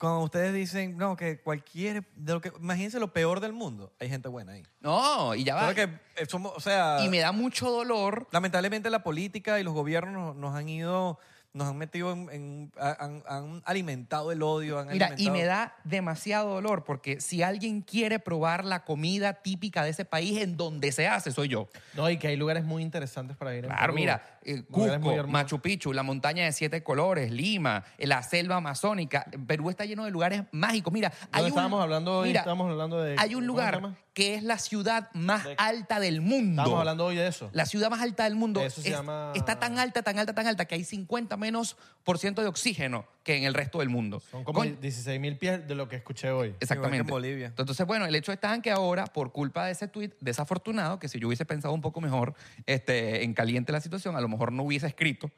C: cuando ustedes dicen, no, que cualquier... De lo que, imagínense lo peor del mundo. Hay gente buena ahí.
B: No, y ya va.
C: Claro que eh, somos, o sea,
B: Ah, Y me da mucho dolor
C: lamentablemente la política y los gobiernos nos, nos han ido, nos han metido en, en- a- han, han alimentado el odio, han
B: Mira, y
C: alimentado-
B: me da demasiado dolor porque si alguien quiere probar la comida típica de ese país en donde se hace, soy yo.
D: No, y que hay lugares muy interesantes para ir. en
B: Claro,
D: Perú.
B: mira, eh,
D: Lugares
B: Cusco,
D: muy hermosos.
B: Machu Picchu, la montaña de siete colores, Lima, eh, la selva amazónica. Perú está lleno de lugares mágicos. Mira, hay un,
D: estábamos hablando hoy?
B: mira,
D: Estábamos hablando de-
B: Hay
D: ¿cómo
B: un
D: se
B: lugar
D: llama?
B: que es la ciudad más alta del mundo.
D: Estábamos hablando hoy de eso.
B: La ciudad más alta del mundo
D: Eso se
B: es-
D: llama-
B: está tan alta, tan alta, tan alta que hay 50 menos por ciento de oxígeno que en el resto del mundo.
D: Son como
B: Con-
D: 16 mil pies de lo que escuché hoy.
B: Exactamente.
C: Igual que en Bolivia.
B: Entonces, bueno, el hecho está en que ahora, por culpa de ese tuit desafortunado, que si yo hubiese pensado un poco mejor este, en caliente la situación, a lo mejor no hubiese escrito,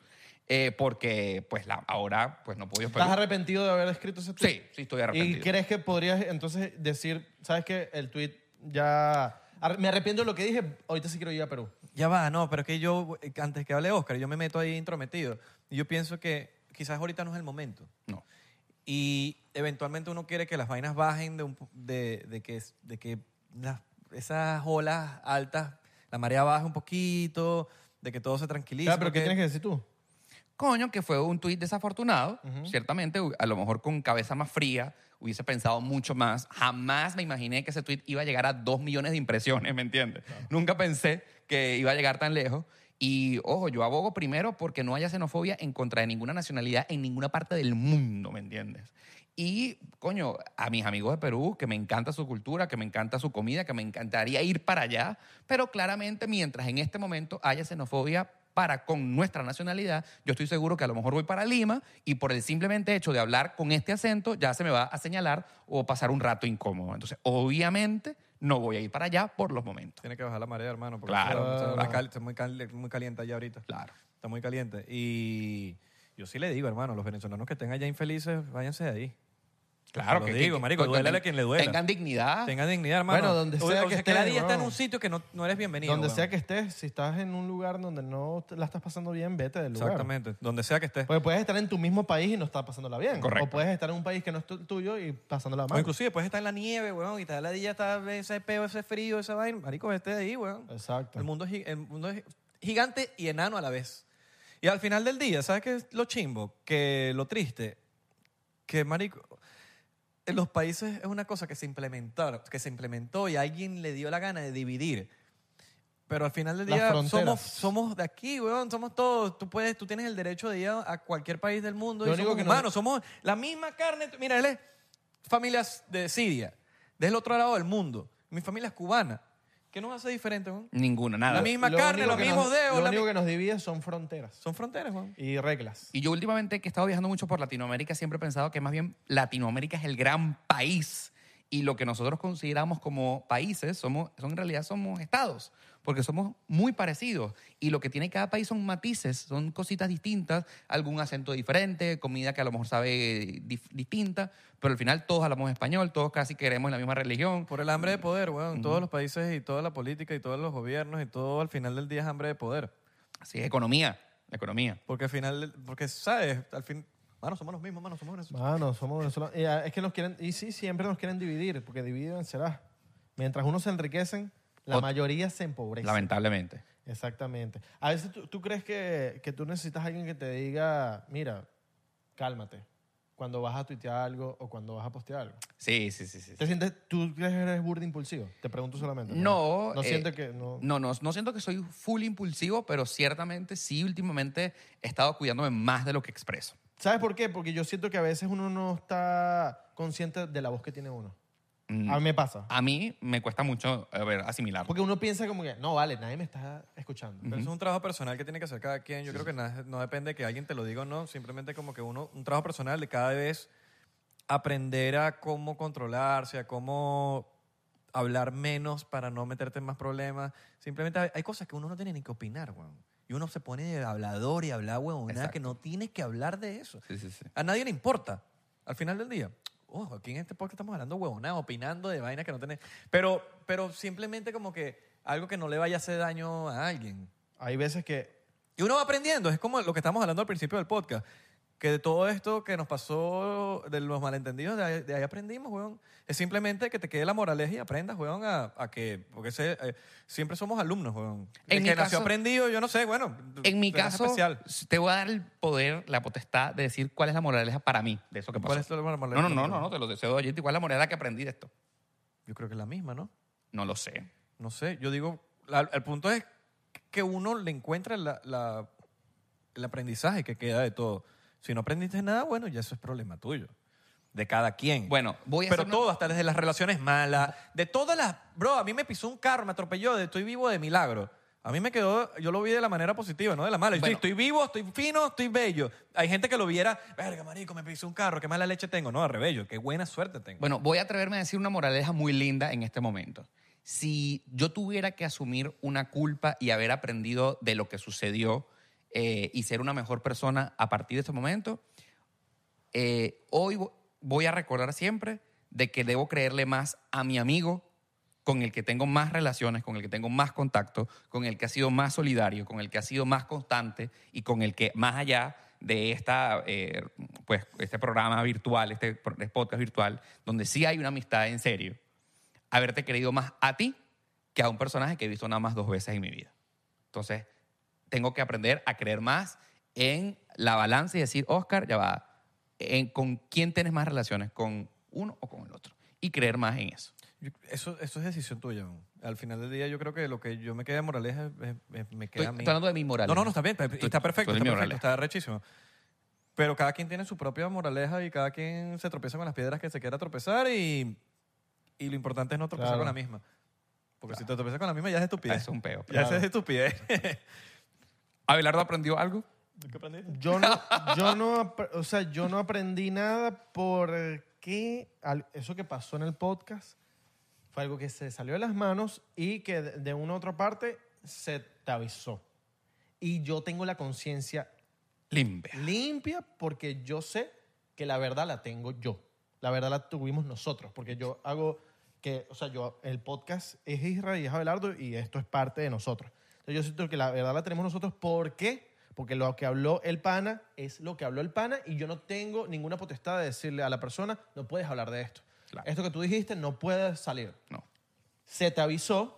B: eh, porque pues la- ahora pues no podía
D: ¿Estás
B: esperar.
D: arrepentido de haber escrito ese tweet?
B: Sí, sí estoy arrepentido.
D: ¿Y crees que podrías entonces decir, sabes que el tweet ya... Ar- Me arrepiento de lo que dije, ahorita sí quiero ir a Perú.
C: Ya va, no, pero es que yo, eh, antes que hable Oscar, yo me meto ahí intrometido. Y yo pienso que quizás ahorita no es el momento.
B: No.
C: Y eventualmente uno quiere que las vainas bajen de, un po- de, de que, es- de que las- esas olas altas, la marea baje un poquito, de que todo se tranquilice.
D: Claro, pero ¿qué
C: porque-
D: tienes que decir tú?
B: Coño, que fue un tuit desafortunado, ciertamente, u- a lo mejor con cabeza más fría, hubiese pensado mucho más. Jamás me imaginé que ese tuit iba a llegar a dos millones de impresiones, ¿me entiendes? Nunca pensé que iba a llegar tan lejos. Y ojo, yo abogo primero porque no haya xenofobia en contra de ninguna nacionalidad en ninguna parte del mundo, ¿me entiendes? Y, coño, a mis amigos de Perú, que me encanta su cultura, que me encanta su comida, que me encantaría ir para allá, pero claramente mientras en este momento haya xenofobia para con nuestra nacionalidad, yo estoy seguro que a lo mejor voy para Lima y por el simplemente hecho de hablar con este acento ya se me va a señalar o pasar un rato incómodo. Entonces, obviamente, no voy a ir para allá por los momentos.
C: Tiene que bajar la marea, hermano. Porque
B: Claro.
C: o sea, está, cal- está muy, cal- muy caliente allá ahorita.
B: Claro.
C: Está muy caliente. Y yo sí le digo, hermano, los venezolanos que estén allá infelices, váyanse de ahí.
B: Claro
C: Lo
B: que
C: digo,
B: sí.
C: marico,
B: Con-
C: duélale a quien le duela.
B: Tengan dignidad.
C: Tengan dignidad, hermano.
D: Ah. Bueno, donde sea que
C: la
D: estén,
C: día está en
D: weón.
C: un sitio que no, no eres bienvenido.
D: donde
C: weón.
D: sea que estés, si estás en un lugar donde no te la estás pasando bien, vete del lugar.
C: Exactamente. Donde sea que estés.
D: Porque puedes estar en tu mismo país y no estar pasándola bien.
B: Correcto.
D: O puedes estar en un país que no es tu- tuyo y pasándola
C: o
D: mal.
C: inclusive puedes estar en la nieve, weón, y te da la día, está ese peo, ese frío, esa vaina. Marico, esté de ahí, weón.
D: Exacto.
C: El mundo, es, gi- el mundo es gigante y enano a la vez. Y al final del día, ¿sabes qué es lo chimbo? Que lo triste, que marico, en los países es una cosa que se implementaron, que se implementó y alguien le dio la gana de dividir. Pero al final del
D: Las
C: día
D: fronteras.
C: somos, somos de aquí, weón, somos todos. Tú puedes, tú tienes el derecho de ir a, a cualquier país del mundo
D: Lo
C: y
D: único
C: somos
D: que no-
C: humanos, somos la misma carne. Mira, él es familias de Siria, del otro lado del mundo. Mi familia es cubana. ¿Qué nos hace diferente, weón?
B: Ninguna,
C: La
B: nada.
C: misma
D: Lo
C: carne,
D: único
C: los
D: que
C: mismos
D: nos-
C: dedos.
D: Lo
C: la
D: único
C: mi-
D: que nos divide son fronteras
C: Son fronteras, Juan.
D: y reglas.
B: Y yo últimamente que he estado viajando mucho por Latinoamérica, siempre he pensado que más bien Latinoamérica es el gran país. Y lo que nosotros consideramos como países somos, son en realidad somos estados, porque somos muy parecidos. Y lo que tiene cada país son matices, son cositas distintas, algún acento diferente, comida que a lo mejor sabe eh, dif- distinta, pero al final todos hablamos español, todos casi queremos la misma religión.
C: Por el hambre de poder, weón. Todos los países y toda la política y todos los gobiernos y todo al final del día es hambre de poder.
B: Así es, economía, economía.
C: Porque al final, porque sabes, al fin, mano, somos los mismos, mano, somos venezolanos.
D: Mano, somos venezolanos. Y, ah, es que nos quieren, y sí, siempre nos quieren dividir, porque dividen será. Mientras unos se enriquecen, la
B: Ot-
D: mayoría se empobrece.
B: Lamentablemente.
D: Exactamente. A veces tú, tú crees que, que tú necesitas a alguien que te diga, mira, cálmate, cuando vas a tuitear algo o cuando vas a postear algo.
B: Sí, sí, sí. sí, sí.
D: ¿Te sientes, tú crees que eres burda impulsivo? Te pregunto solamente.
B: No.
D: No
B: eh,
D: siento que... No.
B: No, no, no siento que soy full impulsivo, pero ciertamente sí, últimamente he estado cuidándome más de lo que expreso.
D: ¿Sabes por qué? Porque yo siento que a veces uno no está consciente de la voz que tiene uno.
B: Mm.
D: A mí me pasa.
B: A mí me cuesta mucho a ver, asimilar.
D: Porque uno piensa como que, no, vale, nadie me está escuchando.
C: Pero eso es un trabajo personal que tiene que hacer cada quien. Yo creo que na- no depende de que alguien te lo diga o no. Simplemente como que uno, un trabajo personal de cada vez aprender a cómo controlarse, a cómo hablar menos para no meterte en más problemas. Simplemente hay, hay cosas que uno no tiene ni que opinar, weón. Y uno se pone de hablador y habla, weón, nada
B: Exacto.
C: que no tienes que hablar de eso.
B: Sí, sí, sí.
C: A nadie le importa. Al final del día, ojo, aquí en este podcast estamos hablando huevonadas, opinando de vainas que no tenés. Pero, pero simplemente como que algo que no le vaya a hacer daño a alguien.
D: Hay veces que
C: Y uno va aprendiendo, es como lo que estamos hablando al principio del podcast, que de todo esto que nos pasó, de los malentendidos, de ahí, de ahí aprendimos, weón. Es simplemente que te quede la moraleja y aprendas, weón, a, a que, porque se- eh, siempre somos alumnos, weón.
B: En
C: el
B: mi
C: que nació
B: caso-
C: aprendido, yo no sé, bueno.
B: En mi
C: tú eres
B: caso,
C: especial.
B: te voy a dar el poder, la potestad de decir cuál es la moraleja para mí de eso que pasó.
C: ¿Cuál es la moraleja?
B: No, no, no, no, no, te lo deseo allí. ¿Cuál es la moraleja que aprendí de esto?
C: Yo creo que es la misma, ¿no?
B: No lo sé.
C: No sé, yo digo, la- el punto es que uno le encuentra la- la- el aprendizaje que queda de todo. Si no aprendiste nada, bueno, ya eso es problema tuyo, de cada quien.
B: Bueno, voy a
C: Pero
B: hacer una-
C: todo, hasta desde las relaciones malas, de todas las... Bro, a mí me pisó un carro, me atropelló, de estoy vivo de milagro. A mí me quedó, yo lo vi de la manera positiva, no de la mala. Yo,
B: Bueno.
C: sí, estoy vivo, estoy fino, estoy bello. Hay gente que lo viera, verga, marico, me pisó un carro, qué mala leche tengo. No, al revés, yo, qué buena suerte tengo.
B: Bueno, voy a atreverme a decir una moraleja muy linda en este momento. Si yo tuviera que asumir una culpa y haber aprendido de lo que sucedió eh, y ser una mejor persona a partir de este momento, eh, hoy vo- voy a recordar siempre de que debo creerle más a mi amigo con el que tengo más relaciones, con el que tengo más contacto, con el que ha sido más solidario, con el que ha sido más constante y con el que más allá de esta, eh, pues, este programa virtual, este pro- este podcast virtual, donde sí hay una amistad en serio, haberte querido más a ti que a un personaje que he visto nada más dos veces en mi vida. Entonces, tengo que aprender a creer más en la balanza y decir, Oscar, ya va, en, ¿con quién tienes más relaciones? ¿Con uno o con el otro? Y creer más en eso.
C: Yo- Eso, eso es decisión tuya. man. Al final del día, yo creo que lo que yo me queda de moraleja es- es- es- me
B: Estoy,
C: queda a mí.
B: estoy hablando de mi moral.
C: No, no, no, está bien, está,
B: Tú-
C: está perfecto,
B: tú eres
C: está,
B: mi
C: perfecto,
B: moraleja.
C: está rechísimo. Pero cada quien tiene su propia moraleja y cada quien se tropieza con las piedras que se quiera tropezar y, y lo importante es no tropezar
D: Claro.
C: con la misma. Porque si te tropezas con la misma ya es estupidez.
B: Ah, Eso es un peo,
C: Ya
B: claro.
C: eso es estupidez.
B: ¿Abelardo aprendió algo?
D: yo no, yo no, ap- o sea, yo no aprendí nada porque al- eso que pasó en el podcast fue algo que se salió de las manos y que de, de una u otra parte se te avisó. Y yo tengo la conciencia
B: Limpia.
D: limpia porque yo sé que la verdad la tengo yo. La verdad la tuvimos nosotros porque yo hago que, o sea, yo, el podcast es Israel y es Abelardo y esto es parte de nosotros. Entonces yo siento que la verdad la tenemos nosotros. ¿Por qué? Porque lo que habló el pana es lo que habló el pana y yo no tengo ninguna potestad de decirle a la persona, no puedes hablar de esto.
B: Claro.
D: Esto que tú dijiste no puede salir.
B: No.
D: Se te avisó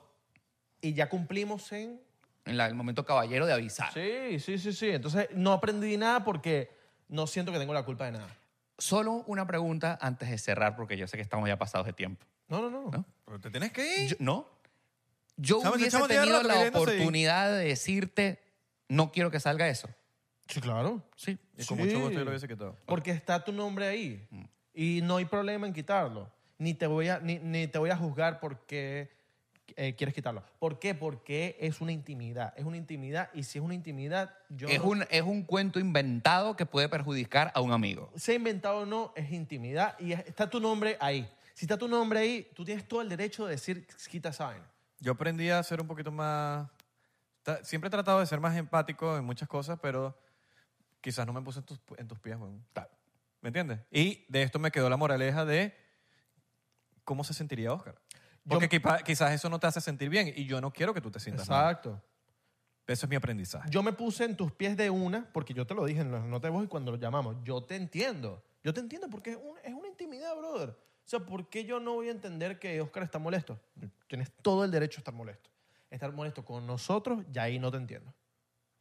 D: y ya cumplimos en
B: En la- el momento caballero de avisar.
D: Sí, sí, sí, sí. Entonces no aprendí nada porque no siento que tengo la culpa de nada.
B: Solo una pregunta antes de cerrar, porque yo sé que estamos ya pasados de tiempo.
D: No, no, no.
B: ¿No?
C: Pero te tienes que ir.
B: Yo- ¿No? Yo
C: Chamo, ese
B: hubiese
C: chamo tiene
B: tenido
C: rato
B: la
C: queriéndose ir.
B: oportunidad de decirte, no quiero que salga eso.
D: Sí, claro.
B: Sí.
C: Y con
D: Sí.
C: mucho gusto yo lo hubiese quitado.
D: Porque está tu nombre ahí y no hay problema en quitarlo. Ni te voy a, ni, ni te voy a juzgar porque eh, quieres quitarlo. ¿Por qué? Porque es una intimidad. Es una intimidad y si es una intimidad, yo...
B: Es
D: no-
B: un, es un cuento inventado que puede perjudicar a un amigo.
D: sea inventado o no, es intimidad y es- está tu nombre ahí. Si está tu nombre ahí, tú tienes todo el derecho de decir, quita esa vaina.
C: Yo aprendí a ser un poquito más... ta- Siempre he tratado de ser más empático en muchas cosas, pero quizás no me puse en tus, en tus pies, weón. Ta- ¿Me entiendes? Y de esto me quedó la moraleja de cómo se sentiría Oscar. Porque quipa- quizás eso no te hace sentir bien y yo no quiero que tú te sientas mal.
D: Exacto.
C: Eso es mi aprendizaje.
D: Yo me puse en tus pies de una, porque yo te lo dije en las notas de voz y cuando lo llamamos, yo te entiendo. Yo te entiendo porque es, un- es una intimidad, brother. O sea, ¿por qué yo no voy a entender que Oscar está molesto? Tienes todo el derecho a estar molesto. Estar molesto con nosotros, ya ahí no te entiendo.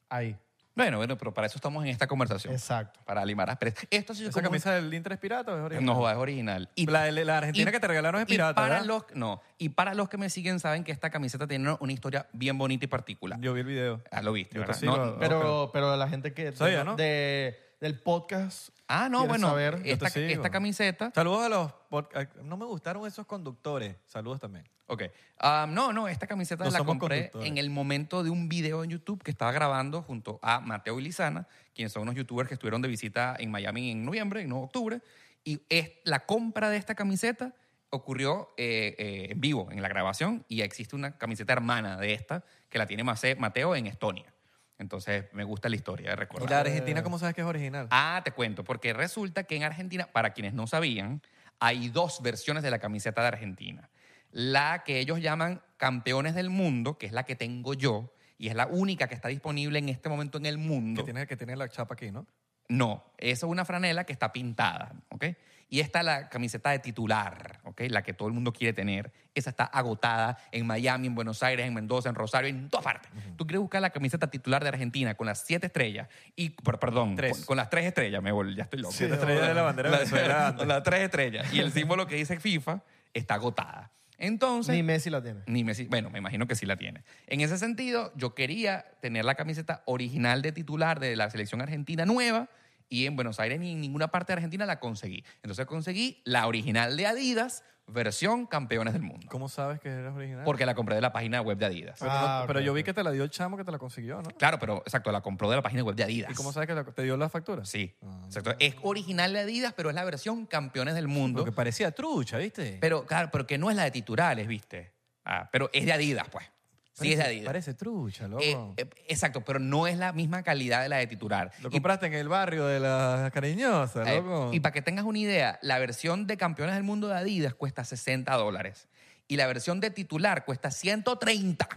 D: Ahí.
B: Bueno, bueno, pero para eso estamos en esta conversación.
D: Exacto.
B: Para limar asperezas. Esto sí es
C: Esa
B: como un-
C: camisa del Inter es pirata, o es original?
B: No, joda, es original. Y,
C: La, de- la argentina
B: y-
C: que te regalaron es
B: y
C: pirata.
B: para
C: ¿verdad?
B: los, no, y para los que me siguen saben que esta camiseta tiene una historia bien bonita y particular.
C: Yo vi el video.
B: ah, lo viste,
C: Yo te
B: ¿verdad?
C: sigo,
B: No,
C: Oscar.
D: Pero, pero la gente que
C: Sabía,
D: de-
C: ¿no?
D: de- del podcast.
B: ah, no,
D: quiere
B: bueno,
D: saber, yo te
B: esta,
C: sigo.
B: esta camiseta...
C: Saludos a los... podca- No me gustaron esos conductores. Saludos también.
B: Ok. Ah, no, no, esta camiseta
C: No
B: la
C: somos
B: compré
C: conductores.
B: en el momento de un video en YouTube que estaba grabando junto a Mateo y Lizana, quienes son unos youtubers que estuvieron de visita en Miami en noviembre, en octubre. Y es, la compra de esta camiseta ocurrió eh, eh, en vivo, en la grabación, y existe una camiseta hermana de esta que la tiene Mace- Mateo en Estonia. Entonces, me gusta la historia de
C: ¿Y
B: recordar.
C: la Argentina cómo sabes que es original?
B: Ah, te cuento, porque resulta que en Argentina, para quienes no sabían, hay dos versiones de la camiseta de Argentina. La que ellos llaman campeones del mundo, que es la que tengo yo, y es la única que está disponible en este momento en el mundo.
C: Que, tiene, que tiene la chapa aquí, ¿no?
B: No, esa es una franela que está pintada, ¿ok? Y esta la camiseta de titular, ¿ok? La que todo el mundo quiere tener. Esa está agotada en Miami, en Buenos Aires, en Mendoza, en Rosario, en todas partes. Tú quieres buscar la camiseta titular de Argentina con las siete estrellas y, per- perdón,
C: Tres.
B: Con, con las tres estrellas, me vol- ya estoy loco.
C: Sí, la estrella de la bandera de Venezuela,
B: Las
C: Andrés.
B: tres estrellas. Y el símbolo que dice FIFA está agotada. Entonces,
D: Ni Messi la tiene.
B: ni Messi- bueno, me imagino que sí la tiene. En ese sentido, yo quería tener la camiseta original de titular de la selección argentina nueva y en Buenos Aires ni en ninguna parte de Argentina la conseguí. Entonces conseguí la original de Adidas, versión campeones del mundo.
C: ¿Cómo sabes que eres original?
B: Porque la compré de la página web de Adidas.
C: Pero,
D: Ah,
C: no- pero
D: ok,
C: yo vi
D: ok.
C: que te la dio el chamo que te la consiguió, ¿no?
B: Claro, pero exacto, la compró de la página web de Adidas.
C: ¿Y cómo sabes Ah. que la- te dio la factura?
B: Sí, exacto. Es original de Adidas, pero es la versión campeones del mundo.
C: Porque parecía trucha, ¿viste?
B: Pero claro, pero que no es la de titulares, ¿viste? Ah, pero es de Adidas, pues. Sí, es de
C: Parece-
B: Adidas.
C: Parece trucha, loco.
B: Eh, eh, exacto, pero no es la misma calidad de la de titular.
C: Lo
B: Y-
C: compraste en el barrio de las cariñosas,
B: eh,
C: loco.
B: y para que tengas una idea, la versión de campeones del mundo de Adidas cuesta 60 dólares y la versión de titular cuesta 130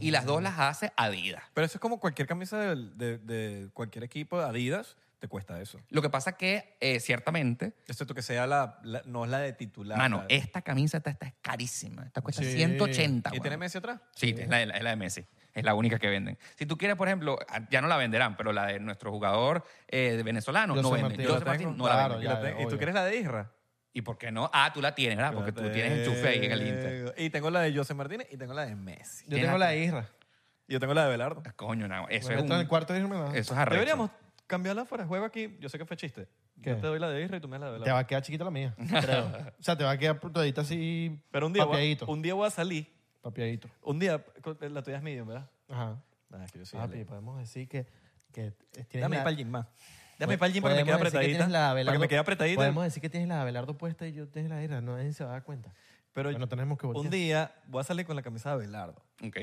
B: y las dos las hace Adidas.
C: Mm. Pero eso es como cualquier camisa del- de, de cualquier equipo, Adidas, te cuesta eso.
B: Lo que pasa que eh, ciertamente,
C: Excepto que sea la, la- no es la de titular.
B: mano,
C: la-
B: esta camiseta esta es carísima, esta cuesta
D: Sí.
B: 180.
C: ¿Y
B: weón.
C: tiene Messi atrás?
B: Sí, es la, de- es la de Messi. Es la única que venden. Si tú quieres, por ejemplo, ah, ya no la venderán, pero la de nuestro jugador eh, venezolano no
D: José
B: vende.
D: Martín.
C: Yo la
B: José Martín
C: tengo,
B: no la
D: claro,
B: vende.
C: Y la
D: Ya,
C: tengo- ¿Y tú
D: obvio.
C: quieres la de Isra?
B: ¿Y por qué no? Ah, tú la tienes, ¿verdad? Porque
C: Yo
B: tú tienes enchufe ahí en el Inter.
C: tengo- Y tengo la de José Martínez y tengo la de Messi.
D: Yo
B: Tiene
D: tengo
B: la-
D: la de Isra.
C: Y Yo tengo la de Belardo.
B: Ah, Coño, no, eso
D: Bueno,
B: es
D: esto en
B: un,
D: el cuarto de Isra me la dan.
B: Eso es arrecho.
C: Deberíamos cambiarla fuera de juego aquí. Yo sé que fue chiste.
D: ¿Qué?
C: Yo te doy la de Isra y tú me das la de Belardo.
D: Te va a quedar chiquita la mía, creo. O sea, te va a quedar todita así.
C: Pero un día, voy
D: Papiadito.
C: a, un día voy a salir.
D: Papiadito.
C: Un día, con- la tuya es medium, ¿verdad?
D: Ajá.
C: Ah, es que yo sí.
D: Papi, podemos decir que. que tienes
C: Dame
D: la-
C: para el gym más. Dame para el gym para que me quede
D: Podemos decir que
C: apretadita.
D: tienes la
C: para que me
D: Abelardo-
C: quede apretadita.
D: Podemos decir que tienes la Abelardo puesta y yo tienes la Isra. Nadie se va a dar cuenta.
C: Pero
D: Bueno, tenemos que voltear.
C: un día voy a salir con la camisa de Belardo.
B: Ok.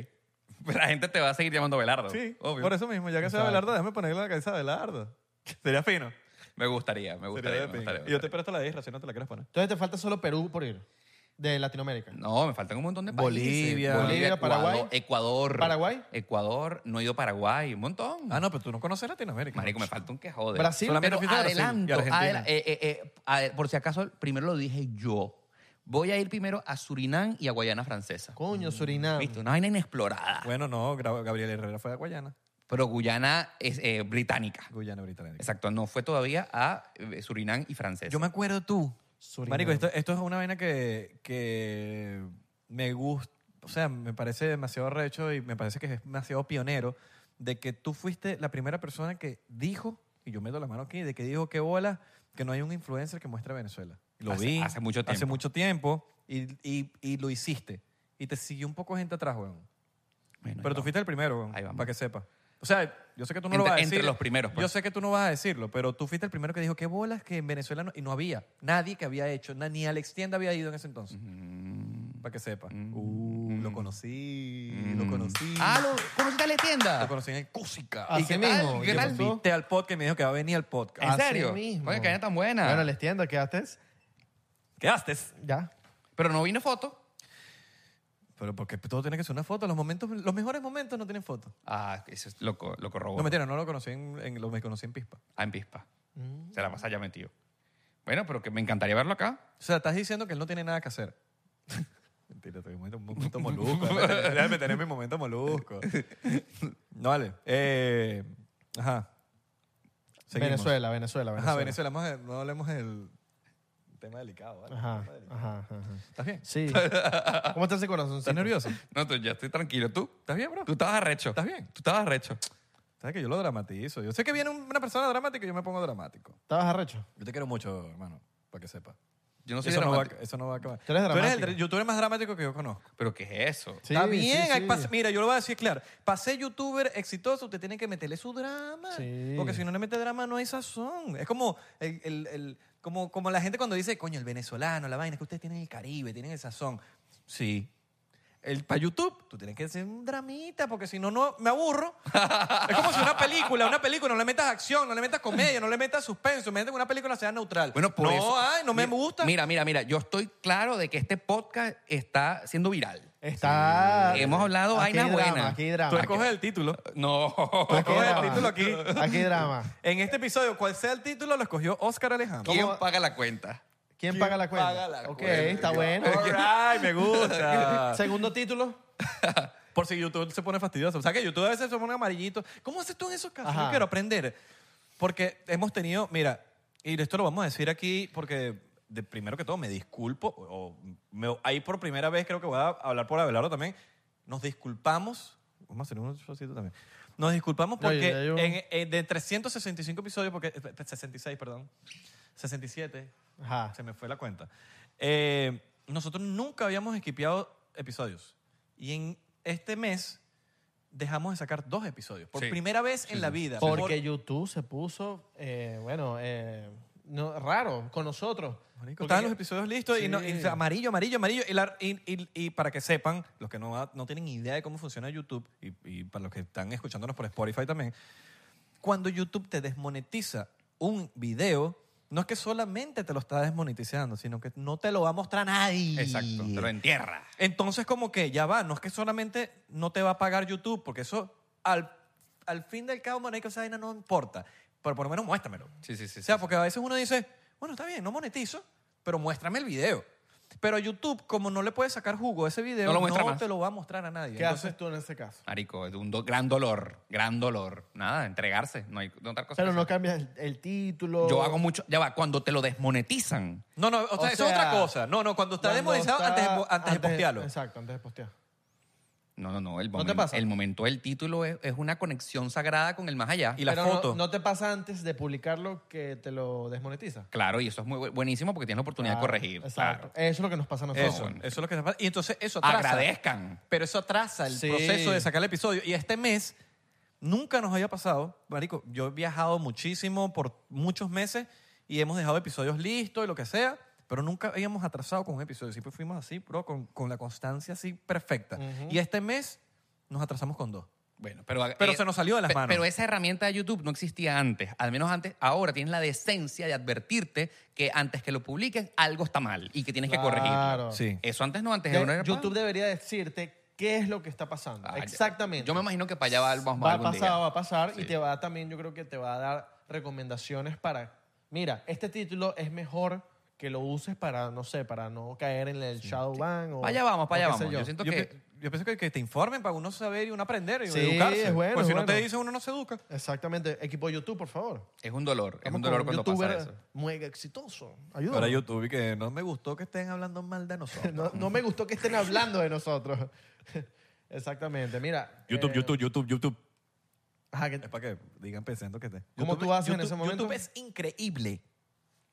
B: Pero la gente te va a seguir llamando Belardo.
C: Sí,
B: obvio.
C: por eso mismo. Ya que sea Belardo, déjame ponerle la camisa de Belardo. Sería fino.
B: Me gustaría, me
C: Sería
B: gustaría.
C: de
B: me
C: pinga.
B: gustaría,
C: Y
B: me
C: yo te
B: gustaría.
C: presto la de Isra si no te la quieres poner.
D: Entonces te falta solo Perú por ir. De Latinoamérica.
B: No, me faltan un montón de países.
C: Bolivia.
D: Bolivia, Paraguay.
B: Ecuador.
D: Paraguay.
B: Ecuador. No he ido a Paraguay. Un montón.
C: Ah, no, pero tú no conoces Latinoamérica.
B: Marico, me falta un que joder.
D: Brasil.
B: Pero
C: Solamente fuiste a Brasil y
B: adelanto,
C: Argentina.
B: adela- eh, eh, eh, a- por si acaso, primero lo dije yo. Voy a ir primero a Surinam y a Guayana Francesa.
D: Coño, Surinam.
B: ¿Viste? Una vaina inexplorada.
C: Bueno, no, Gra- Gabriel Herrera fue a Guayana.
B: Pero Guyana es eh, británica.
C: Guyana Británica.
B: Exacto, no fue todavía a eh, Surinam y francés.
C: Yo me acuerdo tú.
D: Surinam.
C: Marico, esto, esto es una vaina que, que me gusta, o sea, me parece demasiado recho y me parece que es demasiado pionero de que tú fuiste la primera persona que dijo, y yo meto la mano aquí, de que dijo que bola, que no hay un influencer que muestre Venezuela. Y Lo
B: Hace-
C: vi.
B: hace mucho
C: Hace
B: tiempo.
C: mucho tiempo y, y- y lo hiciste. Y te siguió un poco gente atrás, weón.
B: Bueno,
C: Pero tú
B: no.
C: fuiste el primero, weón,
B: Ahí vamos.
C: para que sepa. O sea, yo sé que tú no lo
B: Entre-
C: vas a decir.
B: entre los primeros, pues.
C: Yo sé que tú no vas a decirlo, pero tú fuiste el primero que dijo qué bolas que en Venezuela no, y no había nadie que había hecho, na- ni Alex Tienda había ido en ese entonces. Para que sepa. Uh, lo conocí, lo conocí.
B: Mm. Ah, ¿lo Ah. conociste a la
C: Lo
B: tienda?
C: conocí en el Cúsica.
D: Así
C: ¿Y qué
D: mismo,
C: Tal?
D: ¿y
C: ¿Qué
D: qué
C: tal?
D: pasó?
C: Invité al podcast que me dijo que va a venir al podcast.
B: ¿En
D: Así
B: serio?
D: mismo.
B: Oye, qué vaina tan
C: Ah.
B: buena.
D: Bueno, les tiendo, quedaste.
C: ¿Quedaste?
D: Ya.
B: Pero no vino foto.
C: Pero porque todo tiene que ser una foto. Los momentos, los mejores momentos no tienen foto.
B: Ah, eso es loco, loco robo.
C: No, mentira, no lo conocí en, en- lo me conocí en Pispa.
B: Ah, en Pispa.
C: Mm.
B: Se la pasa ya metido. Bueno, pero que me encantaría verlo acá.
C: O sea, estás diciendo que él no tiene nada que hacer. Mentira, estoy en un momento- un momento molusco. Déjame tener- Déjame tener mi momento molusco. No, vale. Eh, ajá. Seguimos.
D: Venezuela, Venezuela, Venezuela.
C: Ajá, Venezuela. Vamos a- no hablemos del tema delicado. ¿vale?
D: Ajá,
C: Tema delicado.
D: ajá, ajá.
C: ¿Estás bien?
D: Sí. ¿Cómo está ese corazón?
C: ¿Estás nervioso?
B: No, tú- ya estoy tranquilo. ¿Tú?
C: ¿Estás bien, bro?
B: Tú estabas arrecho.
C: ¿Estás bien?
B: Tú estabas arrecho.
C: Sabes que yo lo dramatizo. Yo sé que viene un- una persona dramática y yo me pongo dramático.
D: ¿Estabas arrecho?
C: Yo te quiero mucho, hermano, para que sepa.
B: Yo no soy
C: eso, no va, a-
B: dramático.
C: eso no va a acabar.
D: Tú eres
C: el
D: dramático.
C: dra- yo- tú eres más dramático que yo conozco.
B: ¿Pero qué es eso?
D: Sí,
C: Está bien,
D: sí,
C: hay
D: sí.
C: pas- mira, yo lo voy a decir claro. Pasé youtuber exitoso, usted tiene que meterle su drama.
D: Sí.
C: Porque si no le mete drama no hay sazón. Es como el, el- el- como, como la gente cuando dice, coño, el venezolano, la vaina, es que ustedes tienen el Caribe, tienen el sazón. Sí. El, para YouTube, tú tienes que hacer un dramita, porque si no, no me aburro. es como si una película, una película, no le metas acción, no le metas comedia, no le metas suspenso, mete que una película sea neutral.
B: Bueno, por
C: no,
B: eso.
C: ay, no me
B: Mira,
C: gusta.
B: Mira, mira, mira. Yo estoy claro de que este podcast está siendo viral.
D: Está.
B: Sí. Hemos hablado
D: Aquí hay
B: vainas
D: drama,
B: buenas.
D: Aquí hay
C: tú
D: drama.
C: escoges el título.
B: No.
C: Tú escoges el título aquí.
D: Aquí hay drama.
C: En este episodio, cual sea el título, lo escogió Oscar Alejandro.
B: ¿Quién
D: ¿Cómo?
B: paga la cuenta?
D: ¿Quién, paga la cuenta?
C: paga la
D: ok,
C: cuenta? "Ah,
D: está bueno.
C: All right, me gusta.
D: Segundo título.
C: Por si YouTube se pone fastidioso. O sea que YouTube a veces se pone amarillito. ¿Cómo haces tú en esos casos?
D: Ajá.
C: Yo quiero aprender. Porque hemos tenido, mira, y esto lo vamos a decir aquí porque de, primero que todo me disculpo, o, o me- ahí por primera vez creo que voy a hablar por Abelardo también, nos disculpamos, vamos a hacer un shotcito también, nos disculpamos
D: No,
C: porque
D: ya, ya, yo-
C: en- en- de 365 episodios, porque, eh, 66, perdón, 67,
D: Ajá.
C: se me fue la cuenta. Eh, nosotros nunca habíamos esquipeado episodios. Y en este mes dejamos de sacar dos episodios. Por
B: Sí.
C: primera vez en la vida.
D: Porque YouTube se puso, eh, bueno, eh, no, raro con nosotros.
C: Por- marico,
D: Porque-
C: estaban los episodios listos y, no- y amarillo, amarillo, amarillo. Y, la- y- y- y para que sepan, los que no, no tienen idea de cómo funciona YouTube y, y para los que están escuchándonos por Spotify también, cuando YouTube te desmonetiza un video, no es que solamente te lo está desmonetizando, sino que no te lo va a mostrar nadie.
B: Exacto. Te lo entierra.
C: Entonces, como que ya va, no es que solamente no te va a pagar YouTube, porque eso al, al fin del cabo, marico, esa vaina no importa. Pero por lo menos muéstramelo.
B: Sí, sí, sí,
C: O sea,
B: sí,
C: porque a veces uno dice, bueno, está bien, no monetizo, pero muéstrame el video. Pero YouTube, como no le puede sacar jugo a ese video,
B: No lo
C: no,
B: muestra más.
C: te lo va a mostrar a nadie.
D: ¿Qué
C: Entonces,
D: haces tú en ese caso?
B: Marico, es un do- gran dolor, gran dolor. Nada, entregarse. No hay no tal cosa.
D: Pero
B: que
D: no
B: hacer.
D: cambias el, el título.
B: Yo hago mucho. Ya va, cuando te lo desmonetizan.
C: No, no, o sea,
D: O
C: eso es
D: sea,
C: otra cosa. No, no, cuando está
D: Cuando
C: demonizado
D: está-
C: antes, de, po- antes de postearlo.
D: Exacto, antes de postear.
B: No, no, no. El
D: ¿No
B: momento,
D: te pasa?
B: El momento del título es, es una conexión sagrada con el más allá.
C: Y la
D: Pero no-
C: foto.
D: No, te pasa antes de publicarlo que te lo desmonetiza?
B: Claro, y eso es muy bu- buenísimo porque tienes la oportunidad
D: Claro,
B: de corregir. claro.
D: Exacto. Eso es lo que nos pasa a nosotros.
C: Eso,
B: bueno.
C: eso es lo que se pasa. Y entonces eso atrasa.
B: Agradezcan.
C: Pero eso atrasa el
D: Sí.
C: proceso de sacar el episodio. Y este mes nunca nos había pasado, Marico. Yo he viajado muchísimo por muchos meses y hemos dejado episodios listos y lo que sea, pero nunca habíamos atrasado con un episodio. Siempre fuimos así, bro, con, con la constancia así perfecta. Y este mes nos atrasamos con dos.
B: Bueno, pero, eh,
C: Pero se nos salió de las
B: pe-
C: manos.
B: Pero esa herramienta de YouTube no existía antes. Al menos antes, ahora tienes la decencia de advertirte que antes que lo publiques algo está mal y que tienes que corregirlo.
D: Claro.
C: Sí.
B: Eso antes no, antes
D: De-
B: era una-
D: YouTube debería decirte qué es lo que está pasando.
B: Ah, ya.
D: Exactamente.
B: Yo me imagino que para allá va- vamos
D: va a
B: algún
D: pasar,
B: día.
D: va a pasar
B: Sí.
D: y te va a también, yo creo que te va a dar recomendaciones para, mira, este título es mejor que lo uses para, no sé, para no caer en el shadow ban o...
B: Pa' allá vamos, pa'
D: o
B: allá
D: qué sé
B: vamos. Yo siento
C: Yo,
B: que-
C: pi- yo pienso que, que te informen para uno saber y uno aprender y
D: Sí,
C: educarse.
D: es bueno,
C: pues si
D: es
C: no te
D: bueno.
C: dicen, uno no se educa.
D: Exactamente. Equipo de YouTube, por favor.
B: Es un dolor, es
D: Estamos
B: un dolor
D: con
B: cuando
D: un
B: pasa
D: youtuber
B: eso.
D: muy exitoso. Ayúdame.
C: Para YouTube y que no me gustó que estén hablando mal de nosotros.
D: No, no me gustó que estén hablando de nosotros. Exactamente. Mira. eh,
C: YouTube, YouTube.
D: ajá, que-
C: Es para que digan pensando que te.
D: ¿Cómo tú haces en
C: YouTube-
D: ese momento?
C: YouTube es increíble.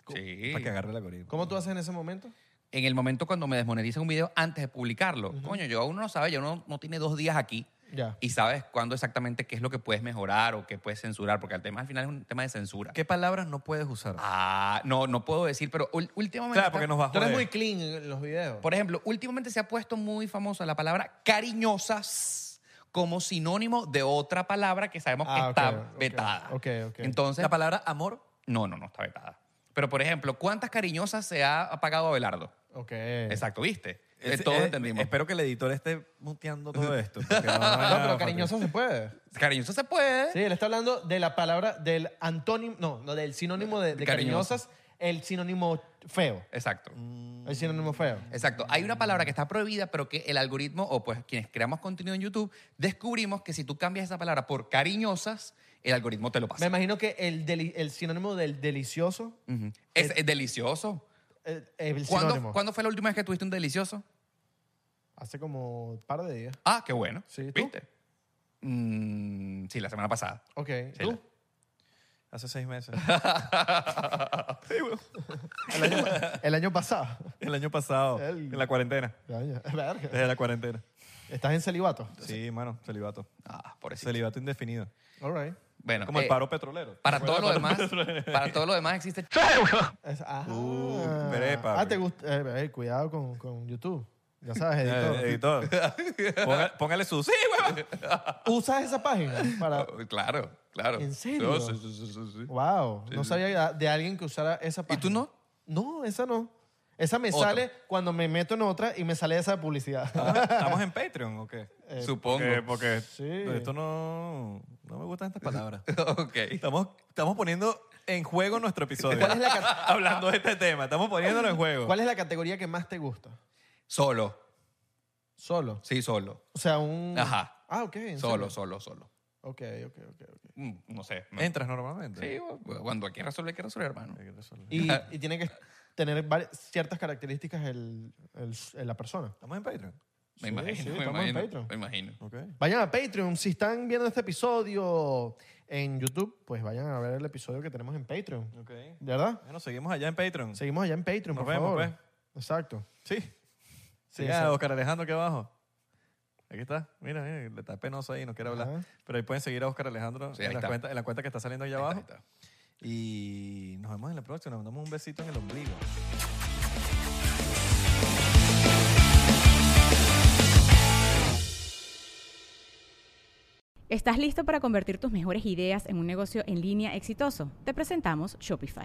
B: Sí.
C: Para que agarre el algoritmo.
D: ¿Cómo tú haces en ese momento?
B: En el momento cuando me desmonetiza un video antes de publicarlo, coño, yo uno no sabe, yo no, no tiene dos días aquí
D: Ya.
B: y sabes cuándo exactamente qué es lo que puedes mejorar o qué puedes censurar, porque el tema al final es un tema de censura.
C: ¿Qué palabras no puedes usar?
B: Ah, no, no puedo decir, pero ul- últimamente.
C: claro,
B: está-
C: porque nos va a
D: Tú
C: joder.
D: eres muy clean en los videos.
B: Por ejemplo, últimamente se ha puesto muy famosa la palabra cariñosas como sinónimo de otra palabra que sabemos que
D: Ah,
B: está
D: ok, ok,
B: vetada.
D: ok, ok.
B: Entonces,
C: La palabra amor,
B: no, no, no está vetada. Pero, por ejemplo, ¿cuántas cariñosas se ha apagado Abelardo?
D: Ok.
B: Exacto, ¿viste? Eh,
C: es- eh,
B: Todos
C: es-
B: entendimos.
C: Espero que el editor esté muteando todo esto. porque no,
D: No,
B: Ah,
D: pero cariñoso se puede.
B: Cariñosa se puede.
D: Sí, él está hablando de la palabra del antónimo, no, no del sinónimo de, de
B: Cariñoso.
D: cariñosas, el sinónimo feo.
B: Exacto.
C: Mm.
D: El sinónimo feo.
B: Exacto. Hay una palabra que está prohibida, pero que el algoritmo, o pues quienes creamos contenido en YouTube, descubrimos que si tú cambias esa palabra por cariñosas, el algoritmo te lo
D: Me
B: pasa.
D: imagino que el, deli- el sinónimo del delicioso
B: Ujú. es, es delicioso.
D: eh, es el
B: ¿Cuándo,
D: sinónimo.
B: cuándo fue la última vez que tuviste un delicioso?
D: Hace como un par de días.
B: Ah, qué bueno.
D: Sí, ¿tú?
B: ¿Viste? Mm, sí, la semana pasada.
D: Ok.
B: Sí,
D: ¿Tú?
B: la-
C: Hace seis meses.
D: El año, el año pasado.
C: El año pasado.
D: El-
C: En la cuarentena.
D: El año- verga.
C: Desde la cuarentena.
D: ¿Estás en celibato?
C: Sí, mano, celibato.
B: Ah, pobrecito.
C: Celibato indefinido.
D: All right.
B: Bueno,
C: Como el
B: eh,
C: paro petrolero.
B: Para
C: ¿Se
B: todo lo
C: acuerdan
B: demás,
C: del paro petrolero?
B: para todo lo demás existe.
D: Es- ah.
C: Uh, prepa,
D: ah, te
C: güey.
D: gusta. eh, eh, cuidado con, con YouTube. Ya sabes, editor.
C: Eh, editor. Ponga- póngale su sí, huevón.
D: ¿Usas esa página? Para...
B: Claro, claro.
D: ¿En serio?
B: No, sí, sí, sí, sí, sí.
D: Wow. No
B: sí.
D: sabía de alguien que usara esa página.
B: tú no?
D: No, esa no. Esa me
B: Otra.
D: sale cuando me meto en otra y me sale esa de publicidad.
C: ¿Estamos en Patreon o qué?
B: Supongo.
C: Eh, porque
D: Sí.
C: esto no, no me gustan estas palabras.
B: ok.
C: Estamos, estamos poniendo en juego nuestro episodio.
D: ¿Cuál es la cat-
C: Hablando de este tema, estamos poniéndolo en juego.
D: ¿Cuál es la categoría que más te gusta?
B: Solo.
D: Solo.
B: Sí, solo.
D: O sea, un.
B: Ajá.
D: Ah, ok. en
B: Solo,
D: serio.
B: solo, solo.
D: Ok, ok, ok. ok.
B: Mm, No sé. me-
C: Entras normalmente.
B: Sí, bueno, cuando hay que resolver, hay que resolver, hermano.
C: Hay que resolver.
D: Y, y tiene que tener vari- ciertas características el, el- la persona.
C: Estamos en Patreon.
B: Me
D: Sí,
B: imagino,
D: sí,
B: me
D: estamos en
B: imagino.
D: Patreon.
B: Me imagino.
C: Ok.
D: Vayan a Patreon. Si están viendo este episodio en YouTube, pues vayan a ver el episodio que tenemos en Patreon.
C: Ok.
D: ¿Verdad?
C: Bueno, seguimos allá en Patreon.
D: Seguimos allá en Patreon,
C: Nos
D: por
C: vemos,
D: favor.
C: pues.
D: Exacto.
C: Sí. Sí,
D: Sí,
C: ah,
D: sí.
C: Oscar Alejandro aquí abajo. Aquí está. Mira, mira, le está penoso ahí, no quiere hablar.
D: Ajá.
C: Pero ahí pueden seguir a Oscar Alejandro
B: Sí, ahí
C: en, la
B: está.
C: cuenta, en la cuenta que está saliendo allá
B: Ahí
C: abajo.
B: está, ahí está.
C: Y nos vemos en la próxima. Nos damos un besito en el ombligo.
E: ¿Estás listo para convertir tus mejores ideas en un negocio en línea exitoso? Te presentamos Shopify.